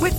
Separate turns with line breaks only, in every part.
With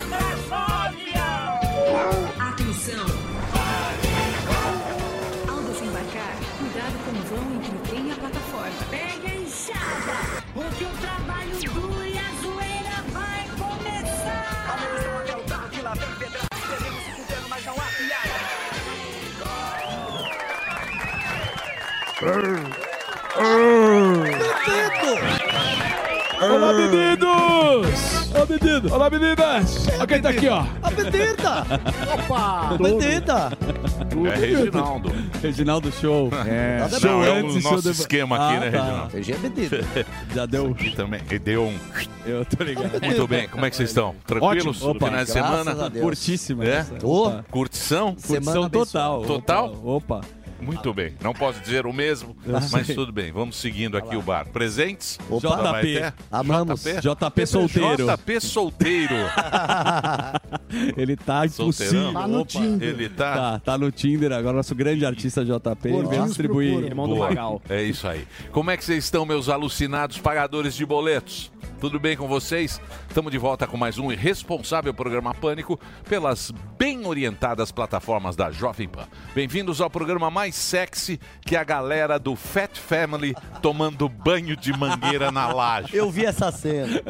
Atenção! Ao desembarcar, cuidado com o vão entre o trem e a plataforma. Pegue a enxada, porque o trabalho duro e a zoeira vai começar!
Olá, meninos! Olá, menino! Olá, meninas! Olha quem tá aqui, ó.
A Pedrita! Opa! Pedrita!
É Reginaldo.
Reginaldo Show. É,
Não, é o nosso esquema aqui, né, Reginaldo?
Hoje é Pedrita.
Já deu.
E também. E deu um.
Eu tô ligado.
Muito bem. Como é que vocês estão? Tranquilos?
Opa,
Finais de
graças
semana?
a Deus.
Curtíssima.
É?
essa.
Ô,
Opa.
Curtição?
semana
Curtição total.
Total?
Opa.
Muito bem. Não posso dizer o mesmo, mas tudo bem. Vamos seguindo aqui o bar. Presentes? Tá,
Opa.
Da Maité?
JP.
Amamos.
JP?
JP solteiro.
JP solteiro.
Ele tá impossível.
Solteirão. Tá no
Opa.
Ele tá.
Tá, tá no Tinder agora, nosso grande artista JP. Ele vem distribuir. Irmão
Boa. É isso aí. Como é que vocês estão, meus alucinados pagadores de boletos? Tudo bem com vocês? Estamos de volta com mais um irresponsável programa Pânico pelas bem orientadas plataformas da Jovem Pan. Bem-vindos ao programa mais sexy que a galera do Fat Family tomando banho de mangueira na laje.
Eu vi essa cena.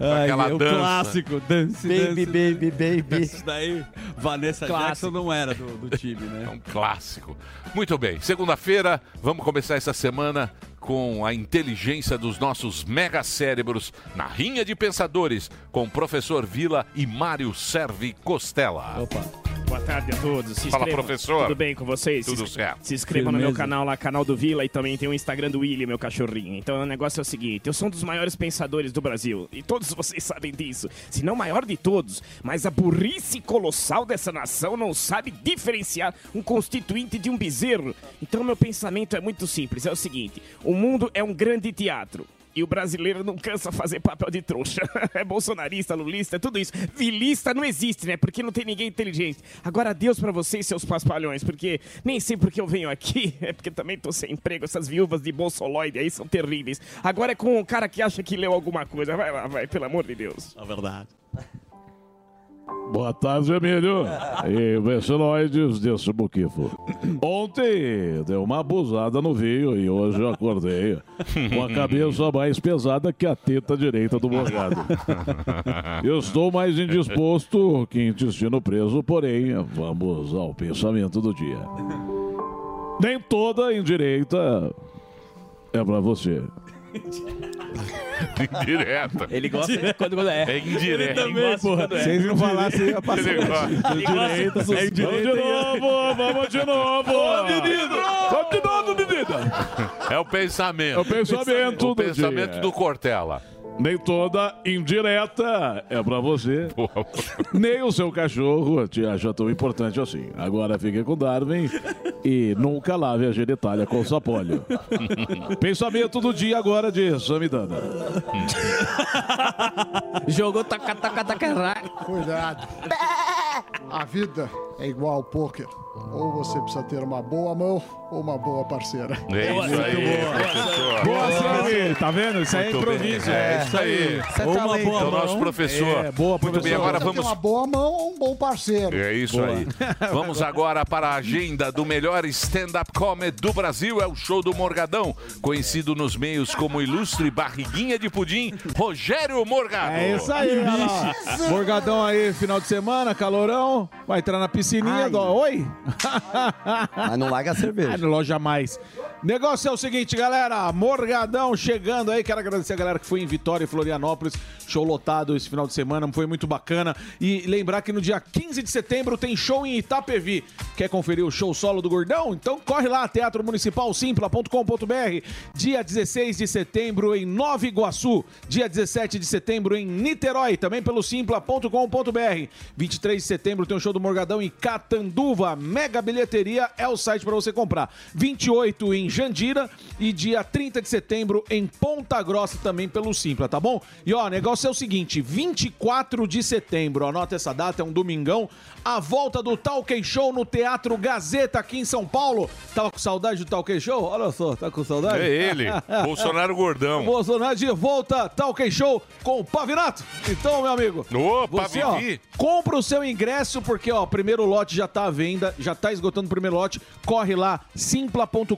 Ai,
Aquela
é o
dança.
clássico. Dance,
baby,
dance.
baby, baby.
Isso daí, Vanessa Jackson não era do, do time,
É
né?
um clássico. Muito bem, segunda-feira, vamos começar essa semana com a inteligência dos nossos mega cérebros na Rinha de Pensadores, com o professor Vila e Mário Servi Costela.
Opa.
Boa tarde a todos. Se
Fala,
inscrevam.
professor.
Tudo bem com vocês?
Tudo
se, ins-
certo.
Se inscrevam no meu
Firmeza.
canal lá, canal do Vila, e também tem o Instagram do William, meu cachorrinho. Então o negócio é o seguinte: eu sou um dos maiores pensadores do Brasil. E todos vocês sabem disso. Se não maior de todos, mas a burrice colossal dessa nação não sabe diferenciar um constituinte de um bezerro. Então meu pensamento é muito simples: é o seguinte: o mundo é um grande teatro. E o brasileiro não cansa fazer papel de trouxa. É bolsonarista, lulista, é tudo isso. Vilista não existe, né? Porque não tem ninguém inteligente. Agora, Deus pra vocês, seus paspalhões, porque nem sempre que eu venho aqui, é porque também tô sem emprego. Essas viúvas de bolsoloide aí são terríveis. Agora é com o cara que acha que leu alguma coisa. Vai lá, vai, pelo amor de Deus.
Na verdade.
Boa tarde, Emílio. E Veceloides desse buquifo. um Ontem deu uma abusada no vinho e hoje eu acordei com a cabeça mais pesada que a teta direita do bogado. Eu estou mais indisposto que intestino preso, porém, vamos ao pensamento do dia. Nem toda indireita é pra você.
Indireta.
Ele gosta de quando, quando é.
É indireta.
Também, porra.
Se eles não falassem, ia passar.
é. Ele gosta.
Direita, é
Vamos de novo, vamos de novo! Vamos de novo, menina!
É o pensamento.
É o pensamento
O
do
pensamento
dia.
do Cortella.
Nem toda indireta é pra você.
Pô,
Nem o seu cachorro te acha tão importante assim. Agora fique com Darwin e nunca lave a genitália com sapolho. Pensamento do dia agora de Samidana.
Jogou
tá
taca, taca, taca, ra-
Cuidado. A vida é igual ao pôquer. Ou você precisa ter uma boa mão ou uma boa parceira.
É isso aí, professor.
Boa, Sammy. Tá vendo? Isso aí é improviso.
É isso aí.
Ou uma boa
É o
mão.
nosso professor.
É, boa,
Muito bem,
professor.
agora
Precisa ter
vamos
uma boa mão ou um bom parceiro.
É isso aí. Vamos agora para a agenda do melhor stand-up comedy do Brasil. É o show do Morgadão, conhecido nos meios como ilustre barriguinha de pudim, Rogério Morgado.
É isso aí, olha lá. Morgadão aí, final de semana, calorão. Vai entrar na
sininho do Oi?
Mas não larga a cerveja.
Ah, não loja mais. Negócio é o seguinte, galera. Morgadão chegando aí. Quero agradecer a galera que foi em Vitória e Florianópolis. Show lotado esse final de semana. Foi muito bacana. E lembrar que no dia 15 de setembro tem show em Itapevi. Quer conferir o show solo do Gordão? Então corre lá, Teatro Municipal Simpla.com.br. Dia 16 de setembro em Nova Iguaçu. Dia 17 de setembro em Niterói. Também pelo simpla.com.br. 23 de setembro tem o show do Morgadão em Catanduva. Mega bilheteria é o site para você comprar. 28 em Jandira e dia 30 de setembro em Ponta Grossa também pelo Simpla, tá bom? E ó, o negócio é o seguinte, 24 de setembro, anota essa data, é um domingão, a volta do Talk Show no Teatro Gazeta aqui em São Paulo. Tava com saudade do Talk Show? Olha só, tá com saudade?
É ele, Bolsonaro Gordão.
Bolsonaro de volta, Talk Show com o Pavinato. Então, meu amigo,
Ô,
você, ó,
Pavivi.
compra o seu ingresso, porque, ó, primeiro lote já tá à venda, já tá esgotando o primeiro lote. Corre lá, simpla.com.br,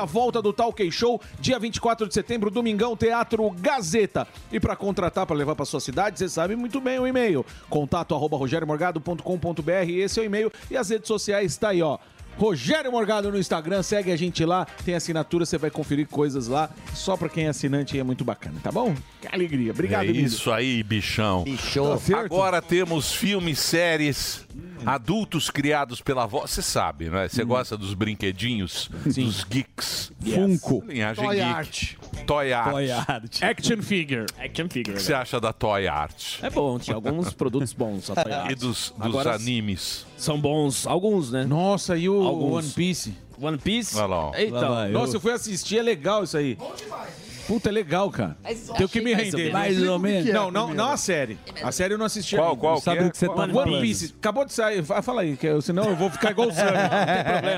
a volta do Talk Show, dia 24 de setembro, domingão, Teatro Gazeta. E pra contratar, pra levar pra sua cidade, você sabe muito bem o e-mail, contato arroba rogeriomorgado.com.br, esse é o e-mail, e as redes sociais tá aí, ó. Rogério Morgado no Instagram, segue a gente lá, tem assinatura, você vai conferir coisas lá, só pra quem é assinante e é muito bacana, tá bom? Que alegria, obrigado,
é
lindo.
isso aí, bichão.
Bichão. Tá certo?
Agora temos filmes, séries, adultos criados pela avó. Você sabe, né?
Hum.
Você gosta dos brinquedinhos, dos geeks.
Funko.
Linhagem
Toy
geek.
art.
Toy Art.
Toy art. Action figure.
Action figure. né? O que você acha da Toy Art?
É bom, tinha alguns produtos bons. a Toy Art.
E dos, dos
Agora,
animes.
São bons, alguns, né?
Nossa, e o One Piece?
One Piece?
Olha lá, ó.
Então,
Lá vai, Nossa, eu fui assistir, é legal isso aí. Puta, é legal, cara.
Mas
Tenho que me
achei mais
render. né?
ou menos. é Mais ou menos.
Não, não, não a série. A série eu não assisti.
Qual,
ainda.
qual Não sabe que é? do que você tá
One
falando.
Piece. Acabou de sair. Fa- Fala aí, que eu- senão eu vou ficar igual
né?
o Sam. né?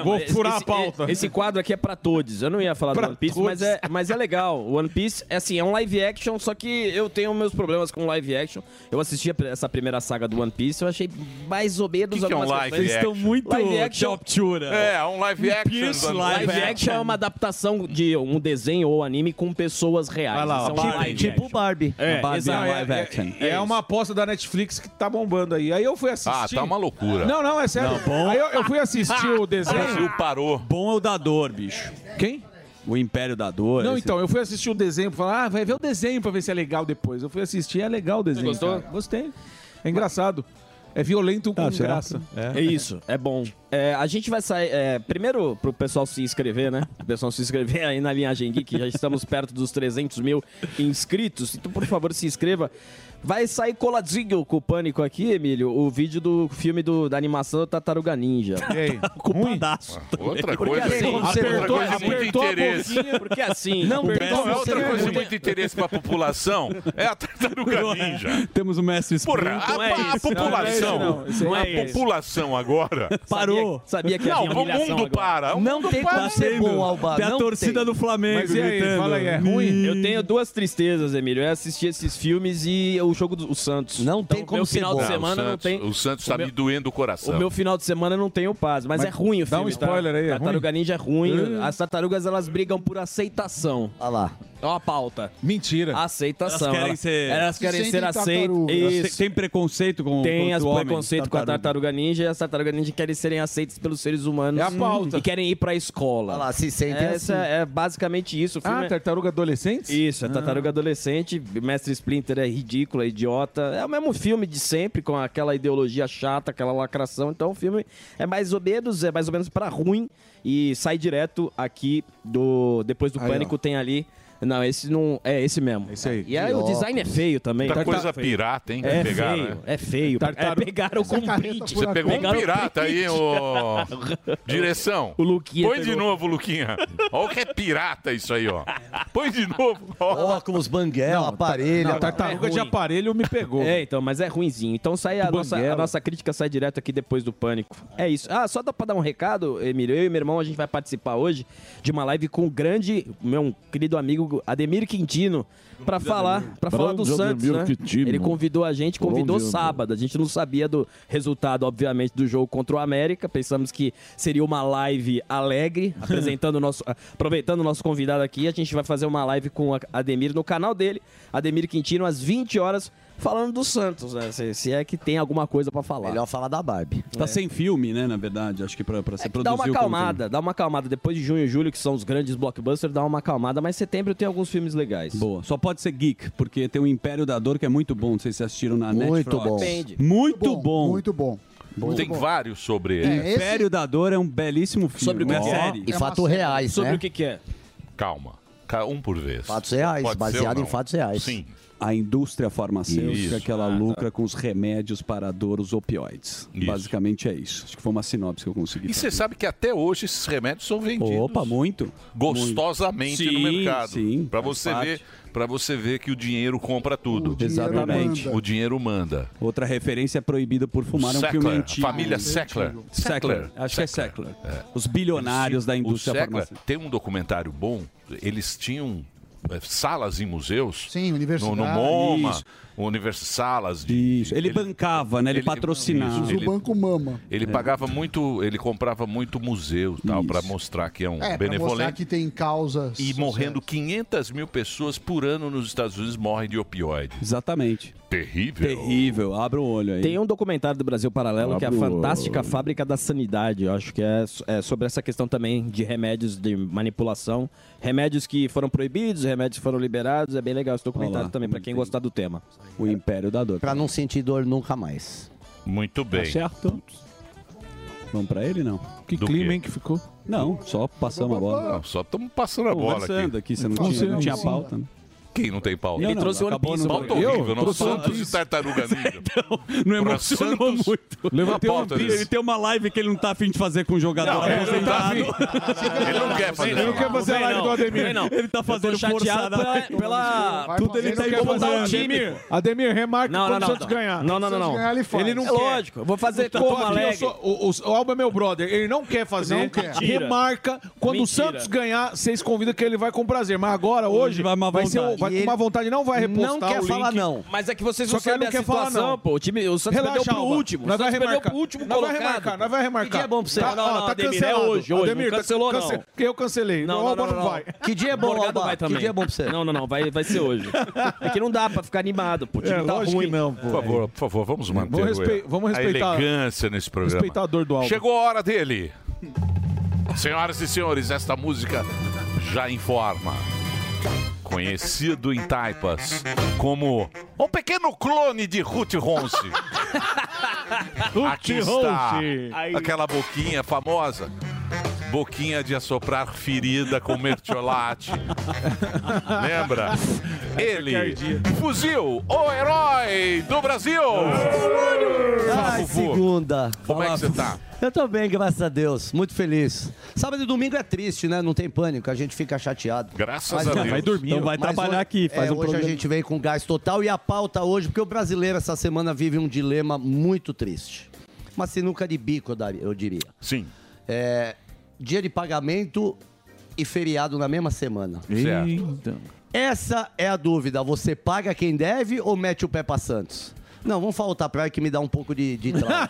Vou
Esse-
furar
esse-
a pauta.
Esse quadro aqui é pra todos. Eu não ia falar
Pra
do One Piece,
todos.
mas é, mas é legal. O One Piece, é assim, é um live action, só que eu tenho meus problemas com live action. Eu assisti a pr- essa primeira saga do One Piece, eu achei mais ou menos
Que que é um
algumas
live
questões.
action? Eles estão muito
Live action-
toptura. É, um live
One
action
Piece,
do One
live,
Piece.
action é uma adaptação de um desenho ou anime com pessoas reais.
Vai lá, ó,
Isso é um
Barbie.
live
Tipo
action.
Barbie.
É,
Barbie é
exato.
live action. É, uma aposta da Netflix que tá bombando aí. Aí eu fui assistir.
Ah, tá uma loucura.
Não, não, é sério.
Não, bom.
Aí eu, eu fui assistir o
O Brasil
desenho.
parou.
Bom é o da dor, bicho.
Quem?
O Império da Dor.
Não,
esse-
então, eu fui assistir o desenho pra falar, ah, vai ver o desenho pra ver se é legal depois. Eu fui assistir, é legal o desenho.
gostou?
cara. Gostei. É engraçado. É violento com
certo.
graça.
É. isso, é bom. É, a gente vai sair. é, primeiro, pro pessoal se inscrever, né? O pessoal se inscrever aí na linhagem Geek, já estamos perto dos 300 mil inscritos. Então, por favor, se inscreva. Vai sair coladinho com o pânico aqui, Emílio, o vídeo do filme do, da animação do Tartaruga Ninja. Tá
E aí?
Culpadaço.
Ah, Outra
Porque
coisa,
assim,
hein?
você-
outra
apertou-
coisa de muito
apertou a
interesse.
boquinha, porque assim- Não,
Outra-
perdão,
é outra
você-
coisa de muito interesse pra população é a tartaruga
é
ninja.
Temos o mestre
Porra,
Splinter.
a, a população, a
é
população agora
Parou.
Sabia que
não,
havia
o
humilhação
mundo
agora.
para. O
Não
mundo
tem
para.
como ser bom, Alba.
Tem a
não
torcida
tem.
do Flamengo Mas e aí, gritando. fala aí, é ruim?
Eu tenho duas tristezas, Emílio. É assistir esses filmes e o jogo do o Santos. Não tem
como
meu
ser
final
bom.
de
Não, o
semana não
Santos-
tem.
o Santos tá
o meu-
me doendo o coração. Um
O meu final de semana não tem o paz, mas,
Mas
é ruim o
dá
filme.
um spoiler
tá?
aí, é
Tartaruga Ninja é ruim.
Hum.
As tartarugas, elas brigam por aceitação. Olha lá. É uma pauta.
Mentira.
Aceitação.
Elas querem
Ela-
ser,
Elas querem ser aceitas. Isso.
Tem preconceito com
Tem
com
as
o homem,
preconceito com a tartaruga ninja e as tartaruga ninja querem serem aceitas pelos seres humanos.
É a pauta.
E querem ir pra escola.
Olha lá, se sentem
Essa
assim.
é basicamente isso. O filme
Ah,
é-
tartaruga adolescente? Ah.
Isso, é tartaruga adolescente. Mestre Splinter é ridículo, é idiota. É o mesmo filme de sempre, com aquela ideologia chata, aquela lacração. Então o filme é mais ou menos, é mais ou menos pra ruim. E sai direto aqui do. Depois do
Aí,
pânico,
ó.
tem ali. Não, esse não. É esse mesmo. Esse aí. E aí, o
Óculos.
design é feio também.
Muita
Tartar-
coisa pirata, hein, que
É
pegaram,
feio,
né?
é feio.
Tartaruga-
É, pegaram com print.
Você pegou um
Pegaram
pirata
print.
aí, ô. Direção.
O Luquinha
Põe de
pegou.
novo, Luquinha. Olha o que é pirata isso aí, ó. Põe de novo.
Óculos, banguela,
tá-
aparelho.
Não, tartaruga de aparelho me pegou.
É, então, mas é ruinzinho. Então sai a nossa,
Banguela.
a nossa crítica sai direto aqui depois do pânico. É isso. Ah, só dá pra dar um recado, Emílio. Eu e meu irmão, a gente vai participar hoje de uma live com o grande, meu querido amigo Ademir Quintino, pra falar, pra falar do
Grande
Santos,
Ademir
né?
Quintino.
Ele convidou a gente, convidou
Grande Ademir.
sábado sábado. A gente não sabia do resultado, obviamente, do jogo contra o América. Pensamos que seria uma live alegre, apresentando o nosso, aproveitando o nosso convidado aqui. A gente vai fazer uma live com o Ademir no canal dele, Ademir Quintino, às 20 horas. falando do Santos, né? Se, se é que tem alguma coisa pra falar. Melhor falar da Barbie.
Tá sem filme, né, na verdade, acho que pra, pra ser
É. Dá
produzido.
uma acalmada, dá uma acalmada. Depois de junho e julho, que são os grandes blockbusters, dá uma acalmada. Mas setembro tem alguns filmes legais.
Boa. Só pode ser geek, porque tem o Império da Dor que é muito bom. Não sei se vocês assistiram na
Muito
Netflix.
bom.
Muito,
Depende.
bom.
Muito bom.
Tem vários sobre ele.
É, Império da Dor é um belíssimo filme.
Sobre o que
uma
que é?
série.
E É uma fatos série. reais,
Sobre
né?
o que, que é?
Calma. Ca- Um por vez.
Fatos reais,
Pode ser
baseado
ou
em
não?
fatos reais.
Sim.
A indústria farmacêutica
Isso. Ah, tá.
que ela lucra com os remédios para dor, os opioides. Basicamente é isso. Acho que foi uma sinopse que eu consegui.
E
fazer.
você sabe que até hoje esses remédios são vendidos.
Opa, muito.
Gostosamente no
Muito. Sim,
mercado.
sim,
Para
faz
você
parte.
ver, para você ver que o dinheiro compra tudo.
dinheiro Exatamente. manda.
O dinheiro manda.
Outra referência é proibida por fumar é um filme
Sackler,
antigo.
família Sackler.
Sackler. Acho que é Sackler. Os bilionários da indústria
Sackler
farmacêutica.
tem um documentário bom. Eles tinham é, salas em museus.
Sim,
No, no
universidade.
MoMA,
Isso.
univers- salas de...
Ele, bancava, né? Ele, patrocinava. É.
Isso,
O
ele-
banco mama.
Ele pagava muito, ele comprava muito museu e tal, para mostrar que é um
É, pra mostrar
benevolente.
que é um tem causas.
E morrendo 500 mil pessoas por ano nos Estados Unidos morrem de opioide.
Exatamente.
Terrível.
Terrível. Abra o olho aí.
Tem um documentário do Brasil Paralelo que é a
Abre o
Fantástica
olho.
Fábrica da Sanidade. Eu acho que é, so- é sobre essa questão também de remédios de manipulação. Remédios que foram proibidos, remédios que foram liberados. É bem legal esse documentário também, pra quem gostar do tema.
O Império da Dor.
Pra não sentir dor nunca mais.
Muito
Tá certo? Vamos pra ele, não? Que
Do clima, quê? hein,
que ficou? Não, só passamos a bola.
Não, só estamos passando a bola
Conversando
aqui.
aqui, você não Não tinha- sei, não não tinha sei. pauta, né?
Quem não tem pauta?
Eu Ele não, trouxe One acabou Piece, no
Pauta
programa.
horrível,
Eu
não.
trouxe One
Santos e
Piece.
Tartaruga Ninja.
Não
Pra
emocionou
Santos,
muito.
Levantei
Ele tem
uma
uma-
pilha.
Ele tem uma live que ele não tá afim de fazer com o jogador
Não, ele não tá
aposentado.
Ele não quer fazer.
Ele não quer fazer a live do Ademir. Ele tá fazendo forçada.
né?
Tudo ele tá
um
incomodando.
Ademir, Ademir, remarca
Não,
quando
não, não.
o Santos ganhar.
Não, não, não,
Se o Santos
não.
ganhar, ele, faz.
Ele não
É
quer. Lógico, eu vou fazer
Então,
como
aqui,
Alegre.
eu sou- o, o- o Alba é meu brother, ele não quer fazer.
Não quer. Mentira.
Remarca. Quando o
Mentira.
Santos ganhar, vocês convidam que ele vai com prazer. Mas agora, hoje, vai, ser o- vai
E
com
ele
má vontade, não vai repostar
Não quer
o
falar,
link.
não. Mas é que vocês
Só
não
que ele
sabem a
não quer falar,
situação,
não.
pô. O time- o Santos
Relaxa,
perdeu pro
Alba.
último. O
Nós
Santos
vai
perdeu
remarcar.
pro último
Nós vai
colocado,
remarcar,
pô.
nós vai remarcar.
Que dia é bom pra você?
Tá,
Não,
ó,
não,
tá
Ademir, é
cancelado.
hoje, hoje.
Ademir,
Não
tá-
cancelou, não.
Eu cancelei.
Não,
o
não,
Alba
não,
não,
não, não.
vai.
Que dia é bom, Borgado Alba? vai também. Que dia é bom pra você? Não, não, não. Vai, vai ser hoje. É que não dá pra ficar animado, pô. O time
É,
tá
lógico
ruim.
que não, pô.
Por favor, por favor, vamos manter
Vamos respe-
o-
vamos respeitar-
a elegância nesse programa.
respeitar a dor do Alba.
Chegou a hora dele. Senhoras e senhores, esta música já informa. Conhecido em Taipas como um pequeno clone de Ruth Ronce. Aqui está aquela boquinha famosa. Boquinha de assoprar ferida com mertiolate. Lembra? Ele, fuzil, o herói do Brasil!
Ai, segunda.
Como é que você tá?
Eu tô bem, graças a Deus. Muito feliz. Sábado e domingo é triste, né? Não tem pânico, a gente fica chateado.
Graças a Deus. Vai dormir.
Então
vai trabalhar aqui, faz um
hoje
programa.
a gente veio com gás total e a pauta hoje, porque o brasileiro essa semana vive um dilema muito triste. Uma sinuca de bico, eu daria- eu diria. É,
Sim.
dia de pagamento e feriado na mesma semana.
Certo.
Essa é a dúvida. Você paga quem deve ou mete o pé pra Santos? Não, vamos falar outra praia que me dá um pouco de, de trauma.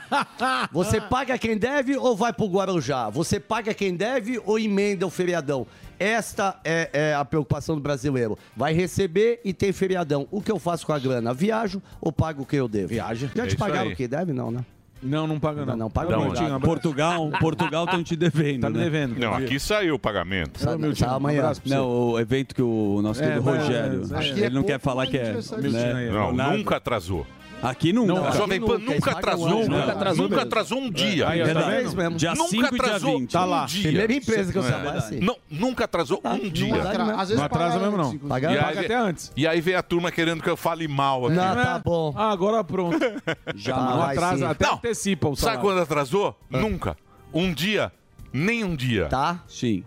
Você paga quem deve ou vai pro Guarujá? Você paga quem deve ou emenda o feriadão? Esta é, é a preocupação do brasileiro. Vai receber e tem feriadão. O que eu faço com a grana? Viajo ou pago o que eu devo? Viaja. Já
É
te
isso
pagaram
aí.
o que deve? Não, né?
Não, não paga não.
Não, paga
Não,
não.
Tinha- Portugal, Portugal estão te devendo. Tá me devendo.
Não, aqui saiu o pagamento.
Tá amanhã.
Não, o evento que o nosso
É,
querido
vai,
Rogério.
é,
acho
é.
que ele não
Aqui é
quer falar que é.
pouco, mas já saiu. Não, nunca atrasou.
Aqui não.
A Jovem Pan nunca atrasou.
Nunca atrasou.
Nunca atrasou um dia.
Aí, ó, tá Verdade. vendo? Mesmo. Dia
Nunca
5 e dia
atrasou
20.
um
Tá lá.
dia.
Primeira empresa que eu
É.
trabalho, assim.
Não, nunca atrasou um dia.
atrasa, Tá, às vezes Não atrasa paga mesmo, não. antes, Paga-
E aí
paga
vem-
até antes.
E aí vem a turma querendo que eu fale mal aqui.
Não,
né?
tá
bom.
Ah, agora pronto.
Ah,
Ah,
Já
não
vai
atrasa,
sim.
até
Não.
antecipa o
Sabe
salário.
quando atrasou? Nunca. Um dia, nem um dia.
Tá?
Sim.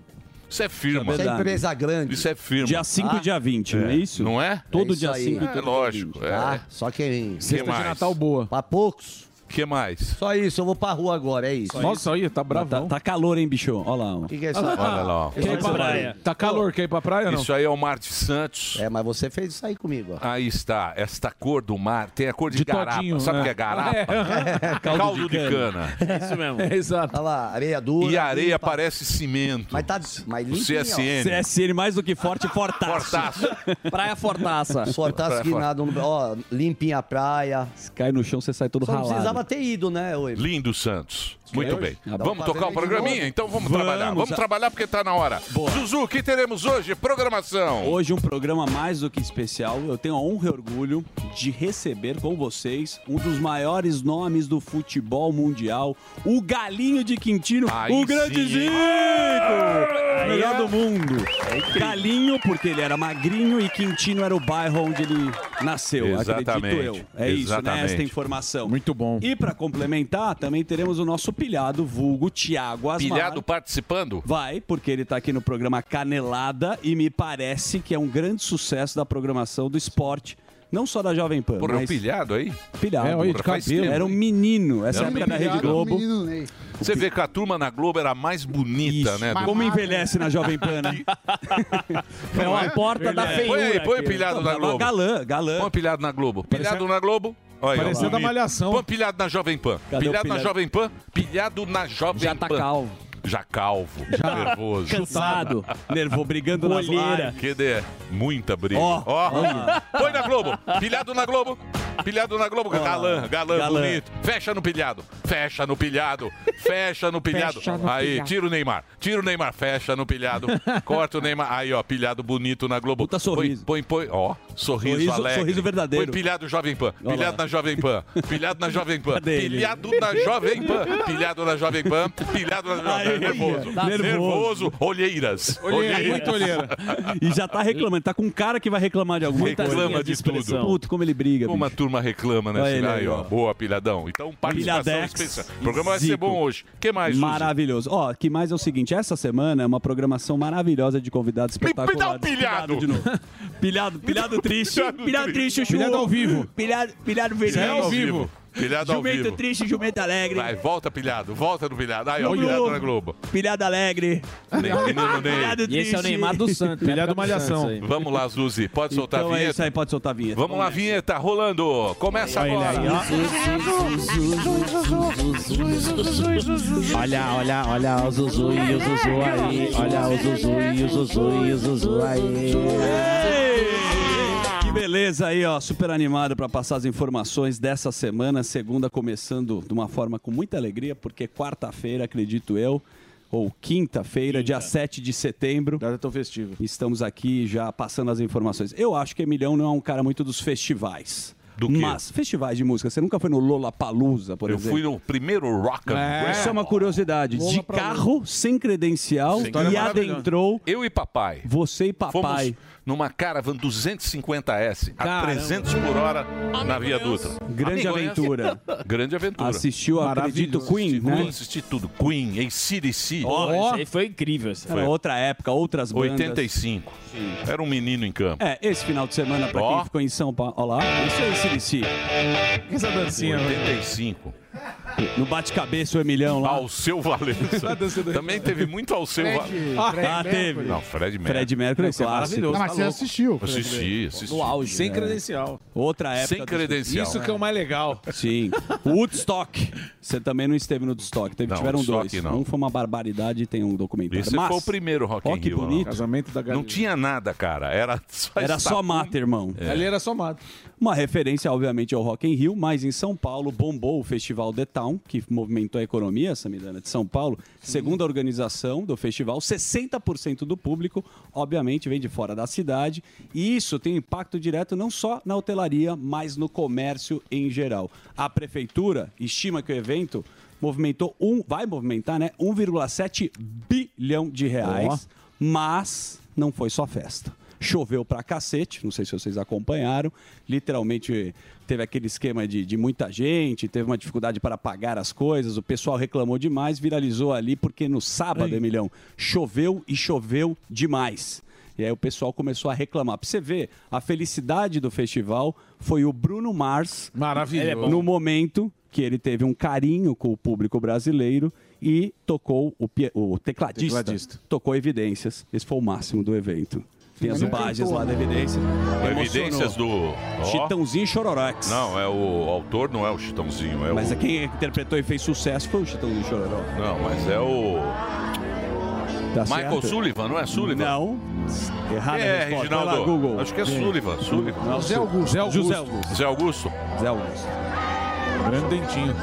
Isso é firma.
Isso é verdade. Isso é empresa grande.
Isso é firma.
Dia 5 e dia 20, não é isso?
Não é?
Todo dia 5 e
É
todo
lógico.
Tá? Só quem.
Sexta de mais? Natal
boa. Pra poucos.
que mais?
Só isso, eu vou pra rua agora, é isso.
Nossa, olha, tá bravo.
Tá, tá calor, hein, bichão? Olha lá. O
que, que é isso?
Olha lá, ó.
Quer ir pra praia?
Tá calor, quer ir pra praia
Isso aí é o Marte Santos.
É, mas você fez isso aí comigo, ó.
Aí está, esta cor do mar tem a cor de,
De
garapa.
todinho,
Sabe o
né?
que é garapa?
É.
Caldo, de, cana.
Isso mesmo.
Exato.
Olha lá, areia dura.
E a areia
tá limpa.
parece cimento.
Mas tá mas
O
limpinho, ó.
CSN.
CSN mais do que forte, fortaço.
Fortaço.
Praia fortaça.
Fortaça que nada, ó, limpinha a praia.
Cai no chão, você sai todo
Só não
ralado.
precisava ter ido, né, Oi?
Lindo Santos. Muito
Deus.
bem.
Tá bom.
vamos
Fazer
tocar o
de
programinha?
novo.
Então vamos,
Vamos.
trabalhar. Vamos
A-
trabalhar porque tá na hora. Zuzu, o que teremos hoje? Programação.
Hoje um programa mais do que especial. Eu tenho a honra e orgulho de receber com vocês um dos maiores nomes do futebol mundial, o Galinho de Quintino, o Um grande
sim, hein?
Zico!
Ah!
Melhor
Aí é-
do mundo. Galinho porque ele era magrinho e Quintino era o bairro onde ele nasceu,
Exatamente.
acredito eu. É isso, né?
Exatamente.
Esta informação.
Muito bom.
E para complementar, também teremos o nosso pilhado vulgo Tiago Asmar.
Pilhado participando?
Vai, porque ele tá aqui no programa Canelada e me parece que é um grande sucesso da programação do esporte. Não só da Jovem Pan.
Porra, é um
mas...
pilhado aí?
Pilhado.
É, olha, de
Faz
cabelo.
tempo. Era um menino. Essa
Era um
época da Rede
pilhado,
Globo.
Você vê que a turma na Globo era a mais bonita, né? do-
Como envelhece na Jovem Pan, né? é uma porta da
É,
feiura.
Põe aí, põe o
aquilo.
pilhado na
Não,
Globo.
Galã, galã.
Põe o pilhado na Globo. Pilhado na Globo. Olha,
Parecendo
bonito.
a Malhação.
Põe o pilhado na Jovem Pan.
Cadê o
pilhado, na
pilhado?
Jovem Pan. Pilhado na Jovem
Já
Pan.
tá calvo.
Já calvo. Já
Já
nervoso.
Cansado. Nervo brigando na
Olheira. Que dê muita briga.
Ó,
Ó.
olha.
Põe na Globo. Pilhado na Globo. Pilhado na Globo. Galã, galã,
Galã.
bonito. Fecha no pilhado. Fecha no pilhado.
é
Fecha no pilhado.
Fecha no
aí,
pilhado.
tira o Neymar. Tira o Neymar. Fecha no pilhado. Corta o Neymar. Aí, ó, pilhado bonito na Globo. Puta sorriso. Põe, põe, põe. Ó, sorriso,
Sorriso-
alegre.
sorriso verdadeiro.
Põe pilhado Jovem Pan.
Olha
Pilhado
lá.
na Jovem Pan. Pilhado na Jovem Pan.
Cadê ele?
Pilhado na Jovem Pan. Pilhado na Jovem Pan. Pilhado na Jovem Pan.
Aí,
Nervoso.
tá nervoso.
Nervoso. Olheiras.
Olheira, muito olheira. E já tá reclamando, tá com um cara que vai reclamar de alguma coisa.
Reclama de tudo.
Puto, como ele briga.
Como a turma reclama, né?
Olha
Aí,
ele
aí,
aí,
ó.
ó.
Boa, pilhadão. Então, participação
Pilhadex
especial.
e
O programa vai ser
Zico.
bom hoje. que mais, Suzy?
Maravilhoso. Ó, que mais é o seguinte, essa semana é uma programação maravilhosa de convidados
Me dá um
espetaculares.
pilhado.
de novo. Pilhado, pilhado triste. Pilhado triste, chuchu.
Pilhado ao vivo.
Pilhado, pilhado feliz.
Pilhado ao vivo. Pilhado ao
é Jumento
vivo.
triste, jumento alegre.
Vai, volta pilhado, volta no pilhado. Aí, ó,
Olha.
pilhado na Globo.
Pilhado alegre.
Menino Ney.
E esse é o Neymar do Santos, né? Pilhado do Malhação. Santos aí.
Vamos lá, Zuzi. Pode soltar
Então
a
é
vinheta.
isso aí, pode soltar a vinheta.
Vamos lá, vinheta, rolando. Começa
Olha ele
agora.
aí,
Olha, olha, olha o Zuzu e o Zuzu aí. Olha o Zuzu e o Zuzu e o Zuzu aí.
Que beleza aí, ó. Super animado para passar as informações dessa semana. Segunda começando de uma forma com muita alegria, porque quarta-feira, acredito eu, ou quinta-feira, dia 7 de setembro. Data tão festivo. Estamos aqui já passando as informações. Eu acho que Emilhão não é um cara muito dos festivais. Do
quê?
Mas festivais de música, você nunca foi no Lollapalooza, por
Eu
exemplo?
fui no primeiro Rock and
É.
Roll.
Isso é uma curiosidade. De carro, sem credencial,
História
e
maravilhosa.
adentrou
Eu e papai.
você e papai.
Fomos numa Caravan 250S a
Caramba.
300 por hora na Via Dutra.
Grande
Amigo, hein?
aventura.
Grande aventura.
Assistiu, acredito, Queen,
Assisti,
né?
Assisti tudo. Queen, ACDC.
Ó, Ó. esse aí
foi incrível.
Era outra época, outras bandas.
85. Era um menino em campo.
É, esse final de semana, pra
Ó.
quem ficou em São Paulo. Olha lá, isso aí, Sirici.
Essa dancinha, né?
85.
No bate-cabeça, o Emilhão lá.
Alceu Valença. Também teve muito Alceu
Fred-
Valença.
Fred Ah, Mercury. teve.
Não, Fred Mercury.
Fred Mercury é
Esse é
clássico.
maravilhoso.
Não, mas você
Tá louco.
assistiu, Fred
Assisti,
Mercury.
assisti.
No auge,
Sem
né?
É.
credencial.
Outra época.
Sem credencial.
Isso que é o mais legal.
Sim. O Woodstock. Você também não esteve no Woodstock. Teve,
Não,
tiveram
Woodstock
dois.
não.
Um foi uma barbaridade e tem um documentário.
Esse
Mas-
foi o primeiro Rock
Ó,
in
que
Rio. né?
bonito.
Casamento da
Não tinha nada, cara. Era só É.
Era
esta-
só mata, irmão.
Ali era somado.
É. Uma referência, obviamente, ao Rock in Rio, mas em São Paulo bombou o Festival The Town, que movimentou a economia, Samidana, de São Paulo. Segundo a organização do festival, 60% do público, obviamente, vem de fora da cidade. E isso tem impacto direto não só na hotelaria, mas no comércio em geral. A prefeitura estima que o evento movimentou um, vai movimentar, né, 1,7 bilhão de reais, mas não foi só festa. Choveu pra cacete, não sei se vocês acompanharam. Literalmente teve aquele esquema de, de muita gente, teve uma dificuldade para pagar as coisas, o pessoal reclamou demais, viralizou ali, porque no sábado, Emilhão, choveu e choveu demais. E aí o pessoal começou a reclamar. Pra você ver, a felicidade do festival foi o Bruno Mars
Maravilhoso. Ele é bom.
no momento que ele teve um carinho com o público brasileiro e tocou o, pie- o tecladista,
Tecladista.
Tocou Evidências. Esse foi o máximo do evento. Tem as
Ele
imagens
cantou,
lá da
né?
Evidência. Emocionou.
Evidências do. Ó.
Chitãozinho e Chororax.
Não, é o autor não é o Chitãozinho, é
Mas
o.
é quem interpretou e fez sucesso foi o Chitãozinho e Chororó.
Não, mas é o.
Tá
Michael
certo?
Sullivan, não é Sullivan?
Não. né? Errada a
é,
resposta.
Reginaldo.
Vai lá, Google.
Acho que é
Vem.
Sullivan. Sullivan.
Não, Zé Augusto. Zé Augusto.
José Augusto. Zé Augusto.
Zé Augusto.
Grande dentinho.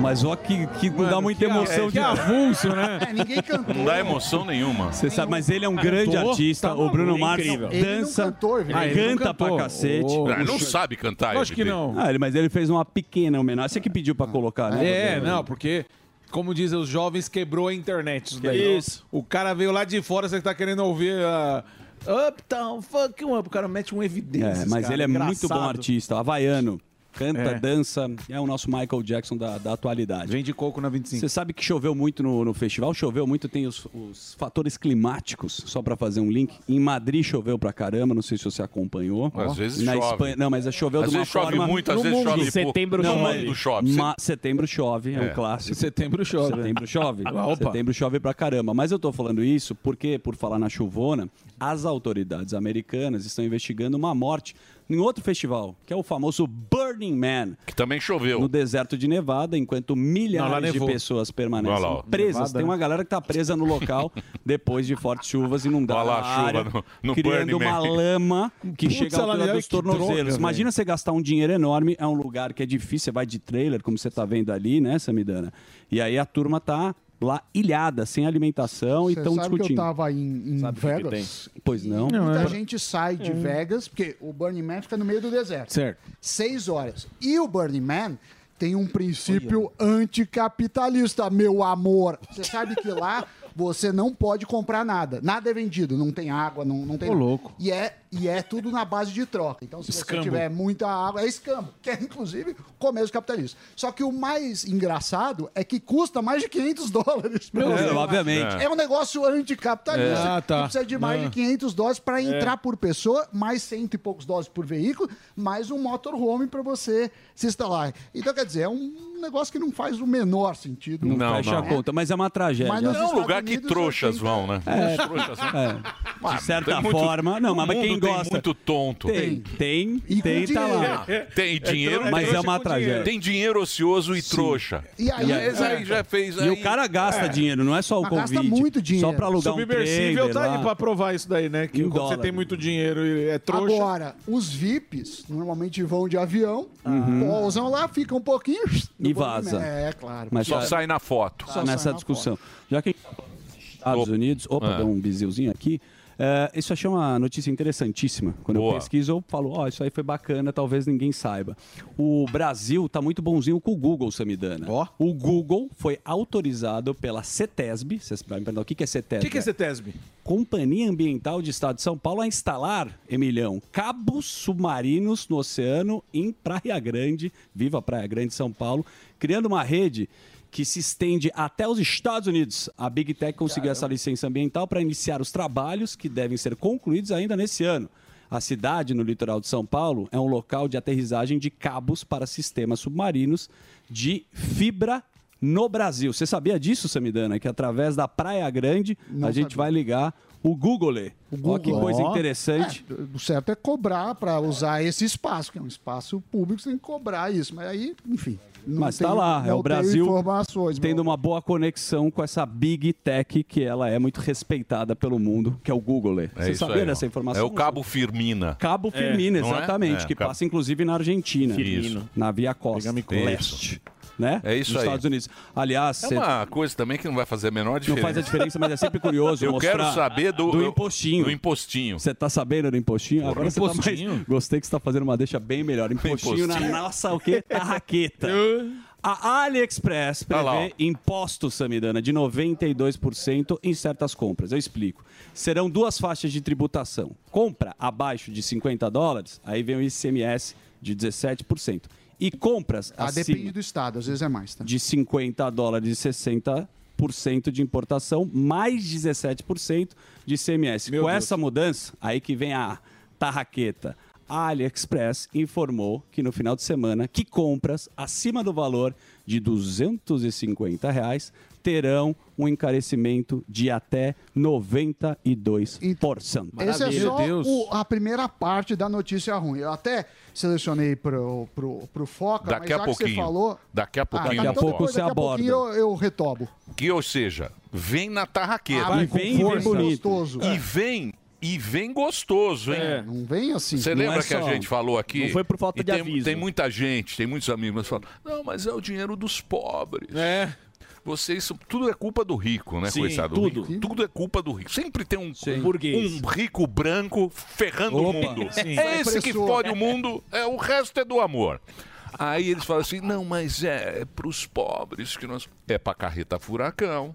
Mas ó que, que não dá muita emoção de
É, ninguém cantou. Não dá emoção nenhuma.
Você sabe, mas ele é um grande
Cantou?
artista.
Tá
o Bruno
maluco,
Marques
incrível. Ele não
dança,
cantou, Evandro. Ah, ele não
canta pra
cantou.
cacete.
Oh, Ah, ele não puxa. sabe cantar, Lógico que evidente. não.
Ah, ele- mas ele fez uma pequena homenagem. Você que pediu pra colocar, né?
É,
Rodrigo?
não, porque, como dizem os jovens, quebrou a internet isso daí.
Isso.
O cara veio lá de fora, você que tá querendo ouvir a... Uptown, fuck you up. O cara mete um evidência.
É, mas ele é muito bom artista, havaiano. Canta,
É.
dança, é o nosso Michael Jackson da, da atualidade.
Vende coco na 25.
Você sabe que choveu muito no, no festival, choveu muito, tem os, os fatores climáticos, só pra fazer um link. Em Madrid choveu pra caramba, não sei se você acompanhou.
Às
Ó.
vezes
Na
chove.
Espanha- não, mas é choveu
Às
de uma
vezes chove
forma-
muito, às No vezes mundo. chove pouco. Setembro
Não,
chove.
mas-
Mundo chove.
ma- setembro chove, é,
É.
um clássico.
Setembro chove.
Setembro chove.
Ah, opa.
Setembro chove pra caramba. Mas eu tô falando isso porque, por falar na chuvona, as autoridades americanas estão investigando uma morte em outro festival, que é o famoso Burning Man.
Que também choveu.
No deserto de Nevada, enquanto
Não, lá
milhares de
nevou.
pessoas permanecem
Olha lá, ó.
presas.
Nevada,
Tem uma
né?
galera que tá presa no local depois de fortes chuvas inundadas.
Olha lá a chuva
área,
no- no
criando
Burning
uma
Man.
lama que
Putz,
chega à
ela-
altura
olha
dos
que droga,
tornozelos.
velho.
Imagina você gastar um dinheiro enorme, é um lugar que é difícil, você vai de trailer, como você tá vendo ali, né, Samidana? E aí a turma tá lá ilhada, sem alimentação, e
Você
então,
estão
sabe que eu
discutindo.
tava em, em Vegas.
Pois não.
Muita
Não, é.
gente sai de
É.
Vegas, porque o Burning Man fica no meio do deserto.
Certo.
Seis horas. E o Burning Man tem um princípio anticapitalista, meu amor. Você sabe que lá você não pode comprar nada. Nada é vendido. Não tem água, não, não tem.
Ô,
nada.
louco.
E é, e é tudo na base de troca. Então, se
Escambo.
você tiver muita água, é escambo, que é inclusive o começo capitalista. Só que o mais engraçado é que custa mais de 500 dólares. pra
É,
você ir lá.
obviamente.
É um negócio anticapitalista.
É. Ah, tá.
que precisa de mais
Não.
de 500 dólares para
É.
entrar por pessoa, mais cento e poucos dólares por veículo, mais um motorhome para você se instalar. Então, quer dizer, é um negócio que não faz o menor sentido.
Não, fecha a
É.
conta, mas é uma tragédia.
Mas nos
É um lugar
Estados
que
Unidos assim,
trouxas vão, né?
É.
Os trouxas vão.
É.
Ah,
De certa
tem muito-
forma, não, mas
o mundo
quem
tem
gosta.
muito tonto.
Tem, tem,
E com
tem, tá lá.
É, Tem dinheiro,
mas é uma tragédia.
Tem dinheiro ocioso e trouxa.
E aí-
Mas aí já fez.
é. E o cara gasta
É.
dinheiro, não é só o
Mas gasta
convite.
muito
Só pra alugar um
Subversível
trailer
tá aí
lá.
pra provar isso daí, né? Que
Em
quando você
dólar.
tem muito dinheiro e é trouxa...
Agora, os VIPs normalmente vão de avião,
Hum.
Uhum.
pousam lá, ficam um pouquinho no
E
Burning
vaza.
Man. É, claro.
Mas
Só
tá-
sai na foto.
Só nessa discussão. Já que a gente tá falando dos Estados Unidos, opa,
Ah.
deu um bizilzinho aqui. É, isso eu achei uma notícia interessantíssima. Quando eu pesquiso, eu falo, ó, isso aí foi bacana, talvez ninguém saiba. O Brasil tá muito bonzinho com o Google, Samidana. O Google foi autorizado pela CETESB. Vocês vão me perguntar o que que é
O
CETESB?
que, que é CETESB?
Companhia Ambiental de Estado de São Paulo a instalar, Emilhão, cabos submarinos no oceano em Praia Grande, viva Praia Grande, São Paulo, criando uma rede que se estende até os Estados Unidos. A Big Tech conseguiu essa licença ambiental para iniciar os trabalhos que devem ser concluídos ainda nesse ano. A cidade, no litoral de São Paulo, é um local de aterrissagem de cabos para sistemas submarinos de fibra no Brasil. Você sabia disso, Samidana? Que através da Praia Grande a gente vai ligar o Google. Olha que coisa
Ó.
interessante.
É, o certo é cobrar para usar esse espaço, que é um espaço público, você tem que cobrar isso. Mas aí, enfim. não
Mas tá
tenho-
lá, é
não
o
tenho
Brasil
Informações,
tendo uma boa conexão com essa big tech que ela é muito respeitada pelo mundo, que é o Google.
É
Você
isso
sabia
aí, ó.
dessa informação?
É o Cabo Firmina.
Cabo Firmino,
Não é?
exatamente,
É,
que
Cabo-
passa inclusive na Argentina,
Firmino.
na Via Costa
Isso.
Leste, né?
É isso
Nos
aí.
Estados Unidos. Aliás,
É
cê-
uma coisa também que não vai fazer a menor
não
diferença.
faz a diferença, mas é sempre curioso
Eu
mostrar
quero saber do,
do impostinho.
Do impostinho.
Você tá sabendo do impostinho? Agora você tá
impostinho?
mais... Gostei que você tá fazendo uma deixa bem melhor. Impostinho,
Impostinho.
é um na nossa o quê? Tarraqueta. A AliExpress
Tá
prevê
lá, ó.
imposto, Samidana, de 92% em certas compras. Eu explico. Serão duas faixas de tributação. Compra abaixo de 50 dólares, aí vem o ICMS de 17%. E compras
Ah,
acima
depende do estado, às vezes é mais, tá?
de 50 dólares e 60 de importação, mais 17% de CMS. Com essa mudança, aí que vem a tarraqueta. a AliExpress informou que no final de semana que compras acima do valor de R$ 250 reais terão um encarecimento de até 92%.
Essa é só o- a primeira parte da notícia ruim. Eu até selecionei pro, pro, pro Foca, mas
Daqui
já
a
que você
pouquinho.
falou...
Daqui a pouquinho.
então depois, daqui a pouquinho eu, eu retobo.
Que, ou seja, vem na tarraqueta.
Ah, E com vem e vem força. bonito. Gostoso.
E vem, e vem gostoso, hein?
É, não vem assim.
Você
Não
lembra
é
que a
só-
gente falou aqui?
não foi por falta
E
de
tem,
aviso.
Tem muita gente, tem muitos amigos que falam, não, mas é o dinheiro dos pobres.
É.
Você, isso tudo é culpa do rico, né,
Sim,
coitado?
tudo.
Rico? Tudo é culpa do rico. Sempre tem um,
Burguês.
um rico branco ferrando
Opa.
o mundo.
Sim.
É esse que
Opressor.
fode o mundo, é, o resto é do amor. Aí eles falam assim, não, mas é, é pros pobres que nós... É pra carreta furacão,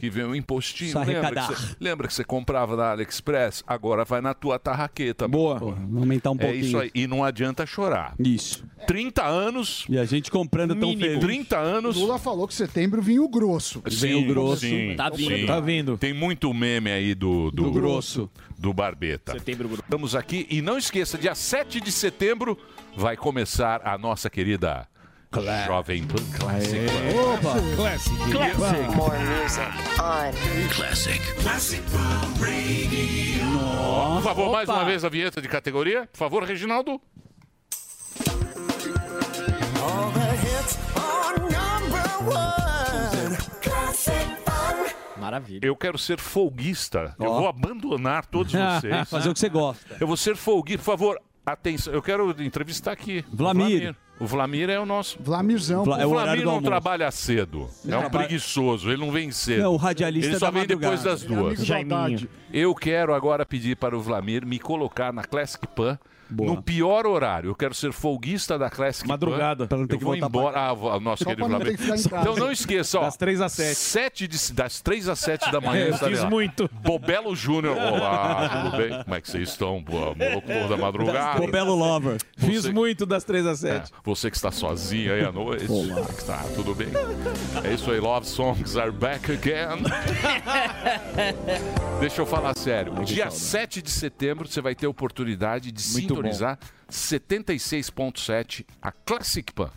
que vem o impostinho.
Hum. Só
Lembra que,
arrecadar.
você, lembra que você comprava na AliExpress? Agora vai na tua tarraqueta. Boa.
Vamos aumentar um
É
pouquinho.
isso aí. E não adianta chorar.
Isso.
30 anos.
E a gente comprando tão
Mínimo.
feliz.
30 anos.
Lula falou que setembro vinha o grosso.
Sim, sim, sim.
Tá
Tem muito meme aí do, do,
grosso.
Do Barbeta. Setembro grosso. Estamos aqui e não esqueça, dia 7 de setembro vai começar a nossa querida Jovem Pan Classic.
Opa! Classic. Classic.
More
music on. Classic. Classic Pan Radio.
Por favor, mais uma vez a vinheta de categoria. Por favor, Reginaldo.
All the hits are number one. Classic Pan.
Maravilha. Eu quero ser folguista. Eu
Ó.
vou abandonar todos vocês.
Fazer o que você gosta.
Eu vou ser folguista. Por favor, atenção. Eu quero entrevistar aqui.
Vlamir.
O Vlamir, o Vlamir é o nosso.
Vlamirzão.
é
é o Vlamir não trabalha cedo. É um preguiçoso, ele não vem cedo.
Não, o radialista
Ele só
da
vem depois
madrugada.
das
Ele é amigo
duas.
do Jaiminho. Haddad.
Eu quero agora pedir para o Vlamir me colocar na Classic Pan. No pior horário, eu quero ser folguista da Classic
Madrugada.
Pan.
Pra não ter
eu
que
vou
voltar
embora. Ah, vou- nosso
Só
querido
pra não ter
Vlamir.
que ficar em
Então
casa.
não esqueça, ó.
Das três às sete.
sete de- das 3 às 7 da
É,
manhã.
Eu
estarei
quis
lá.
muito.
Bobelo Júnior. Olá, tudo bem? Como é que vocês estão? Boa, louco da madrugada.
Bobelo
Lover.
Fiz muito das 3 às 7.
né? Você que está sozinho aí à noite. que Tá, tudo bem. É isso aí, Love Songs are back again. Deixa eu falar sério. Dia 7 de setembro você vai ter a oportunidade de
Muito
sintonizar 76.7 a Classic Pan.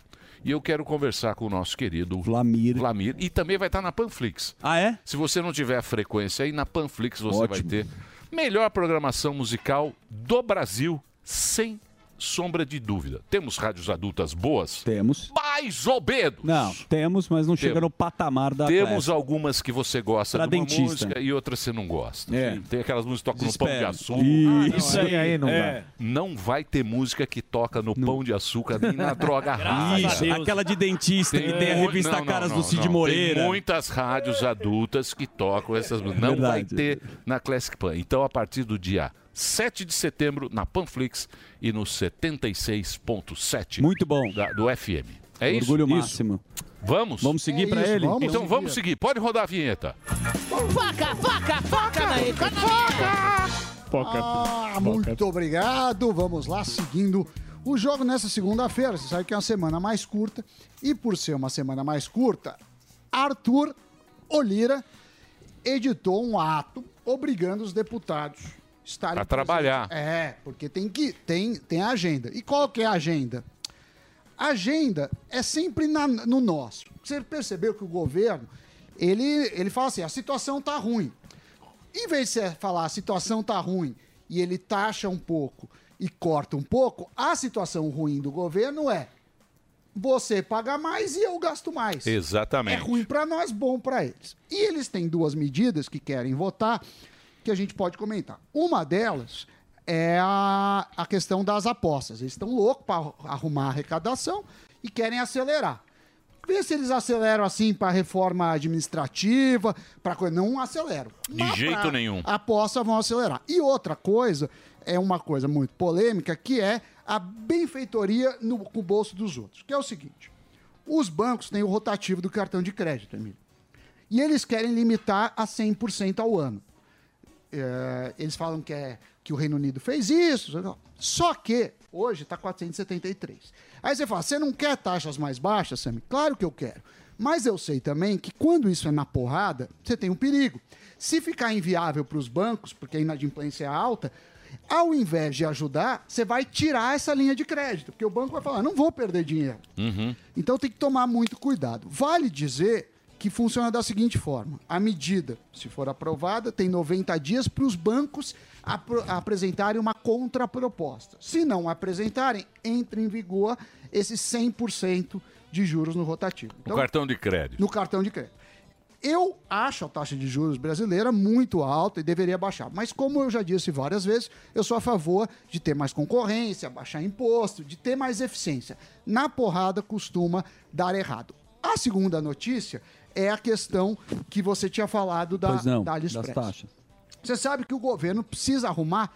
E eu quero conversar com o nosso querido Vlamir. Vlamir. E também vai estar na Panflix.
Ah, é?
Se você não tiver a frequência aí, na Panflix você vai
Ótimo.
ter melhor programação musical do Brasil, sem sombra de dúvida. Temos rádios adultas boas?
Temos.
Mais ou menos.
Não, temos, mas não chega
Temos.
no patamar da
Temos
classe.
algumas que você gosta
Pra
de uma
dentista.
música e outras você não gosta.
É.
Tem aquelas músicas que tocam no pão de
Desespero.
açúcar.
Ih,
Ah, não,
isso aí, aí não
é.
dá.
Não vai ter música que toca no pão de açúcar nem um na droga rápida.
Isso, aquela de dentista que tem a
mui-
revista
não, não,
Caras
não,
do Cid
não.
Moreira.
Tem muitas rádios adultas que tocam essas músicas. Não vai
Verdade.
ter na Classic Pan. Então, a partir do dia 7 de setembro, na Panflix e no 76.7.
Muito bom.
do FM. É isso?
Orgulho
Isso.
máximo.
Vamos?
Vamos seguir
É
pra
isso,
ele?
vamos então vamos seguir. Pode rodar a vinheta.
É.
Foca, foca, foca na
Foca.
Ah, muito obrigado. Vamos lá, seguindo o jogo nessa segunda-feira. Você sabe que é uma semana mais curta. E por ser uma semana mais curta, Arthur Olira editou um ato obrigando os deputados a estarem
A trabalhar.
presentes. É, porque tem que tem tem a agenda. E qual que é a agenda? A agenda é sempre na- no nosso. Você percebeu que o governo ele ele fala assim, a situação tá ruim. Em vez de você falar a situação tá ruim e ele taxa um pouco e corta um pouco, a situação ruim do governo é você paga mais e eu gasto mais.
Exatamente.
É ruim para nós, bom para eles. E eles têm duas medidas que querem votar que a gente pode comentar. Uma delas é a, a questão das apostas. Eles estão loucos para arrumar a arrecadação e querem acelerar. Vê se eles aceleram assim para reforma administrativa, para coisa. Não aceleram.
De jeito nenhum.
Aposta vão acelerar. E outra coisa, é uma coisa muito polêmica, que é a benfeitoria no, com o bolso dos outros. Que é o seguinte: os bancos têm o rotativo do cartão de crédito, Emílio. E eles querem limitar a 100% ao ano. É, eles falam que, é, que o Reino Unido fez isso. Só que hoje tá está 473. Aí você fala, você não quer taxas mais baixas, Sammy? Claro que eu quero. Mas eu sei também que quando isso é na porrada, você tem um perigo. Se ficar inviável para os bancos, porque a inadimplência é alta, Ao invés de ajudar, você vai tirar essa linha de crédito, porque o banco vai falar, não vou perder dinheiro.
Uhum.
Então tem que tomar muito cuidado. Vale dizer que funciona da seguinte forma: a medida, se for aprovada, tem 90 dias para os bancos apro- apresentarem uma contraproposta. Se não apresentarem, entra em vigor esse 100% de juros no rotativo. Então,
O cartão de crédito.
No cartão de crédito. Eu acho a taxa de juros brasileira muito alta e deveria baixar. Mas como eu já disse várias vezes, eu sou a favor de ter mais concorrência, baixar imposto, de ter mais eficiência. Na porrada costuma dar errado. A segunda notícia é a questão que você tinha falado da,
Pois não,
da AliExpress.
das taxas.
Você sabe que o governo precisa arrumar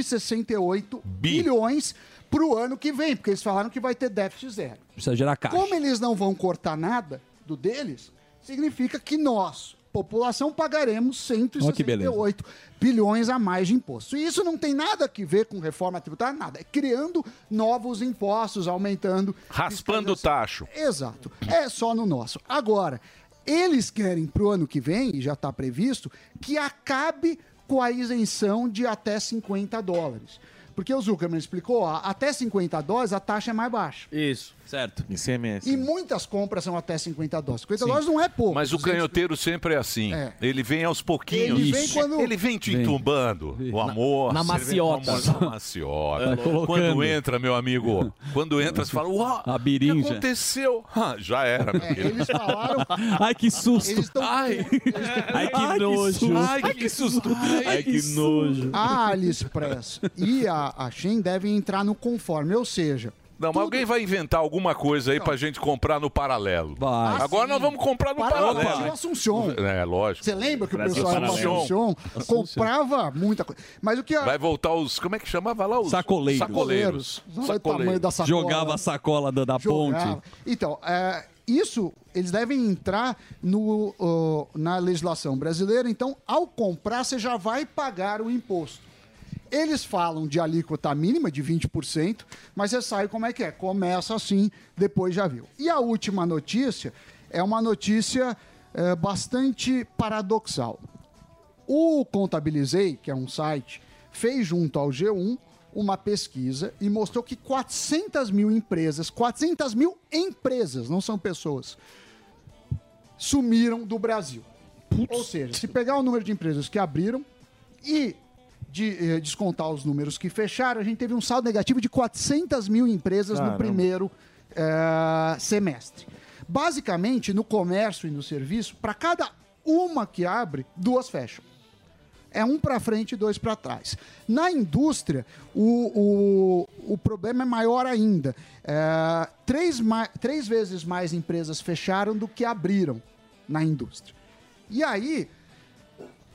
168 bilhões para o ano que vem, porque eles falaram que vai ter déficit zero.
Precisa gerar caixa.
Como é eles não vão cortar nada do deles, significa que nós, população, pagaremos
Ó, que beleza.
168 bilhões a mais de imposto. E isso não tem nada que ver com reforma tributária, nada. É criando novos impostos, aumentando.
Então, Raspando o tacho.
Exato. É só no nosso. Agora, eles querem pro ano que vem, e já está previsto, que acabe com a isenção de até 50 dólares. Porque o Zuckerman explicou, ó, até 50 dólares a taxa é mais baixa.
Isso. Certo.
ICMS.
E muitas compras são até 50 dólares. 50 dólares não é pouco.
Mas o canhoteiro sempre é assim.
É.
Ele vem aos pouquinhos.
Ele vem quando-
Ele vem te
Vem.
entumbando. O amor.
na
você vem
maciota.
com o amor Na maciota.
Vai colocando.
quando entra, meu amigo, quando entra, você fala, uau,
A
o que
birinja.
aconteceu? Ah, já era, meu querido.
É, Eles falaram.
Ai, que susto.
Ai,
Ai, que nojo. Ai,
que susto.
Ai, que nojo.
A AliExpress e a, a Shein devem entrar no conforme, ou seja,
Não, mas alguém vai inventar alguma coisa aí pra gente comprar no paralelo.
Ah,
Agora
sim.
nós vamos comprar no
Para-
paralelo.
Partiu o Assunção.
É, lógico.
um Você lembra que o
Brasil é
pessoal um do
paralelo. um
Assunção comprava muita coisa. Mas o que a,
Vai voltar os. Como é que chamava lá? Os
Sacoleiros.
Sacoleiros.
Olha o tamanho da sacola.
Jogava a sacola da, da
Jogava.
ponte.
Então, é, isso eles devem entrar no, ó, na legislação brasileira. Então, ao comprar, você já vai pagar o imposto. Eles falam de alíquota mínima de 20%, mas você sabe como é que é. Começa assim, depois já viu. E a última notícia é uma notícia é, bastante paradoxal. O Contabilizei, que é um site, fez junto ao G1 uma pesquisa e mostrou que 400 mil empresas, 400 mil empresas, não são pessoas, sumiram do Brasil. Ou seja, se pegar o número de empresas que abriram e de- eh, descontar os números que fecharam, a gente teve um saldo negativo de 400 mil empresas
Caramba.
no primeiro eh, semestre. Basicamente, no comércio e no serviço, para cada uma que abre, duas fecham. É um para frente e dois para trás. Na indústria, o, o, o problema é maior ainda. É, três, ma- três vezes mais empresas fecharam do que abriram na indústria. E aí,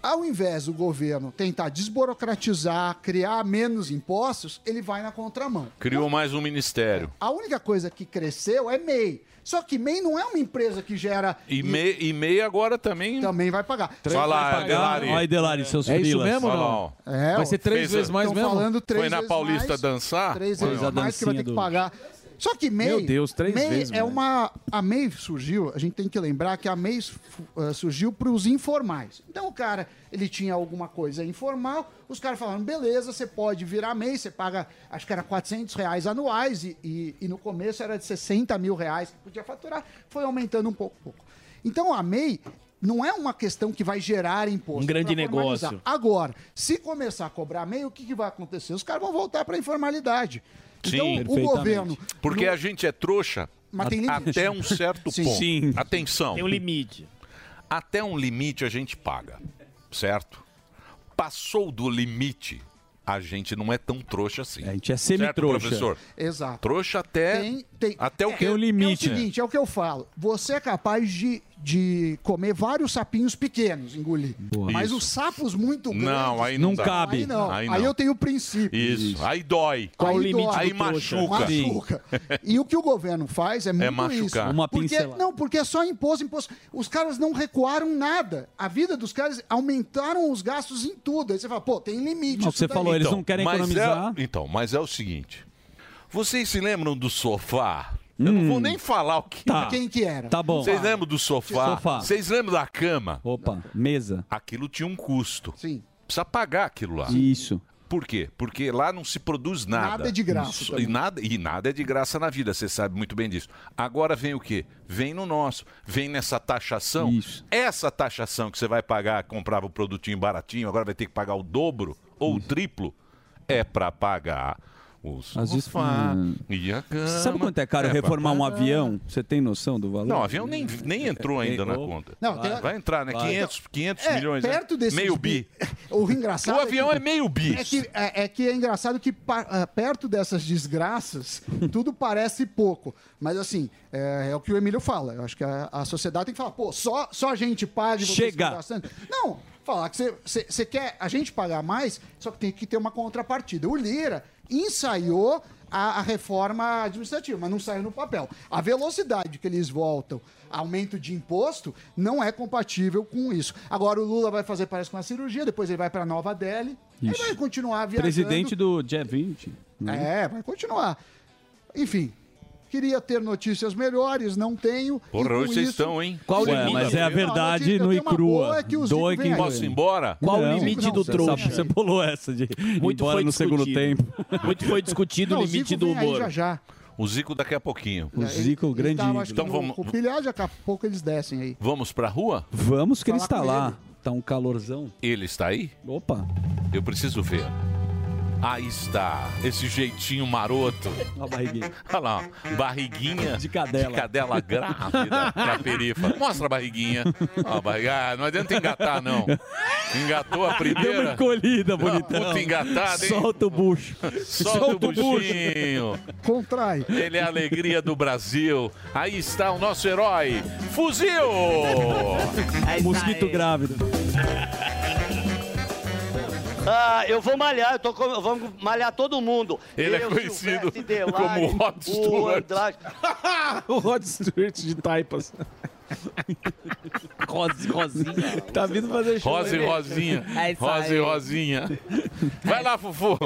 ao invés do governo tentar desburocratizar, criar menos impostos, ele vai na contramão.
Criou mais um ministério.
A única coisa que cresceu é MEI. Só que MEI não é uma empresa que gera.
E MEI, e MEI agora também.
Também vai pagar.
Fala, Delari.
Olha aí, Delari, seus
É isso
filas.
mesmo,
Olha lá,
não?
ó.
É,
Vai ser três vezes mais
Tão
mesmo?
falando três
Foi na
vezes
Paulista
mais,
dançar?
Três
Foi
vezes
a
mais que vai ter que
dancinha do-
pagar. Só que MEI.
Meu Deus, três
MEI
vezes
é
mais.
uma. A MEI surgiu, a gente tem que lembrar que a MEI su- eh, surgiu para os informais. Então o cara, ele tinha alguma coisa informal, os caras falaram, beleza, você pode virar MEI, você paga, acho que era 400 reais anuais, e, e- e no começo era de 60 mil reais que podia faturar, foi aumentando um pouco, pouco. Então a MEI. Não é uma questão que vai gerar imposto.
Um grande
pra formalizar.
negócio.
Agora, se começar a cobrar MEI, o que, que vai acontecer? Os caras vão voltar para a informalidade.
Sim,
então, o governo.
Porque a gente é trouxa
Mas tem limite.
até um certo
Sim.
ponto.
Sim.
Atenção.
Tem um limite.
Até um limite a gente paga, certo? Passou do limite, a gente não é tão trouxa assim. A gente é
semitrouxa.
professor?
Exato.
Trouxa até,
Tem- tem-
até o que?
É o seguinte, é o que eu falo. Você é capaz de, de comer vários sapinhos pequenos, engolir. Mas
Isso.
os sapos muito grandes.
Não, aí não Não dá. cabe.
Aí não.
Aí
Aí,
não.
eu tenho o princípio.
Isso, aí dói.
Qual o limite do
Aí
trouxa?
machuca.
Machuca. E o que o governo faz é muito isso.
machucar. Uma
porque,
pincelada.
Não, porque é só imposto, imposto. Os caras não recuaram nada. A vida dos caras aumentaram os gastos em tudo. Aí você fala, pô, tem limite. isso daí.
Então, mas É, então, mas é o seguinte. Vocês se lembram do sofá? Eu não vou nem falar o que
Tá. Quem que era? Tá bom.
Vocês lembram do sofá?
Sofá.
Vocês lembram da cama?
Opa, mesa.
Aquilo tinha um custo.
Sim.
Precisa pagar aquilo lá.
Isso.
Por quê? Porque lá não se produz nada.
Nada é de graça
Isso,
também.
E nada, e nada é de graça na vida, você sabe muito bem disso. Agora vem o quê? Vem no nosso, vem nessa taxação. Essa taxação que você vai pagar, comprava o produtinho baratinho, agora vai ter que pagar o dobro ou o triplo, é para pagar os
Às vezes-
sofá
Hum.
e a cama.
Sabe quanto é caro
pra
reformar um
pagar.
avião? Você tem noção do valor?
Não, o avião nem, nem entrou ainda
É,
na
ou-
conta.
Não, tem-
vai entrar, né?
Vai.
500, 500
É,
milhões.
perto
né?
desses
Meio
bi-
bi.
O engraçado.
O avião
que-
é meio bi.
É que é, é que é engraçado que pa- ah, perto dessas desgraças, tudo parece pouco. Mas assim, é, é o que o Emílio fala. Eu acho que a, a sociedade tem que falar, pô, só, só a gente paga e vocês
Chega.
ficam gastando. Não, falar que você- você você quer a gente pagar mais, só que tem que ter uma contrapartida. O Lira ensaiou. A, a reforma administrativa, mas não saiu no papel. A velocidade que eles voltam, aumento de imposto, não é compatível com isso. Agora o Lula vai fazer, parece, uma cirurgia, depois ele vai para Nova Delhi, ele
Ixi.
vai continuar Tá viajando.
Presidente do G20. né?
É, vai continuar. Enfim, queria ter notícias melhores, não tenho.
Porra,
E com
hoje vocês
isso-
estão, hein?
Qual
Ué,
limite?
mas é a
Eu tenho uma
verdade
notícia- eu
nua e
tenho uma
crua.
boa é que o Zico
Doa quem
vem aí.
Posso ir embora?
Qual o
Não,
limite
não,
do
você
trouxa?
sabe.
Você pulou essa de ir
Muito
embora
foi
no segundo
discutido.
tempo.
Muito foi discutido
Não, o Zico vem aí já já.
O Zico daqui a pouquinho.
O Zico, o
Ele
grande.
tava, acho que
Então
no-
vamos,
Com o pilhar, já daqui a pouco eles descem aí.
vamos pra rua?
Vamos que ele
Falar
está
com
lá. Tá um calorzão.
Ele está aí?
Opa.
Eu preciso ver. Aí está, esse jeitinho maroto.
Olha a barriguinha.
Olha lá, ó, barriguinha de
cadela.
grávida pra perifa. Mostra a barriguinha. Ó, a barriga- Ah, não adianta engatar, não. Engatou a primeira.
Deu uma encolhida, bonitão.
Puta engatada, hein?
Solta o bucho.
Solta, o buchinho.
Contrai.
Ele é a alegria do Brasil. Aí está o nosso herói, Fuzil!
Mosquito grávido.
Ah, eu vou malhar, eu tô com- eu vou malhar todo mundo.
Ele é
eu,
conhecido
Silvestre, Delari,
como Rod
O
Stewart.
Andrade.
o Rod Stewart de taipas.
Rose, Rosinha.
Tá vindo fazer show.
Rose e
aí.
Rosinha. Rose e Rosinha. Vai lá, Fufu.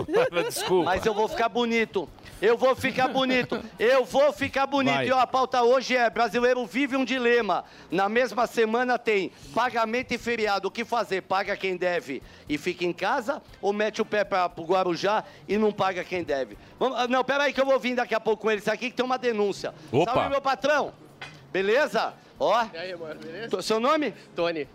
Desculpa.
Mas eu vou ficar bonito. Eu vou ficar bonito. Eu vou ficar bonito.
Vai.
E ó, a pauta hoje é: brasileiro vive um dilema. Na mesma semana tem pagamento e feriado. O que fazer? Paga quem deve e fica em casa ou mete o pé para o Guarujá e não paga quem deve? Vamos, ah, não, peraí que eu vou vir daqui a pouco com eles aqui que tem uma denúncia.
Opa.
Salve, meu patrão. Beleza? Ó. E aí, mano, beleza? seu nome? Tony.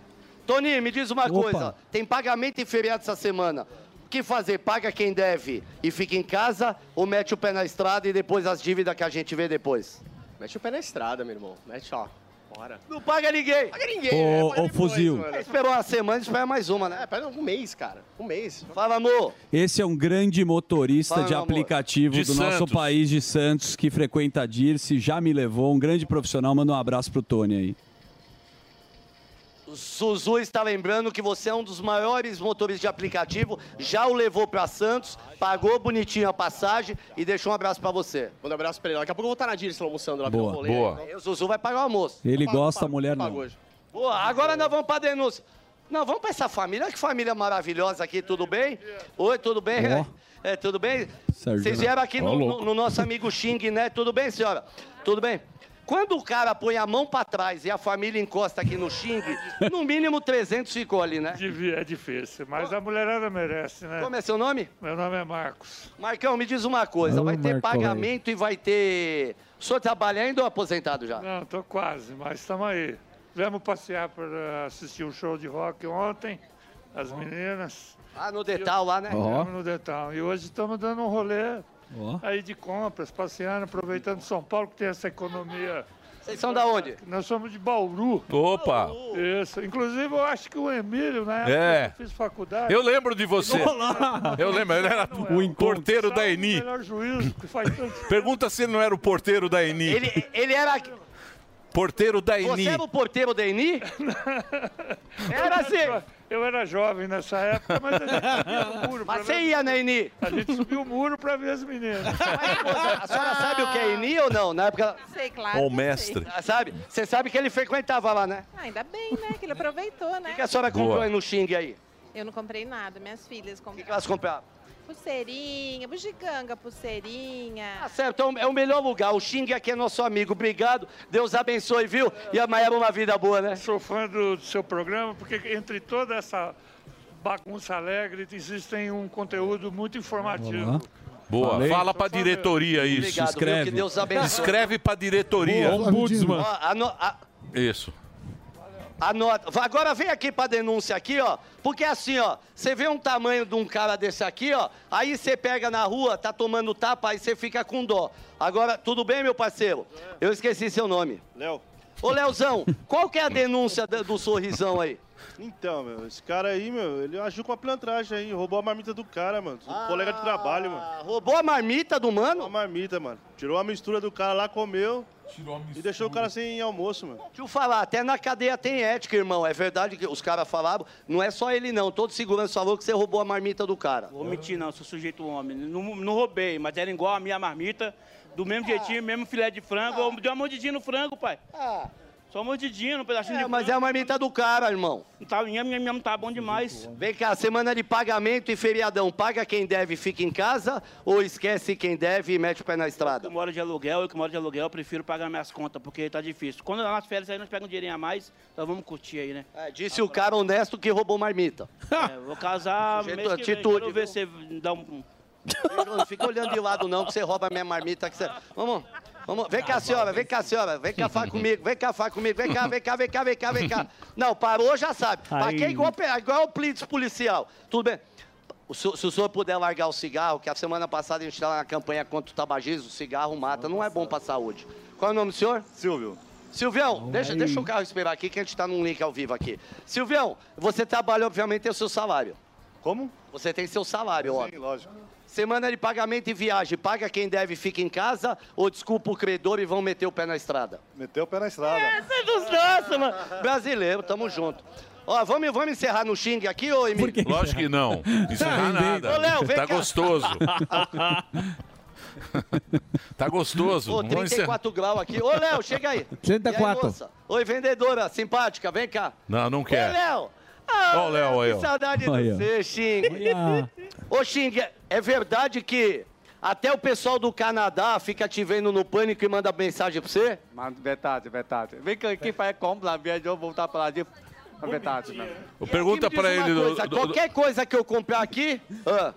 Tony, me diz uma
Opa.
coisa. Tem pagamento e feriado essa semana. O que fazer? Paga quem deve e fica em casa ou mete o pé na estrada e depois as dívidas que a gente vê depois?
Mete o pé na estrada, meu irmão. Mete, ó. Bora.
Não paga ninguém. Paga
ninguém, né? Paga depois, mano.
Esperou uma semana, espera mais uma, né?
É, pera um mês, cara. Um mês.
Fala, amor.
Esse é um grande motorista
Fala,
de
meu amor.
aplicativo
De
do nosso
Santos.
país de Santos que frequenta a Dirce, já me levou, um grande profissional. Manda um abraço pro Tony aí.
Suzu está lembrando que você é um dos maiores motoristas de aplicativo, já o levou para Santos, pagou bonitinho a passagem e deixou um abraço para você.
Manda um abraço pra ele. Daqui a pouco eu vou estar na Dirce lá almoçando lá
Boa,
pegar um rolê.
boa.
Aí O Zuzu vai pagar o almoço.
Ele gosta, a mulher
Pago
não.
hoje.
Boa, agora nós vamos pra denúncia. Não, vamos pra essa família. Olha que família maravilhosa aqui, tudo bem? Oi, tudo bem?
Ó.
É, tudo bem?
Sérgio,
Vocês
né?
vieram aqui
Ó,
no,
louco.
no- no nosso amigo Xing, né? Tudo bem, senhora? Tudo bem? Quando o cara põe a mão pra trás e a família encosta aqui no Xing, no mínimo 300 se colhe, né?
É difícil, mas a mulherada merece, né?
Como é seu nome?
Meu nome é Marcos.
Marcão, me diz uma coisa.
Alô,
vai ter
Marcão.
pagamento e vai ter... O senhor trabalha ainda ou é aposentado já?
Não, tô quase, mas estamos aí. Viemos passear para assistir um show de rock ontem, as meninas.
Ah, no Detal lá, né?
Viemos
Ó.
no Detal. E hoje estamos dando um rolê
Ó.
aí de compras, passeando, aproveitando São Paulo, que tem essa economia.
Vocês são da onde?
Nós somos de Bauru.
Opa!
Isso. Inclusive, eu acho que o Emílio, né?
É.
Eu fiz faculdade.
Eu lembro de você.
Olá.
Eu lembro, ele era o porteiro da Eni.
melhor juízo que faz tanto
Pergunta se ele não era o porteiro da Eni.
Ele, ele era...
Porteiro da Eni.
Você era o porteiro da Eni? Era assim.
Eu era jovem nessa época, mas a gente subiu o muro. pra
Mas você
ver-
ia na Eni?
A gente subiu o muro pra ver as meninas.
A senhora sabe o que é Eni ou não? Na época...
Sei, claro. que sei.
Ah, Sabe? Você sabe que ele frequentava lá, né?
Ah, ainda bem, né? Que ele aproveitou, né?
O que a senhora comprou aí no Xing aí?
Eu não comprei nada, minhas filhas compraram.
O que elas compraram?
Pulseirinha, bugiganga, pulseirinha.
Tá certo, é o- é o melhor lugar. O Xing aqui é nosso amigo. Obrigado. Deus abençoe, viu? E amanhã é uma vida boa, né?
Sou fã do seu programa, porque entre toda essa Bagunça Alegre, vocês têm um conteúdo muito informativo.
Boa,
Falei.
fala pra diretoria isso.
Obrigado, viu?
Escreve.
Que Deus abençoe.
Escreve pra diretoria.
Ó, ano- a-
Isso.
Anota. Vá- Agora vem aqui pra denúncia aqui, ó. Porque assim, ó, você vê um tamanho de um cara desse aqui, ó, aí você pega na rua, tá tomando tapa, aí você fica com dó. Agora, tudo bem, meu parceiro? Eu esqueci seu nome.
Léo.
Ô, Leozão, qual que é a denúncia da- do sorrisão aí?
Então, meu, esse cara aí, meu, ele agiu com a plantragem aí, roubou a marmita do cara, mano. do colega de trabalho, mano.
Ah, Roubou a marmita do mano?
Roubou a marmita, mano. Tirou a mistura do cara lá, comeu. Tirou a mistura. E deixou o cara sem almoço, mano.
Deixa eu falar, até na cadeia tem ética, irmão. É verdade que os caras falaram, não é só ele não. Todo segurança falou que você roubou a marmita do cara.
Vou mentir, não, sou sujeito homem. Não, não roubei, mas era igual a minha marmita, do mesmo jeitinho, mesmo filé de frango. Eu dei uma mordidinha no frango, pai.
Ah.
Só uma mordidinha, um pedacinho de
Mas é a marmita do cara, irmão.
Tá, minha, minha, minha, tá bom demais.
Vem cá, semana de pagamento e feriadão. Paga quem deve e fica em casa ou esquece quem deve e mete o pé na estrada?
Eu moro de aluguel, eu que moro de aluguel, eu prefiro pagar minhas contas, porque tá difícil. Quando lá nas férias aí nós pegamos um dinheirinho a mais, nós vamos curtir aí, né?
É, Disse o cara honesto que roubou marmita.
É, vou casar
Sujeito
mês que vem,
atitude,
quero ver se dá um...
Não fica olhando de lado não, que você rouba a minha marmita. Que você... Vamos, vamos. Vem cá, senhora, vem cá, senhora. Vem cá, fala comigo, vem cá, fala comigo. Vem cá, vem cá, vem cá, vem cá, vem cá. Não, parou, já sabe. Pra
Aí.
quem é igual, igual o Plitz policial. Tudo bem. O senhor- Se o senhor puder largar o cigarro, que a semana passada a gente estava na campanha contra o tabagismo, o cigarro mata, não é bom para saúde. Qual é o nome do senhor?
Silvio.
Silvião, deixa, deixa o carro esperar aqui, que a gente está num link ao vivo aqui. Silvião, você trabalha, obviamente, tem o seu salário.
Como?
Você tem seu salário, ó.
Sim, lógico.
Semana de pagamento e viagem. Paga quem deve e fica em casa ou desculpa o credor e vão meter o pé na estrada?
Meteu o pé na estrada.
Essa é dos nossos, mano. Brasileiro, tamo junto. Ó, vamos, vamos encerrar no xing aqui, ô Emílio?
Lógico que não. Isso não é nada.
Tá Ô, Léo, vem
tá
cá.
gostoso. tá gostoso.
Ô,
Vamos encerrar.
34 graus aqui. Ô, Léo, chega aí.
34.
E aí, moça? Oi, vendedora, simpática, vem cá.
Não, não
Ô,
quer.
Léo. Ah,
é? Ó o Léo aí, ó.
Que saudade
Aí,
de
ó.
você, Xing. Ô, Xing, é verdade que até o pessoal do Canadá fica te vendo no pânico e manda mensagem pra você?
Mano, verdade, verdade. Vem cá, quem faz compra, viajou, voltar pra lá de... É verdade, mano.
Pergunta
Me diz uma
pra ele. do-
coisa,
do- do-
qualquer coisa que eu comprar aqui... ah,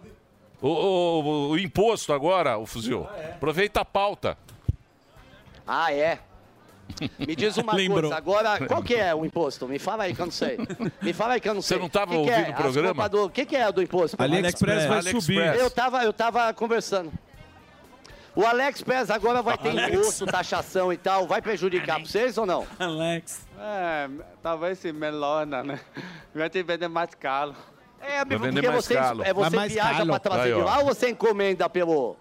O, o- o- o imposto agora, o fuzil. Aproveita a pauta.
é. Ah, é. Me diz uma
Lembrou.
coisa, agora, qual que é o imposto? Me fala aí que eu não sei. Me fala aí que eu não sei. Você não estava
ouvindo o programa?
O que, que é do imposto?
AliExpress vai AliExpress. subir.
Eu tava, eu tava conversando. O AliExpress agora vai ter
Alex.
imposto, taxação e tal. Vai prejudicar pra vocês ou não?
Alex. É, talvez se melona, né? Vai te vender mais caro.
É,
Vai vender
porque
mais
você,
caro. Vai
é, você
mais
viaja
caro.
pra trazer
Aí,
de
ó.
lá ou você encomenda pelo...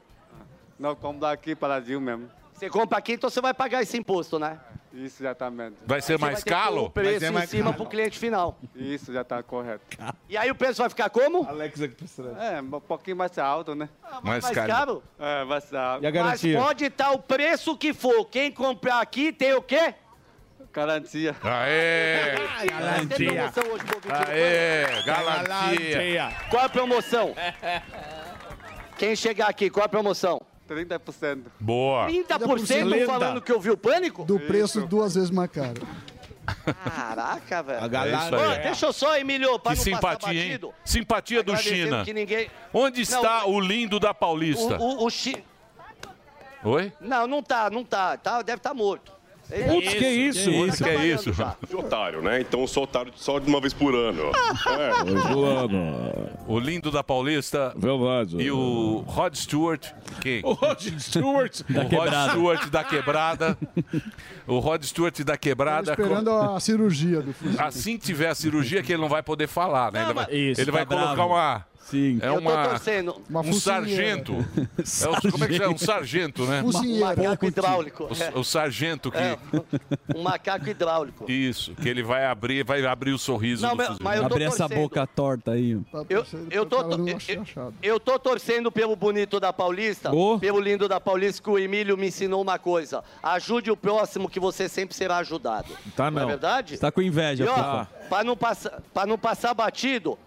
Não como daqui para Brasil mesmo.
Você compra aqui, então você vai pagar esse imposto, né?
Isso, exatamente.
Vai ser
Você vai
mais
ter que pôr
calo?
O preço em cima pro cliente final.
Isso, já tá correto.
E aí o preço vai ficar como? Ah,
Alex É, um pouquinho mais alto, né?
Mais mais caro. caro?
É, mais alto.
Mas pode estar o preço que for. Quem comprar aqui tem o quê?
Garantia.
Aê!
Garantia.
Aê! Galantia!
Qual a promoção? Quem chegar aqui, qual a promoção?
30%.
Boa!
30% falando que ouviu o pânico?
Do preço duas vezes mais caro.
Caraca, velho.
A galera- É isso aí.
Ô, deixa eu só, Emilio, pra
Que
não passar
simpatia, hein?
batido.
Simpatia do
agradecendo
China.
que ninguém-
Onde
Não,
está o lindo da
O,
Paulista?
o, o Chi-
Oi?
Não, não tá, não tá. tá deve estar tá morto.
Putz, que isso?
Ele tá
que
é
trabalhando
isso? De otário, né? Então eu sou otário só de uma vez por ano. É.
O lindo da Paulista.
Verdade.
E o Rod Stewart. Quem?
O Rod
Tá
Stewart.
o Rod Stewart da quebrada. o Rod Stewart da quebrada.
Esperando a cirurgia do fuzil.
Assim que tiver a cirurgia, que ele não vai poder falar, né? ele vai,
Isso,
ele vai
tá
colocar
bravo.
uma.
Sim.
É
Eu tô
uma,
torcendo. Uma
um sargento. É o- como é que chama? Um sargento, né?
Um macaco hidráulico. É.
O, o sargento que.
Um macaco hidráulico.
Isso, que ele vai abrir, vai abrir o sorriso
Não,
do
mas-
fuzil.
mas eu tô
Abre essa
torcendo.
boca torta aí.
Tá
Eu, eu, tô, eu- eu, eu tô torcendo pelo bonito da Paulista, pelo lindo da Paulista, que o Emílio me ensinou uma coisa. Ajude o próximo que você sempre será ajudado.
Tá
Não é
não.
verdade?
Tá com inveja,
e, ó,
Fofa.
pra não, passar, pra não passar batido,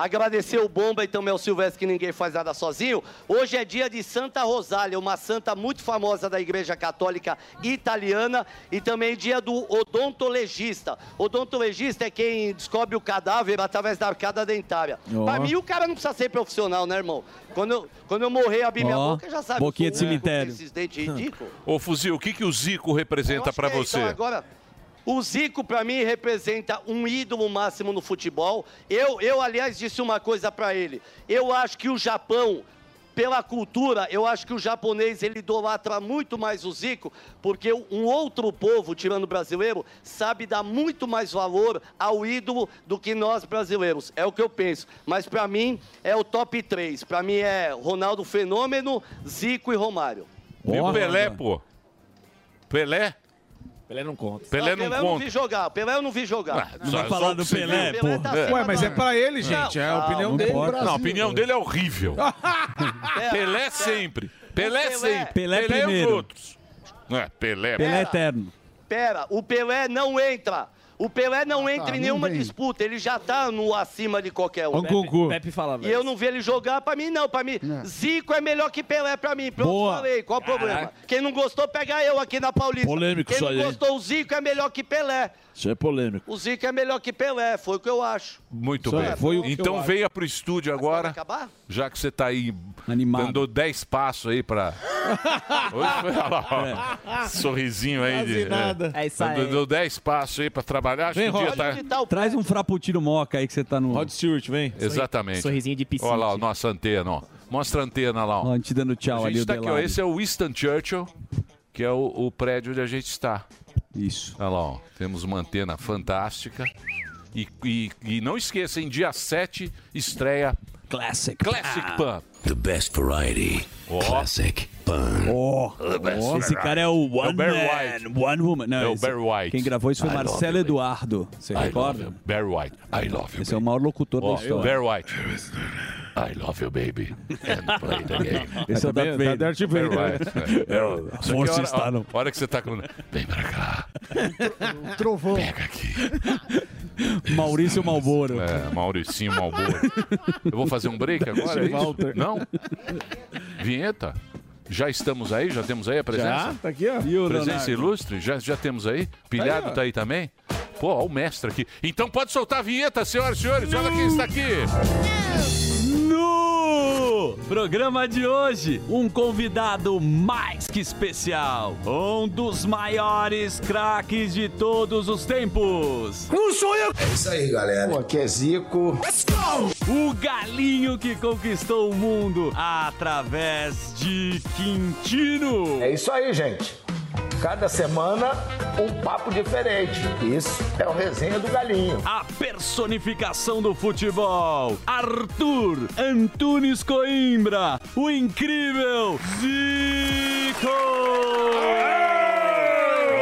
Agradecer o Bomba e também ao Silvestre, que ninguém faz nada sozinho. Hoje é dia de Santa Rosália, uma santa muito famosa da Igreja Católica Italiana. E também dia do odontolegista. Odontolegista é quem descobre o cadáver através da arcada dentária.
Ó.
Pra mim, o cara não precisa ser profissional, né, irmão? Quando eu, quando eu morrer, abrir minha
Ó,
boca, já sabe.
boquinha
eu
de
sou um louco,
cemitério.
Esses dentes ridículos.
Ô, Fuzil, o que, que o Zico representa pra
É,
você?
Então, agora, o Zico, pra mim, representa um ídolo máximo no futebol. Eu, eu aliás, disse uma coisa pra ele. Eu acho que o Japão, pela cultura, eu acho que o japonês ele idolatra muito mais o Zico, porque um outro povo, tirando o brasileiro, sabe dar muito mais valor ao ídolo do que nós brasileiros. É o que eu penso. Mas pra mim é o top 3. Pra mim é Ronaldo Fenômeno, Zico e Romário.
Viu o
Porra,
Pelé, pô? Pelé?
Pelé não conta.
Pelé
Pelé é um
não
eu não
conta.
vi jogar, Pelé eu Tá. não vi jogar.
Só- só o que você viu.
Ué, mas é pra ele, gente. É a opinião dele. É.
Não, a opinião dele é horrível. Pelé sempre. Pelé
Pelé.
sempre.
Pelé
e os
primeiro.
outros. É, Pelé.
Pelé
eterno.
tá, Pera, o Pelé não entra. O Pelé
Ah,
não
tá,
entra em
não
nenhuma
vem.
disputa, ele já tá no acima de qualquer um.
Pepe, Pepe falava.
E eu não vi ele jogar pra mim, não. Pra mim, Zico é melhor que Pelé pra mim. Pronto,
Boa.
falei. Qual o problema?
Caraca.
Quem não gostou, pega eu aqui na Paulista.
Polêmico
Quem
isso
não
aí, hein?
gostou, o Zico é melhor que Pelé.
Isso é polêmico.
O Zico é melhor que Pelé, foi o que eu acho.
Muito
Isso
bem.
é, foi o que eu
então
acho.
venha pro estúdio agora.
acabar?
Já que você tá aí dando 10 passos aí pra. Hoje foi olha lá, ó, sorrisinho aí
Quase
de.
nada. É isso aí.
Deu- Deu 10 passos aí pra trabalhar. Acho
Vem,
que o dia tá-
Rod. Traz um frappuccino moca aí que você tá no... Rod
Stewart, vem.
Exatamente. Olha lá, a nossa antena, ó. Mostra a antena lá, ó.
Ó, a gente dando tchau
a
ali,
gente
o
tá aqui, ó.
Delari.
Esse é o Winston Churchill, que é o, o prédio onde a gente está. Isso. Olha lá, ó. Temos uma antena fantástica. E, e, e não esqueça, em dia 7, estreia
Classic, Ah.
Classic Pan.
Ah. The best variety. Classic Pan. The best
Ó,
variety.
esse cara é o One
Barry
Man, One Woman. Não,
É o
esse-
Barry White.
Quem gravou
Ah,
isso foi
I love
Marcelo
you,
Eduardo. Você
I
recorda?
love you, Barry White. I love you.
Esse é o maior locutor
Ó,
da história.
Barry White. I love you, baby. And play the game.
Esse é o Darth Vader. Darth Vader.
Barry White, é.
É,
Só que a
força
hora-
está no-
a Hora que você tá com... Vem pra cá.
Trovão.
Maurício Malboro. É, Mauricinho Malboro. Eu vou fazer um break agora? É isso?
Walter.
Não? Vinheta? Já estamos aí? Já temos aí a presença?
Já, tá aqui, ó.
presença ilustre? Já, já temos aí? Pilhado
Tá aí, ó.
tá aí também? Pô, ó, o mestre aqui. Então pode soltar a vinheta, senhoras e senhores. Olha quem está aqui.
No programa de hoje, um convidado mais que especial, um dos maiores craques de todos os tempos. Não sou eu. É isso aí, galera. Pô, aqui é Zico. Let's go! O galinho que conquistou o mundo através de Quintino. É isso aí, gente. Cada semana um papo diferente. Isso é o resenha do galinho. A personificação do futebol. Arthur Antunes Coimbra, o incrível Zico.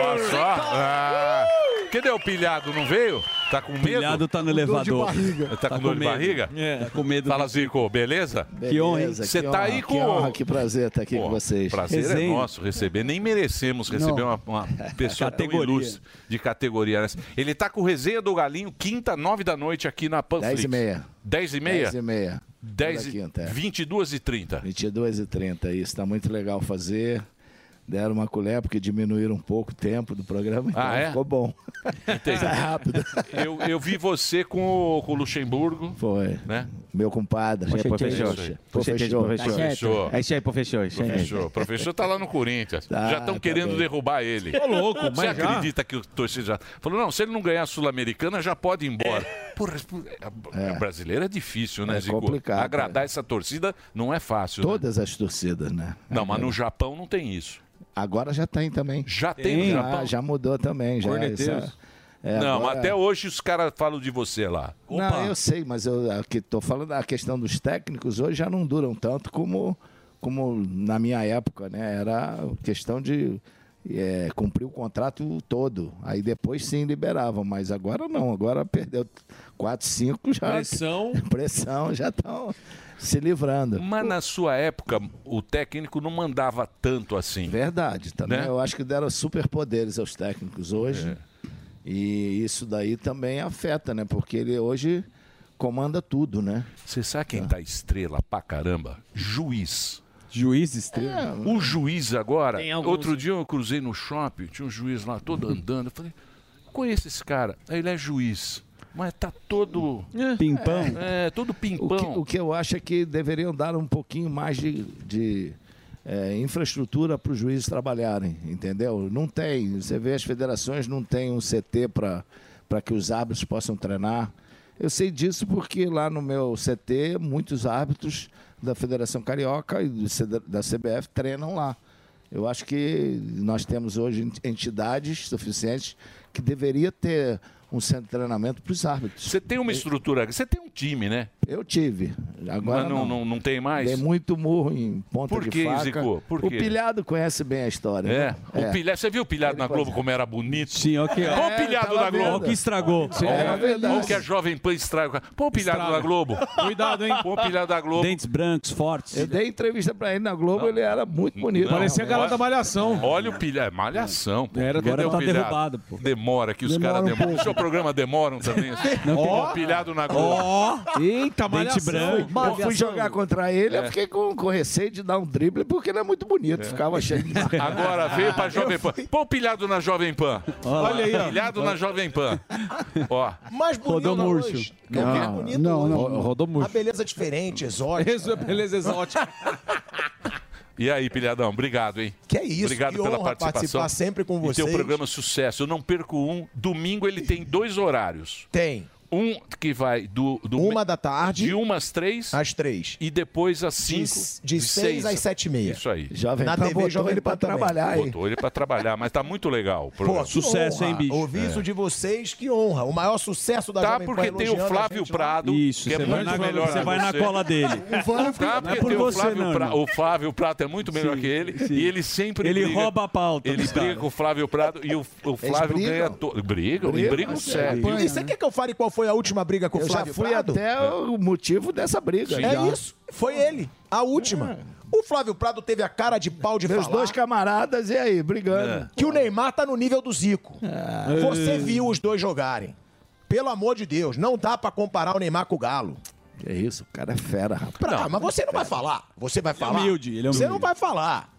Olha só. Ah, cadê o pilhado? Não veio? Tá com medo?
pilhado tá no Com dor de elevador. barriga.
Tá com
Tá
dor
com
de
medo.
barriga?
É. Tá com medo.
Fala, Zico, beleza?
Beleza,
Você
que
tá
honra,
aí
Que,
com...
honra, que prazer estar aqui com vocês.
Prazer é nosso receber. Nem merecemos receber
Não.
uma, uma pessoa tão
Categoria.
ilustre de categoria. né? Ele tá com o Resenha do Galinho, quinta, nove da noite aqui na Panflix.
Dez e meia.
10 e meia?
10 e meia.
Dez e-
Toda quinta, é.
22 e 30.
22 e 30, isso. Está muito legal fazer. Deram uma colher porque diminuíram um pouco o tempo do programa, então
Ah, é?
ficou bom.
Entendi. Eu, eu vi você com o, com o Luxemburgo.
Foi.
Né?
Meu compadre.
Poxa,
professor.
isso aí.
Professor.
Professor. Professor.
É isso aí, professor.
Professor, o professor tá lá no Corinthians.
Tá,
já estão
tá
querendo
bem.
derrubar ele.
Ô, louco, mas
Você
já?
acredita que o torcedor já. Falou, não, se ele não ganhar a Sul-Americana, já pode ir embora. Porra, a brasileira é difícil, né,
É
Zico?
complicado,
Agradar essa torcida não é fácil. né?
Todas as torcidas, né?
Não, mas no Japão não tem isso.
Agora já tem também.
Já tem no
já,
Japão?
já mudou também. Já,
Corneteiros.
essa- é,
não,
agora-
mas até hoje os caras falam de você lá.
Não, eu sei, mas eu aqui tô falando a questão dos técnicos hoje já não duram tanto como, como na minha época, né? Era questão de é, cumprir o contrato todo. Aí depois sim liberavam, mas agora não. Agora perdeu 4, 5 já.
Pressão.
Pressão, já estão se livrando.
Mas na sua época, o técnico não mandava tanto assim.
Verdade, tá também eu acho que deram superpoderes aos
É.
técnicos hoje. E isso daí também afeta, né? Porque ele hoje, comanda tudo, né?
Você sabe quem tá estrela pra caramba? Juiz.
Juiz estrela?
O juiz agora.
É, Tem alguns,
Outro
né?
dia eu cruzei no shopping, tinha um juiz lá
Uhum.
todo andando. Eu falei, conheço esse cara. Aí ele é juiz. Mas tá todo.
Pimpão.
É, todo
O
pimpão.
que, o que eu acho é que deveriam dar um pouquinho mais de, de, eh, infraestrutura para os juízes trabalharem, entendeu? Não tem. Você vê as federações não tem um CT para que os árbitros possam treinar. Eu sei disso porque lá no meu CT, muitos árbitros da Federação Carioca e do CD da CBF treinam lá. Eu acho que nós temos hoje ent- entidades suficientes que deveria ter um centro de treinamento para os árbitros.
Você tem
É.
uma estrutura, você tem um time, né?
Eu tive. Agora
Mas não, não, não tem mais?
Dei É muito murro em ponta
Por
de
que,
faca.
Zico? Por
O
quê?
pilhado conhece bem a história.
É.
né?
O pilhado, você viu o pilhado na Globo como era bonito?
Sim, ok.
Olha o pilhado
É,
da Globo.
tava vendo. Que estragou. Sim,
Olha
era
olha o
É verdade.
que a Jovem Pan estraga. Pô, o pilhado
Estraga.
da Globo.
Cuidado, hein?
Pô, o pilhado da Globo.
Dentes brancos, fortes.
Eu dei entrevista pra ele na Globo, ele era muito bonito.
Parecia
a
a galera da
Malhação.
Olha o pilhado. É malhação. Pô.
Era, agora
Cadê o
tá
pilhado?
derrubado,
Demora, que os
Demora
caras
um
demoram.
pouco.
O seu programa demoram também. assim?
Não, tem-
Ó, o pilhado na Globo.
Eita,
Malhação.
Eu fui jogar contra ele, eu
É.
fiquei com, com receio de dar um drible, porque ele é muito bonito. Ficava cheio de...
Agora veio pra Jovem Pan. Pô, o pilhado na Jovem Pan.
Olha lá.
aí, ó. Pilhado na Jovem Pan. Ó.
Mais bonito
Rodou Múrcio.
hoje. Não, não, mais
Não,
bonito
não,
hoje.
não. Ro- Rodou Múrcio.
A beleza é diferente, exótica.
Isso é beleza exótica.
E aí, pilhadão, obrigado, hein?
Que é isso,
Obrigado
que
pela
honra
participação.
participar sempre com
E teu
vocês.
programa é sucesso. Eu não perco um. Domingo ele tem dois horários.
Tem.
Um que vai do, do
Uma da tarde.
De uma às três.
Às três.
E depois às cinco.
de seis às sete e meia.
Isso aí.
Jovem Na Pan TV botou Jovem ele pra Pan também. trabalhar, hein?
Botou ele pra trabalhar, mas tá muito legal. o
Pô,
programa.
que honra. Ouvir isso de vocês, que honra. O maior sucesso da
É. Tá
Jovem Pan
porque tem o
elogiando a
Flávio
gente lá.
Prado,
Isso,
que é
você vai
muito
na-
melhor
você
que
vai na cola dele.
Tá porque
Não é
tem
por
o
você,
Flávio
não,
Prado-
irmão.
O Flávio Prado é muito melhor que ele e ele sempre
Ele
briga.
rouba a pauta
Ele
dos
briga
caras.
com o Flávio Prado e o, o
Eles
Flávio
brigam? é,
ganha todo. Brigam? Brigam, brigam sério. é
E você quer que eu fale qual foi a última briga com o
né? Eu já
Flávio
fui
Prado?
até o motivo dessa briga. né? É.
É isso. Foi ele. A última. O Flávio Prado teve a cara de pau de
Meus
falar
dois camaradas, e aí, brigando.
É.
que o Neymar tá no nível do Zico.
É.
Você viu os dois jogarem. Pelo amor de Deus, não dá pra comparar o Neymar com o Galo.
Que isso, o cara é fera, rapaz.
Pra- mas você não vai falar. Você vai falar.
humilde, ele é
Você
humilde.
não vai falar.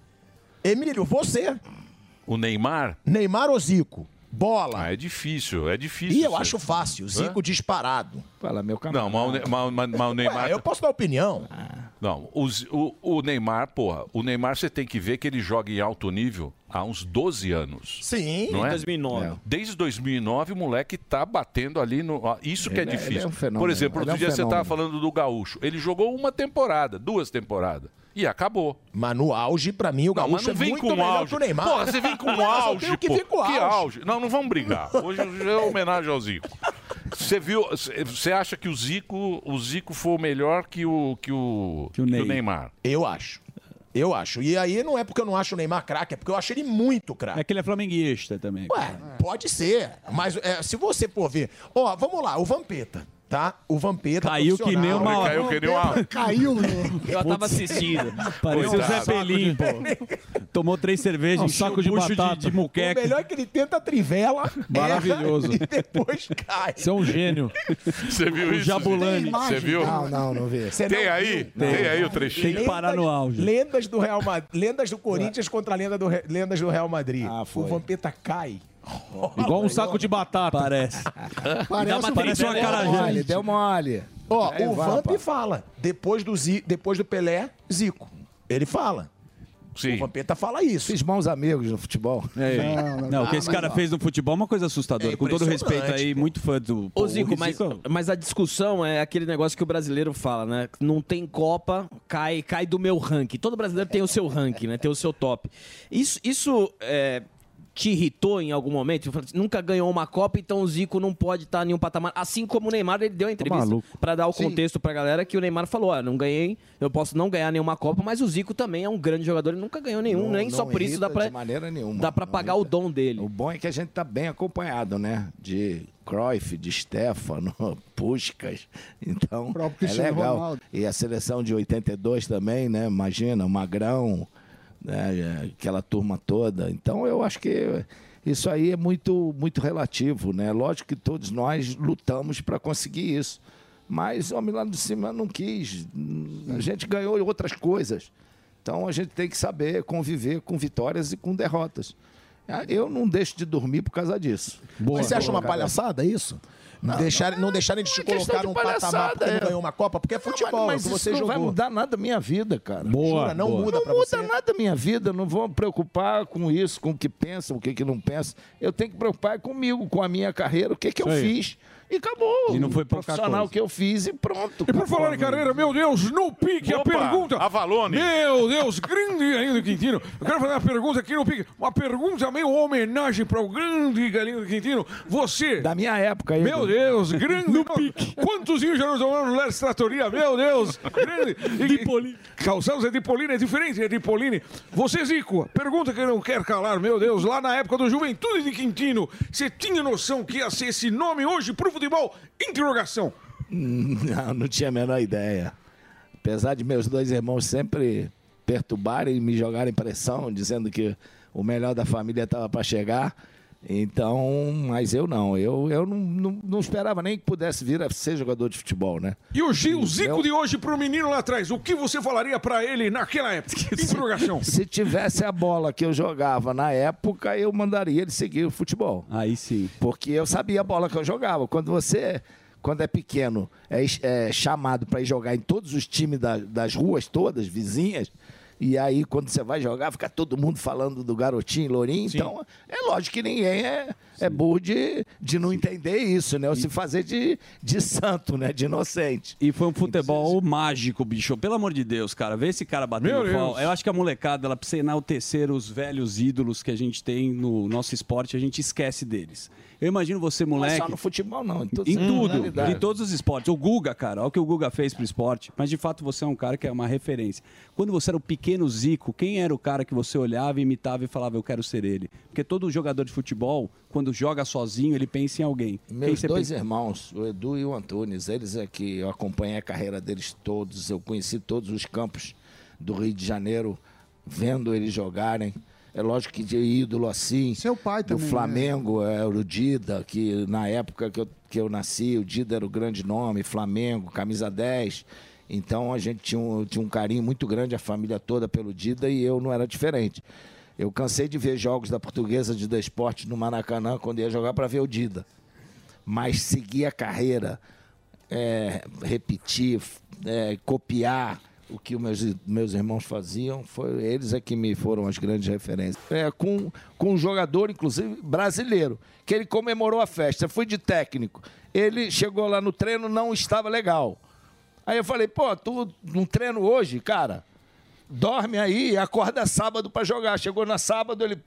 Emílio, você,
O Neymar?
Neymar ou Zico? Bola.
Ah, é difícil, é difícil.
E eu
isso.
acho fácil. Zico
Hã?
disparado.
Fala, meu
Não, mas o Ne- mas- mas- mas o Neymar. tá- Ah.
eu posso dar opinião.
Não, os- o, o Neymar, porra, o Neymar você tem que ver que ele joga em alto nível há uns 12 anos.
Sim,
não é?
2009. É.
Desde 2009 o moleque tá batendo ali no. ó, Isso que é
Ele é- ele
difícil.
é um fenômeno,
Por exemplo,
ele
outro
é um
dia você
fenômeno.
tava falando do Gaúcho. Ele jogou uma temporada, duas temporadas. E acabou.
Mas no auge, pra mim, o
Não, mas
Gaúcho
não
é
vem
muito
com
melhor
auge.
que o Neymar.
Porra, você vem com
Mas eu
auge,
tenho que
pô.
vir com
Que
auge.
auge? Não, não vamos brigar. Hoje é homenagem ao Zico. Você viu, você acha que o Zico, o Zico foi melhor que o que o, que o, Neymar?
Eu acho. Eu acho. E aí não é porque eu não acho o Neymar craque, é porque eu acho ele muito craque.
É que ele é flamenguista também.
Pode ser, mas é, se você for ver. Ó, vamos lá, o Vampeta, tá? O Vampeta.
Caiu que nem uma- Ele caiu que nem uma-
Caiu, né?
Eu tava assistindo. Parecia o Zé
Coitado.
Pelim, pô. Tomou três cervejas, um saco de batata. De,
O melhor é que ele tenta a trivela.
é
É.
Maravilhoso.
erra E depois cai.
Você é um gênio.
Você viu
O
isso?
Jabulani.
Você viu?
Não, não, não vi. Você
Tem
não
aí?
viu?
Tem
Não.
aí o trechinho?
Lendas- Lendas do Real Madrid. Lendas do Corinthians contra a lenda do Re- lendas do Real Madrid.
Ah,
O Vampeta cai.
Igual um saco de batata.
Parece.
Parece, um
uma parece uma cara
Mole, Tá, deu mole.
Ó,
Aí
o
vai,
Vamp
pá.
fala. Depois do, Zi- depois do Pelé, Zico. Ele fala. O Vampeta fala isso.
Fiz bons amigos no futebol.
É. Não, o que esse cara fez no futebol é uma coisa assustadora. Com todo respeito aí, muito fã do.
Ô, Zico, mas, mas a discussão é aquele negócio que o brasileiro fala, né? Não tem Copa, cai, cai do meu ranking. Todo brasileiro tem o seu ranking, né? Tem o seu top. Isso, isso é, te irritou em algum momento? Tipo, Nunca ganhou uma Copa, então o Zico não pode estar em nenhum patamar. Assim como o Neymar, ele deu a entrevista
maluco.
para dar o
Sim.
contexto pra galera que o Neymar falou: ó, não ganhei, eu posso não ganhar nenhuma Copa, mas o Zico também é um grande jogador, ele nunca ganhou nenhum,
Não-
nem
não
só por isso
irrita
dá pra,
de maneira nenhuma.
dá pra pagar o dom dele.
O bom é que a gente tá bem acompanhado, né? De Cruyff, de Stefano, Puskas. Então, é
Cristiano
legal.
Ronaldo.
E a seleção de 82 também, né? Imagina, o Magrão, né? aquela turma toda. Então, eu acho que isso aí é muito, muito relativo, né? Lógico que todos nós lutamos para conseguir isso. Mas o homem lá de cima não quis. A gente ganhou outras coisas. Então a gente tem que saber conviver com vitórias e com derrotas. Ah, Eu não deixo de dormir por causa disso.
Mas você acha uma palhaçada é isso? Não, deixarem, não deixarem de te
Ah, é questão
colocar
de
num patamar
palhaçada,
porque não
é.
ganhou uma Copa, porque é futebol,
mas
é
isso
o que você
não
jogou.
vai mudar nada a minha vida, cara.
Boa, Jura, não boa. muda pra
Não muda nada a minha vida, não vou me preocupar com isso, com o que pensa, o que, que não pensa. Eu tenho que me preocupar comigo, com a minha carreira, o que, que eu
Isso aí.
fiz. E acabou.
E não foi pouca
profissional
coisa.
que eu fiz e pronto.
E por falar em carreira, meu Deus, no pique
Opa,
a pergunta.
Avalone.
Meu Deus, grande Galinho do Quintino. Eu quero fazer uma pergunta aqui no pique. Uma pergunta meio homenagem para o grande Galinho do Quintino. Você. Da
minha época aí.
Meu Deus, grande. No pique. Quantos rios já não tomaram no Leste Tratoria? Meu Deus, grande. Dipoline. Calçados é Dipoline, é diferente, é Dipoline. Você, Zico, a pergunta que não quer calar, meu Deus, lá na época do Juventude de Quintino, você tinha noção que ia ser esse nome hoje pro futebol? Interrogação.
Não, não tinha a menor ideia. Apesar de meus dois irmãos sempre perturbarem e me jogarem pressão, dizendo que o melhor da família estava para chegar. Então, mas eu não. Eu, eu não, não, não esperava nem que pudesse vir a ser jogador de futebol, né?
E o Gil, o Zico de hoje pro menino lá atrás, o que você falaria pra ele naquela época? Interrogação.
Se tivesse a bola que eu jogava na época, eu mandaria ele seguir o futebol.
Aí sim.
Porque eu sabia a bola que eu jogava. Quando você, quando é pequeno, é, es- é chamado para ir jogar em todos os times da- das ruas todas, vizinhas, e aí quando você vai jogar, fica todo mundo falando do garotinho, lourinho. Então, é lógico que ninguém é, é burro de, de não entender isso, né? Ou se fazer de, de santo, né? De inocente.
E foi um futebol mágico, bicho. Pelo amor de Deus, cara. Vê esse cara
Meu
batendo
Deus.
pau. Eu acho que a molecada, ela precisa enaltecer os velhos ídolos que a gente tem no nosso esporte. A gente esquece deles. Eu imagino você, moleque...
é só no futebol, não. Em, todas
em
as
tudo.
modalidades.
Em todos os esportes. O Guga, cara. Olha o que o Guga fez pro esporte. Mas, de fato, você é um cara que é uma referência. Quando você era o pequeno Zico, quem era o cara que você olhava, imitava e falava, eu quero ser ele? Porque todo jogador de futebol, quando joga sozinho, ele pensa em alguém. Quem
Meus
você
dois
pensa?
irmãos, o Edu e o Antunes, eles é que eu acompanhei a carreira deles todos, eu conheci todos os campos do Rio de Janeiro, vendo eles jogarem. É lógico que de ídolo assim. Seu pai do
também, né?
Flamengo, é, era o Dida, que na época que eu, que eu nasci, o Dida era o grande nome, Flamengo, camisa 10. Então a gente tinha um, tinha um carinho muito grande, a família toda pelo Dida, e eu não era diferente. Eu cansei de ver jogos da portuguesa de desporte no Maracanã quando ia jogar para ver o Dida mas seguir a carreira, é, repetir, é, copiar o que os meus, meus irmãos faziam, foi, eles é que me foram as grandes referências. É, com, com um jogador, inclusive, brasileiro, que ele comemorou a festa, eu fui de técnico. Ele chegou lá no treino, não estava legal. Aí eu falei, pô, tu não treino hoje, cara? Dorme aí e acorda sábado para jogar. Chegou na sábado, ele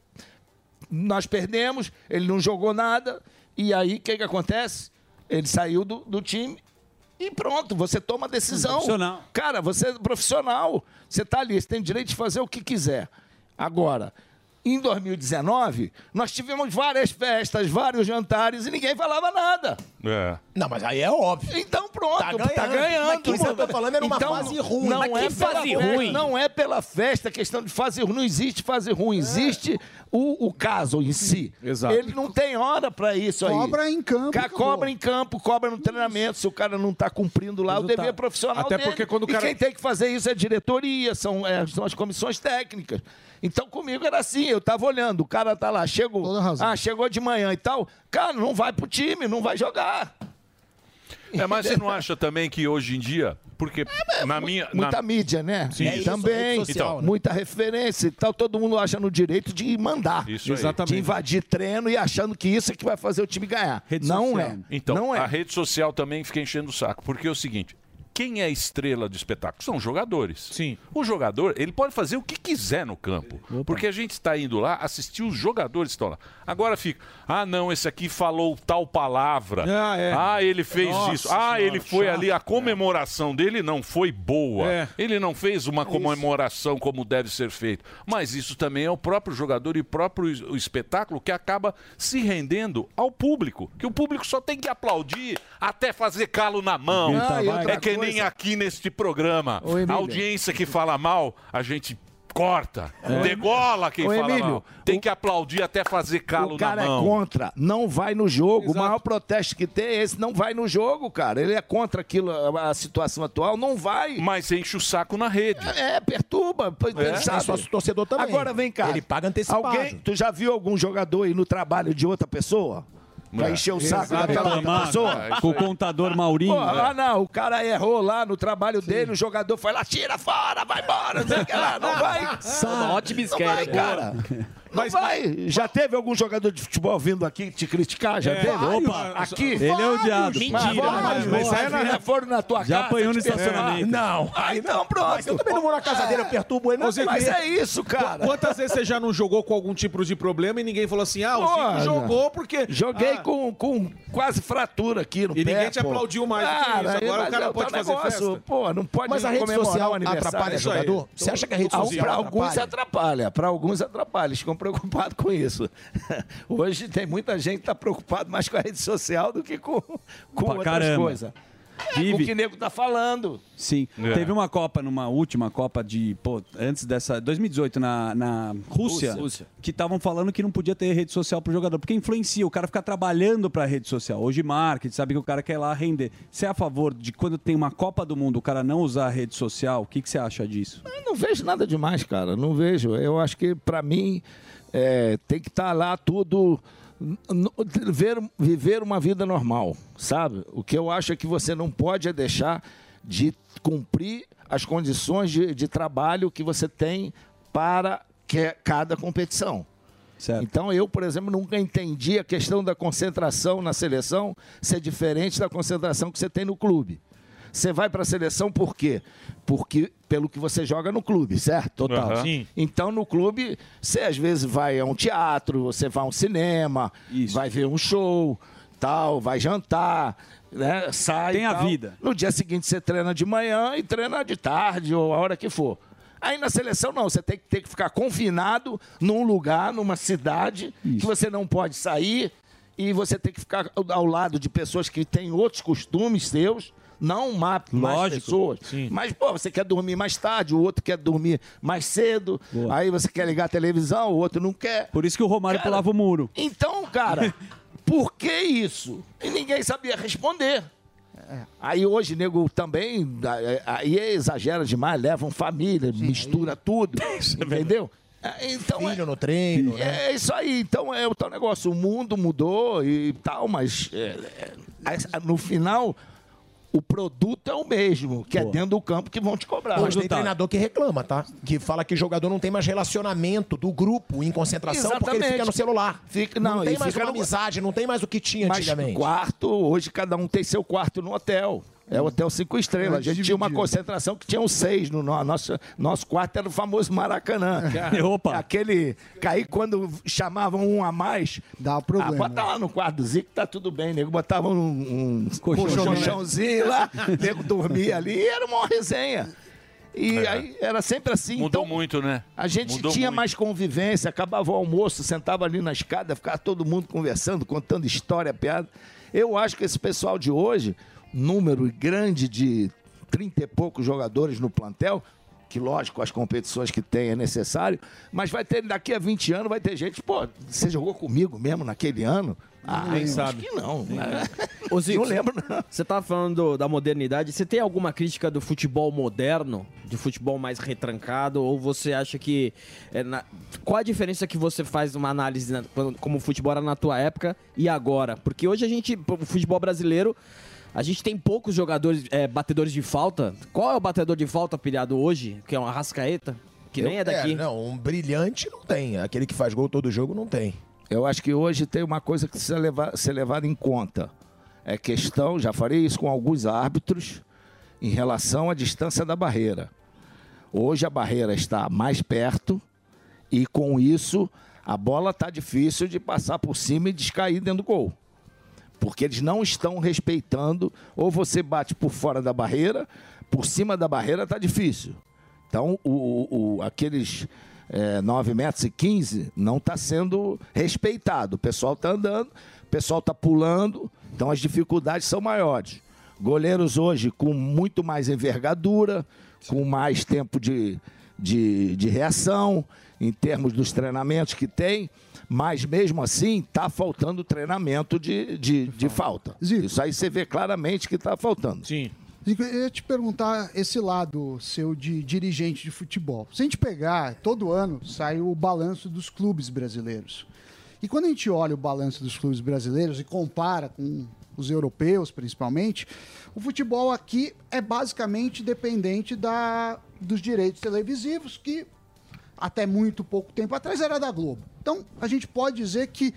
nós perdemos, ele não jogou nada. E aí, o que, que acontece? Ele saiu do, do time e pronto, você toma a decisão.
Profissional.
Cara, você é profissional. Você está ali, você tem direito de fazer o que quiser. Agora, em 2019, nós tivemos várias festas, vários jantares e ninguém falava nada.
É.
Não, mas aí é óbvio.
Então pronto, tá ganhando.
Mas que isso eu tô falando era uma fase ruim.
Não
Mas
é
que
pela
fase
festa,
ruim?
Não é pela festa, questão de fase ruim. Não existe fase
É.
ruim, existe o, o caso em si.
Exato.
Ele não tem hora pra isso aí.
Cobra em campo,
Ca-
acabou.
Cobra em campo, cobra no treinamento. Se o cara não tá cumprindo lá o
Resultado.
dever profissional
Até
dele.
porque quando o cara-
E quem tem que fazer isso é a diretoria, são, é, são as comissões técnicas. Então comigo era assim, eu tava olhando, o cara tá lá, chegou, ah, chegou de manhã e tal. Cara, não vai pro time, não vai jogar.
É, mas você não acha também que hoje em dia,
É,
porque na minha.
Muita
na...
mídia, né?
Sim. É isso,
Também.
rede social, Então. né?
Muita referência e tal. Todo mundo acha no direito de mandar.
Isso aí.
Exatamente. De invadir treino e achando que isso é que vai fazer o time ganhar. não é.
Então,
não
a
é.
rede social também fica enchendo o saco. Porque é o seguinte: quem é estrela de espetáculo? São os jogadores. Sim. O jogador, ele pode fazer o que quiser no campo. Porque a gente está indo lá assistir os jogadores que estão lá. Agora fica: ah, não, esse aqui falou tal palavra.
Ah, é.
ele fez
Nossa
isso. Ah, ele
senhora,
foi
chato,
ali. A comemoração dele não foi boa.
É.
Ele não fez uma comemoração como deve ser feito. Mas isso também é o próprio jogador e o próprio es- o espetáculo que acaba se rendendo ao público. Que o público só tem que aplaudir até fazer calo na mão.
Ah, e outra
é que
coisa.
nem aqui neste programa.
Ô, Emílio.
a audiência que fala mal, a gente corta,
É.
degola quem
Ô,
fala
Emílio,
mal. Tem que aplaudir até fazer calo
O cara
na
é
mão.
contra, não vai no jogo. O maior protesto que tem é esse, não vai no jogo, cara. Ele é contra aquilo, a a situação atual, não vai.
Mas enche o saco na rede.
É, é, perturba. pô,
É.
sabe?
É sócio torcedor também.
Agora vem cá.
Ele paga antecipado.
Alguém, tu já viu algum jogador ir no trabalho de outra pessoa? Pra
É.
encher o saco
Exato.
daquela outra
Reclamar
pessoa?
É
com o contador Maurinho. É.
Porra, ah, não, o cara errou lá no trabalho dele, o jogador foi lá, tira fora, vai embora, não sei o que
Ah,
lá, não
Ah,
vai.
Sabe. Ótimo
Não vai,
esquete,
cara. Não vai. Já teve algum jogador de futebol vindo aqui te criticar? Já
É,
teve?
opa.
aqui?
Ele é odiado. Mentira,
Mentira.
mas- mas
Mas
saiu na-
já foram na tua
Já
casa.
apanhou no
te perturbar?
estacionamento.
Não. Ah, então pronto. É.
Mas eu também não moro na casa dele, eu perturbo ele.
Ô, Zico,
Mas é
isso, cara.
Quantas vezes você já não jogou com algum tipo de problema e ninguém falou assim, ah, o Zico
Olha,
jogou porque...
Joguei
Ah.
com, com quase fratura aqui no
E
pé,
ninguém te
pô.
aplaudiu mais do
Cara,
que isso. Agora
mas
o cara
é o
pode
tal
fazer festa.
Pô, não pode
Mas a rede
comemorar
social
o aniversário.
atrapalha
Isso aí.
jogador? Você acha que a rede
Al-
social
Pra
atrapalha?
alguns atrapalha, para alguns atrapalha. Eles ficam preocupados com isso. Hoje tem muita gente que está preocupado mais com a rede social do que com, com
Pra
outras
caramba.
coisas. É, com
Vive.
o que o nego tá falando.
Sim.
É.
Teve uma Copa, numa última Copa de. Pô, antes dessa. 2018, na, na Rússia,
Rússia.
Que estavam falando que não podia ter rede social pro jogador. Porque influencia, o cara fica trabalhando pra rede social. Hoje, marketing, sabe que o cara quer lá render. Você é a favor de quando tem uma Copa do Mundo, o cara não usar a rede social? O que, que você acha disso?
Eu não vejo nada demais, cara. Não vejo. Eu acho que, pra mim, é, tem que estar lá tudo. n- n- Viver, viver uma vida normal, sabe? O que eu acho é que você não pode é deixar de cumprir as condições de, de trabalho que você tem para que- cada competição. Então, eu, por exemplo, nunca entendi a questão da concentração na seleção ser diferente da concentração que você tem no clube. Você vai para a seleção por quê? Porque pelo que você joga no clube, certo?
Total. Aham.
Sim. Então, no clube, você às vezes vai a um teatro, você vai a um cinema, vai ver um show, tal, vai jantar, né? sai.
Tem
e
a
tal.
vida.
No dia seguinte, você treina de manhã e treina de tarde ou a hora que for. Aí na seleção, não, você tem que, ter que ficar confinado num lugar, numa cidade, que você não pode sair e você tem que ficar ao- ao lado de pessoas que têm outros costumes seus. Não mate mais
Lógico.
pessoas. Mas, pô, você quer dormir mais tarde, o outro quer dormir mais cedo, aí você quer ligar a televisão, o outro não quer.
Por isso que o Romário pulava o muro.
Então, cara, por que isso? E ninguém sabia responder. Aí hoje, nego, também, a- a- aí exagera demais, levam família, mistura tudo, entendeu? É, Então, Filho
no treino, né?
é isso aí, então é o tal negócio, o mundo mudou e tal, mas é, é, a- no final o produto é o mesmo, que é dentro do campo que vão te cobrar.
Mas tem treinador que reclama, tá? Que fala que jogador não tem mais relacionamento do grupo em concentração porque ele
Exatamente.
fica no celular.
Fica-
não,
não,
tem
e
mais
fica
uma
no-
amizade, não tem mais o que tinha
Mas
antigamente.
quarto, hoje cada um tem seu quarto no hotel. É o hotel cinco estrelas. A gente tinha uma concentração que tinha um seis. No, no- nosso, nosso quarto era o famoso Maracanã.
Cara, opa.
Aquele. que aí quando chamavam um a mais. Dava problema. bota lá no quarto do Zico, tá tudo bem, nego. Botavam um, um
Colchão,
colchão-
né?
colchãozinho lá, nego dormia ali e era uma resenha. E
É.
aí era sempre assim.
Mudou
então,
muito, né?
a gente
Mudou
tinha
muito.
mais convivência, acabava o almoço, sentava ali na escada, ficava todo mundo conversando, contando história, piada. Eu acho que esse pessoal de hoje, número grande de 30 e poucos jogadores no plantel, que lógico, as competições que tem é necessário, mas vai ter daqui a 20 anos, vai ter gente, pô, você jogou comigo mesmo naquele ano? Ah,
Nem
acho
sabe.
que não. né?
Ô, Zico,
não lembro, não.
Você tava falando da modernidade. Você tem alguma crítica do futebol moderno? Do futebol mais retrancado? Ou você acha que. é, na- Qual a diferença que você faz numa análise na- quando- como o futebol era na tua época e agora? Porque hoje a gente. O futebol brasileiro. A gente tem poucos jogadores, é, batedores de falta. Qual é o batedor de falta, pilhado, hoje? Que é uma rascaeta? Que nem
Eu-
é daqui.
não, um brilhante não tem. Aquele que faz gol todo jogo não tem.
Eu acho que hoje tem uma coisa que precisa levar- ser levada em conta. É questão, já falei isso com alguns árbitros, em relação à distância da barreira. Hoje a barreira está mais perto e com isso a bola está difícil de passar por cima e descair dentro do gol. Porque eles não estão respeitando, ou você bate por fora da barreira, por cima da barreira está difícil. Então, o, o- o- aqueles é, 9 metros e 15 não está sendo respeitado. O pessoal está andando, o pessoal está pulando, então as dificuldades são maiores. Goleiros hoje com muito mais envergadura, com mais tempo de, de, de reação, em termos dos treinamentos que tem, mas mesmo assim está faltando treinamento de, de, de falta. Isso aí você vê claramente que está faltando.
Sim.
Zico, Eu ia te perguntar esse lado seu de dirigente de futebol. Se a gente pegar, todo ano sai o balanço dos clubes brasileiros. E quando a gente olha o balanço dos clubes brasileiros e compara com os europeus, principalmente, o futebol aqui é basicamente dependente da, dos direitos televisivos, que até muito pouco tempo atrás era da Globo. Então, a gente pode dizer que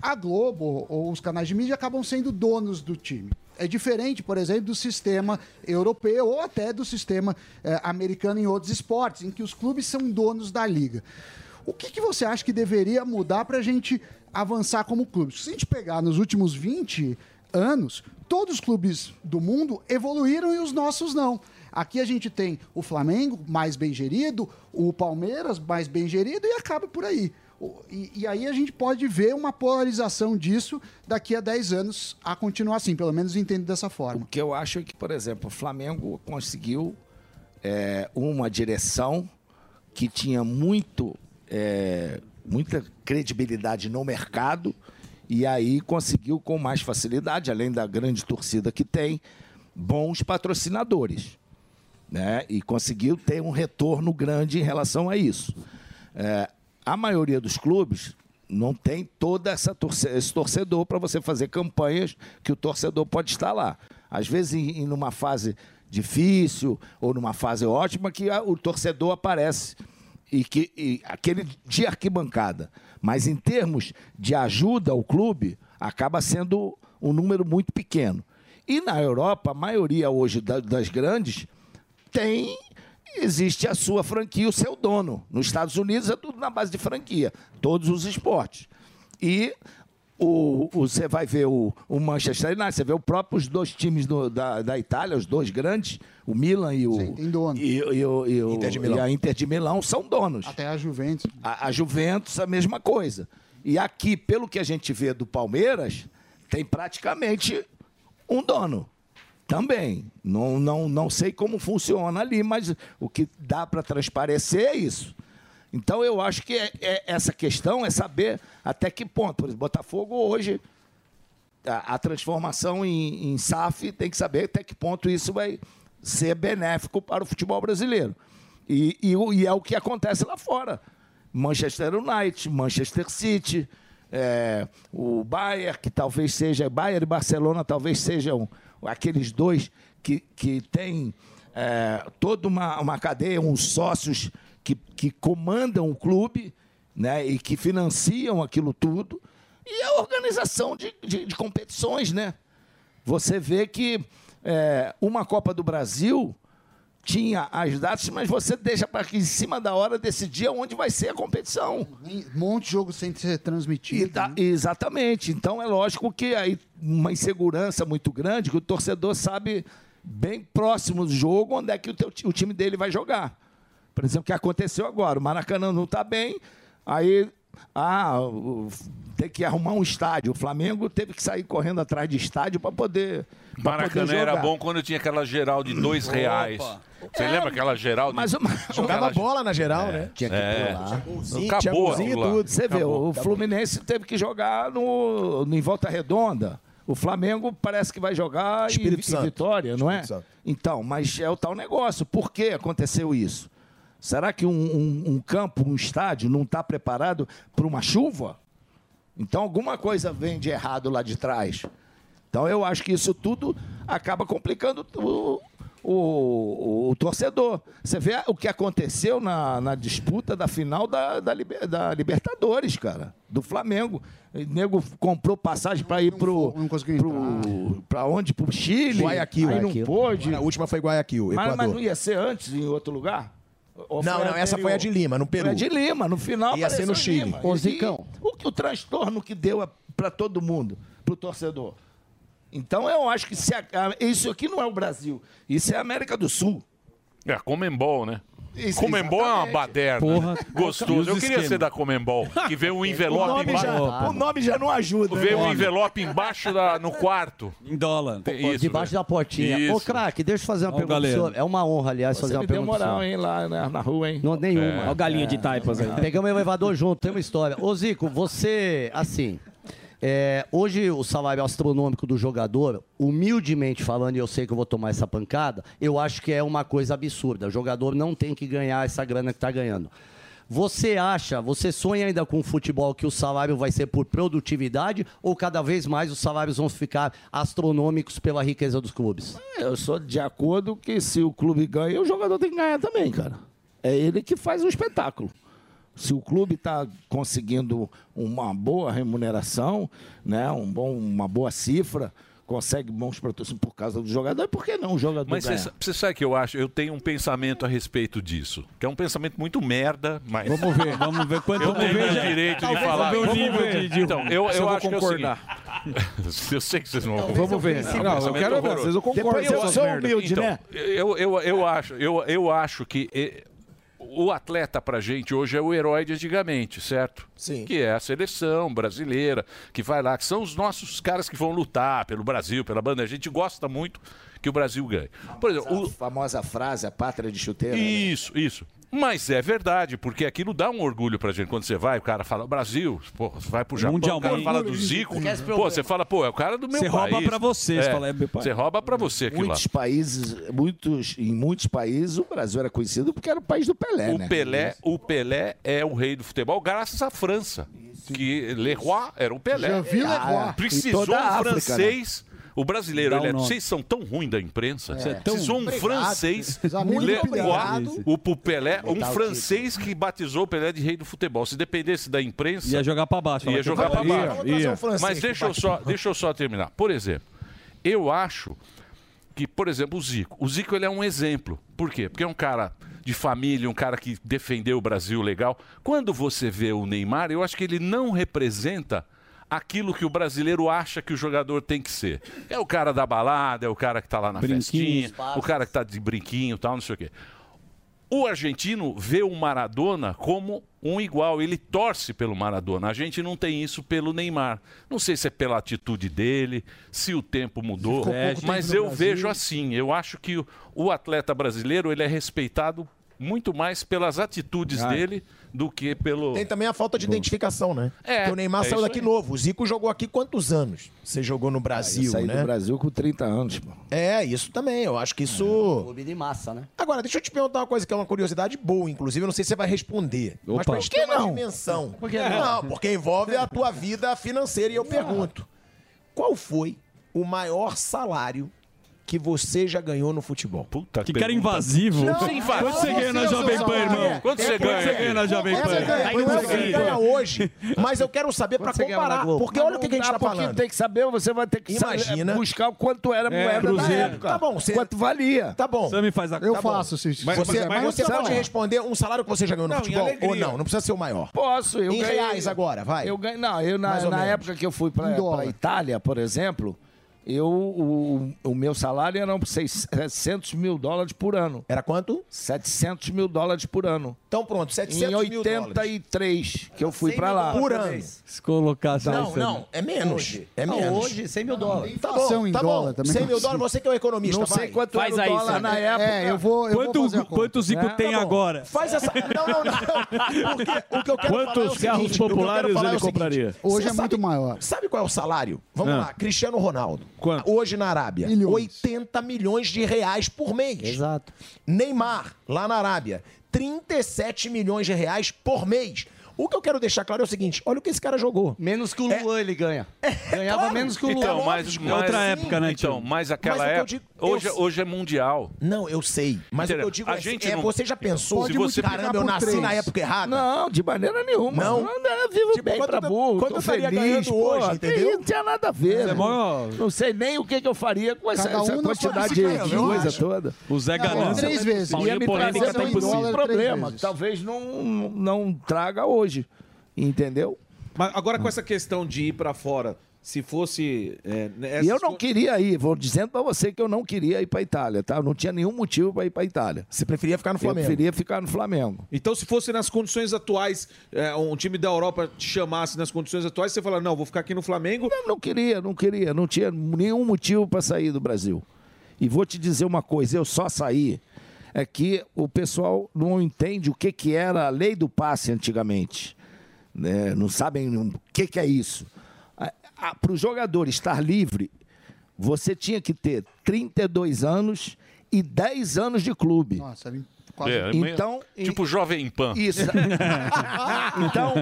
a Globo ou os canais de mídia acabam sendo donos do time. É diferente, por exemplo, do sistema europeu ou até do sistema eh, americano em outros esportes, em que os clubes são donos da liga. O que, que você acha que deveria mudar para a gente avançar como clube? Se a gente pegar nos últimos 20 anos, todos os clubes do mundo evoluíram e os nossos não. Aqui a gente tem o Flamengo mais bem gerido, o Palmeiras mais bem gerido e acaba por aí. O- E, e aí a gente pode ver uma polarização disso daqui a 10 anos a continuar assim, pelo menos entendo dessa forma.
O que eu acho é que, por exemplo, o Flamengo conseguiu é, uma direção que tinha muito, é, muita credibilidade no mercado e aí conseguiu com mais facilidade, além da grande torcida que tem, bons patrocinadores. Né? E conseguiu ter um retorno grande em relação a isso. É, a maioria dos clubes não tem toda essa torce- esse torcedor para você fazer campanhas que o torcedor pode estar lá. Às vezes em, em numa fase difícil ou numa fase ótima que a- o torcedor aparece e que e aquele de arquibancada. Mas em termos de ajuda ao clube acaba sendo um número muito pequeno. E na Europa a maioria hoje da- das grandes tem existe a sua franquia, o seu dono. Nos Estados Unidos é tudo na base de franquia, todos os esportes. E o, o- você vai ver o, o Manchester United, você vê o próprio, os dois times do- da, da Itália, os dois grandes, o Milan e o, E, e o- e o-
Inter de Milão.
e a Inter de Milão, são donos.
Até a Juventus.
A, a Juventus, a mesma coisa. E aqui, pelo que a gente vê do Palmeiras, tem praticamente um dono. Também. Não, não, não sei como funciona ali, mas o que dá para transparecer é isso. Então, eu acho que é- é- essa questão é saber até que ponto. Por exemplo, Botafogo hoje, a, a transformação em, em SAF tem que saber até que ponto isso vai ser benéfico para o futebol brasileiro. E, e o- e é o que acontece lá fora. Manchester United, Manchester City, é, o Bayern, que talvez seja. Bayern e Barcelona talvez sejam aqueles dois que, que têm é, toda uma, uma cadeia, uns sócios que, que comandam o clube né, e que financiam aquilo tudo. E a organização de, de- de competições, né? Você vê que é, uma Copa do Brasil tinha as datas, mas você deixa para que em cima da hora decidir onde vai ser a competição.
Um monte de jogo sem ser transmitido.
Tá, Exatamente. Então é lógico que aí uma insegurança muito grande, que o torcedor sabe bem próximo do jogo onde é que o, teu ti- o time dele vai jogar. Por exemplo, o que aconteceu agora. O Maracanã não está bem, aí ah, o- tem que arrumar um estádio. O Flamengo teve que sair correndo atrás de estádio para poder. pra poder
Maracanã era
jogar.
bom quando tinha aquela geral de dois reais. Você lembra aquela geral de...
Mas uma-
Aquela-
bola na geral,
né? Tinha que
é.
pôr lá. Acabou
e
aquilo lá.
tudo. Você vê,
Acabou,
o
acabou.
Fluminense teve que jogar no, no- em volta redonda. O Flamengo parece que vai jogar em-
Espírito
em,
Santo.
vitória, não é?
Espírito Santo.
Então, mas é o tal negócio. Por que aconteceu isso? Será que um, um- um campo, um estádio, não está preparado para uma chuva? Então, alguma coisa vem de errado lá de trás. Então, eu acho que isso tudo acaba complicando o, o- o torcedor. Você vê o que aconteceu na, na disputa da final da, da Liber- da Libertadores, cara, do Flamengo. O nego comprou passagem para ir para onde? Para o Chile.
Guayaquil.
Aí não pôde.
A última foi Guayaquil,
Mas,
Equador.
mas não ia ser antes em outro lugar? Ou
Não,
foi
não, essa foi a de Lima, no Peru.
Foi a é de Lima, no final
Ia ser no
apareceu
Chile.
Lima.
Ô,
E-
Zicão.
e O que o transtorno que deu é para todo mundo, para o torcedor. Então eu acho que se a- a- isso aqui não é o Brasil, isso é a América do Sul.
É, Comembol, né?
Isso,
Comembol é uma
exatamente.
baderna.
Porra,
Gostoso.
e
Eu
os
queria
esquemas?
ser da Comembol, que vê um envelope
O nome
embaixo.
já- o nome já não ajuda, né?
Vê um
Nome.
envelope embaixo da, no quarto.
Em dólar.
Isso,
Debaixo
né?
da portinha.
Isso.
Ô, craque, deixa eu fazer uma
Ó o
pergunta.
Galeno.
senhor. É uma honra, aliás,
Você
fazer
me
uma
deu
pergunta.
moral,
senhor.
hein, lá na- na rua, hein?
Não, nenhuma.
É. Ó o galinha de taipas aí.
Pegamos o elevador junto, tem uma história. Ô, Zico, você, assim... é, hoje o salário astronômico do jogador, humildemente falando, e eu sei que eu vou tomar essa pancada, eu acho que é uma coisa absurda. O jogador não tem que ganhar essa grana que está ganhando. Você acha, você sonha ainda com o futebol que o salário vai ser por produtividade ou cada vez mais os salários vão ficar astronômicos pela riqueza dos clubes?
Eu sou de acordo que se o clube ganha, o jogador tem que ganhar também, cara. É ele que faz o espetáculo. Se o clube está conseguindo uma boa remuneração, né, um bom, uma boa cifra, consegue bons patrocínios por causa do jogador, por que não o jogador
Mas
ganhar?
você sa- você sabe que eu acho? Eu tenho um pensamento a respeito disso. Que é um pensamento muito merda, mas.
Vamos ver, vamos ver quanto-
eu
vamos
tenho
ver,
o
já-
direito de
talvez
falar.
vamos ver o nível de- de-
Então, eu,
se
eu,
eu vou
é
acho
concordar.
que é o seguinte. eu sei que vocês não vão
Talvez eu pense. Não, eu
pensamento
quero ver,
horroroso.
vocês não concordam
Depois
com essas merdas.
então,
né?
Eu, eu, eu, acho, eu, eu acho que. eh, o atleta pra gente hoje é o herói de antigamente, certo? Sim. Que é a seleção brasileira, que vai lá, que são os nossos caras que vão lutar pelo Brasil, pela banda. A gente gosta muito que o Brasil ganhe. Por exemplo,
A famosa frase, a pátria de chuteira. né?
Isso, isso. Mas é verdade, porque aquilo dá um orgulho pra gente. Quando você vai, o cara fala, Brasil, pô, você vai pro Japão, o cara
Mundialmente.
fala do Zico.
Esquece
Pô,
problema.
você fala, pô, é o cara do meu
Você
país.
rouba pra você, você fala, é meu país.
Você rouba pra você aquilo
Muitos
lá.
países, muitos, em muitos países, o Brasil era conhecido porque era o país do Pelé, né?
O Pelé, o Pelé é o rei do futebol graças à França. Que Leroy era o Pelé.
Já viu
Ah,
Leroy?
Precisou
Em toda a
um
África, né?
francês. O brasileiro,
Dá
um
um
ele é-
o nome.
vocês são tão ruim da imprensa.
É.
É. Precisou um
Obrigado.
francês, um
Os amigos
Leroy,
do Pelé.
o pro Pelé, um
Botar o
francês que batizou o Pelé de rei do futebol. Se dependesse da imprensa,
Ia jogar pra baixo,
Ia
falar que
jogar
eu
para
falei. Ia,
baixo.
ia.
Mas deixa eu só, deixa eu só terminar. Por exemplo, eu acho que, por exemplo, o Zico. O Zico ele é um exemplo. Por quê? Porque é um cara de família, um cara que defendeu o Brasil legal. Quando você vê o Neymar, eu acho que ele não representa aquilo que o brasileiro acha que o jogador tem que ser. É o cara da balada, é o cara que tá lá na
Brinquinhos,
festinha,
passos.
o cara que tá de brinquinho, e tal, não sei o quê. O argentino vê o Maradona como um igual, ele torce pelo Maradona. A gente não tem isso pelo Neymar. Não sei se é pela atitude dele, se o tempo mudou,
Ficou
É.
pouco
mas
tempo no
eu
Brasil.
vejo assim. Eu acho que o, o atleta brasileiro ele é respeitado muito mais pelas atitudes
Ah, é.
dele do que pelo.
Tem também a falta de identificação, né?
É,
Porque o Neymar
é
saiu
isso
daqui novo. O Zico jogou aqui quantos anos? Você jogou no Brasil,
Ah, Eu saí
né?
do Brasil com 30 anos, pô. É.
É, isso também. Eu acho que isso.
Clube de massa, né?
Agora, deixa eu te perguntar uma coisa que é uma curiosidade boa, inclusive. Eu não sei se você vai responder.
Opa.
Mas pra gente ter
Por que
uma
não?
dimensão.
Por que não?
porque envolve a tua vida financeira. E eu pergunto: qual foi o maior salário que você já ganhou no futebol?
Puta
Que cara invasivo.
Não,
Quanto você
não
ganha na
sei o seu
Jovem Pan,
salário.
irmão?
Quanto você
Quanto você
ganha?
ganha na Jovem
Quanto
Pan?
você ganha? Quanto você é ganha hoje? Mas eu quero saber pra
Quanto você ganhava na
comparar.
Globo?
Ah, Porque
Mas
olha o que
não
que a
dá,
gente tá
porque
falando.
Tem que saber, você vai ter que sa-
Imagina.
buscar o quanto era a
É,
moeda da
Cruzeiro.
época.
Tá bom, você-
Quanto valia.
Tá bom.
Você me faz a
Eu faço,
se- se
Mas você,
quiser,
mas
mas
você
não
pode
precisa.
responder um salário que você já ganhou no
Não, em
futebol
alegria.
ou não? Não precisa ser o maior.
Posso, eu
Em
ganhei-
reais agora, vai.
Eu ganhei, não, eu na,
Mais ou
na
menos.
época que eu fui pra,
Em dólar.
pra Itália, por exemplo, eu, o, o meu salário era 700 mil dólares por ano.
Era quanto?
700 mil dólares por ano.
Então pronto, 700
Em
mil
83 que eu fui
100
pra
mil
lá.
por ano.
Se colocasse
Não,
essa-
não, é menos. É
Não,
menos.
hoje, 100 mil dólares.
Tá bom, tá bom. 100 mil dólares, você que é o economista,
Não
vai.
sei quanto Faz era o aí, dólar Sandro. na época.
É, eu vou, eu
Quanto-
vou fazer a conta.
quanto o Zico
É,
tem
bom.
agora?
Faz essa... Não, não, não. Ah, Porque o que eu quero
Quantos
falar é o seguinte,
carros
o que eu quero
populares
falar é o
ele
seguinte,
compraria?
Hoje
você
é
sabe-
muito maior.
Sabe qual é o salário? Vamos
Ah.
lá, Cristiano Ronaldo. Hoje na Arábia, 80 milhões de reais por mês. Exato. Neymar, lá na Arábia, 37 milhões de reais por mês. O que eu quero deixar claro é o seguinte: olha o que esse cara jogou. É.
Menos que o Luan ele ganha.
Ganhava menos
Então, mas, mas, Então, mas aquela
né, Mas o que eu digo-
época. hoje,
eu-
hoje é mundial.
Não, eu sei. Mas o que eu digo
a
é,
gente
é,
não-
você já pensou,
Se você
caramba, eu nasci na época errada?
Não, de maneira nenhuma.
Não?
eu vivo
Tipo,
bem
quanto
pra
eu-
burro.
quanto
tô
eu estaria
feliz,
ganhando
pô,
hoje,
que
entendeu?
isso, Não tinha nada a ver.
Você é
né?
mó-
Não sei nem o que, que eu faria com essa,
Cada um
essa
na sua
quantidade
bicicleta,
né?
de
eu
coisa
acho.
toda.
O Zé Ganância-
Três vezes.
Paulinho
Ia me
Polêmica
trazer
tá
um
impossível.
enorme
Três
problema.
vezes.
Talvez não, não traga hoje. Entendeu?
Mas agora com essa questão de ir pra fora, se fosse. é, nessas
E eu não
co-
queria ir, vou dizendo pra você que eu não queria ir pra Itália, tá? Eu não tinha nenhum motivo pra ir pra Itália.
Você preferia ficar no
Eu
Flamengo?
preferia ficar no Flamengo.
Então, se fosse nas condições atuais, é, um time da Europa te chamasse nas condições atuais, você fala, não, vou ficar aqui no Flamengo.
Não, não queria, não queria, não tinha nenhum motivo para sair do Brasil. E vou te dizer uma coisa, eu só saí é que o pessoal não entende o que, que era a lei do passe antigamente. né? Não sabem o que, que é isso. Para o jogador estar livre, você tinha que ter 32 anos e 10 anos de clube.
Nossa, ele
É, meio-
então,
tipo Jovem Pan.
isso. então,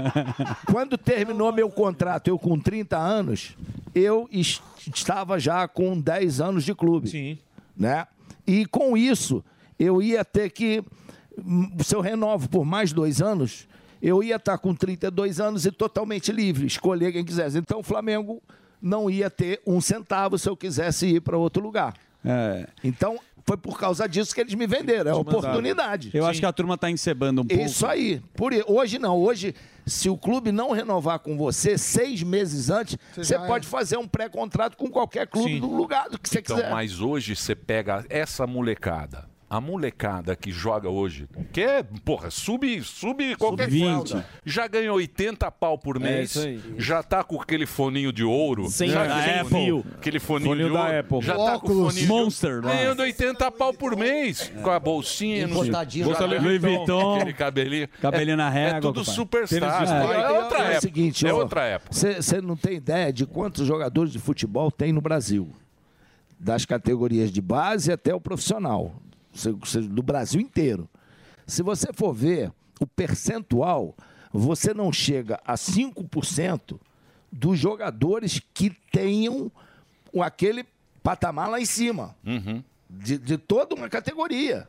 quando terminou meu contrato, eu com 30 anos, eu es- estava já com 10 anos de clube. Sim. Né? E com isso, eu ia ter que. hum, Se eu renovo por mais dois anos, eu ia estar com 32 anos e totalmente livre, escolher quem quisesse. Então, o Flamengo não ia ter um centavo se eu quisesse ir para outro lugar.
É.
Então, foi por causa disso que eles me venderam. É a oportunidade.
Eu acho que a turma tá encebando um pouco.
Isso aí. Por, i- hoje não. Hoje, se o clube não renovar com você seis meses antes,
Você
você
já é.
pode fazer um pré-contrato com qualquer clube do lugar do que você
Então,
quiser.
mas hoje você pega essa molecada. A molecada que joga hoje, que é, porra, sub, sub qualquer
Sub-vinte.
coisa. Já ganha 80 pau por mês,
É isso aí.
já tá com aquele foninho de ouro.
Sem-
já
da
tem
Apple.
fio, Aquele foninho,
Foninho
de
da
ouro.
Apple.
Já tá com o
Óculos
foninho de ouro,
Monster, né?
Ganhando 80 pau por mês, com a bolsinha. não sei-
Encostadinho
Bolsa
na Louis Vuitton.
Aquele cabelinho.
Cabelinho
É-
na régua,
É tudo
compadre.
superstar. É, outra época.
o seguinte,
é
ó,
outra época.
Você você não tem ideia de quantos jogadores de futebol tem no Brasil. Das categorias de base até o profissional. Você- você- Do Brasil inteiro. Se você for ver o percentual, você não chega a 5% dos jogadores que tenham o- aquele patamar lá em cima.
uhum.
De, de toda uma categoria.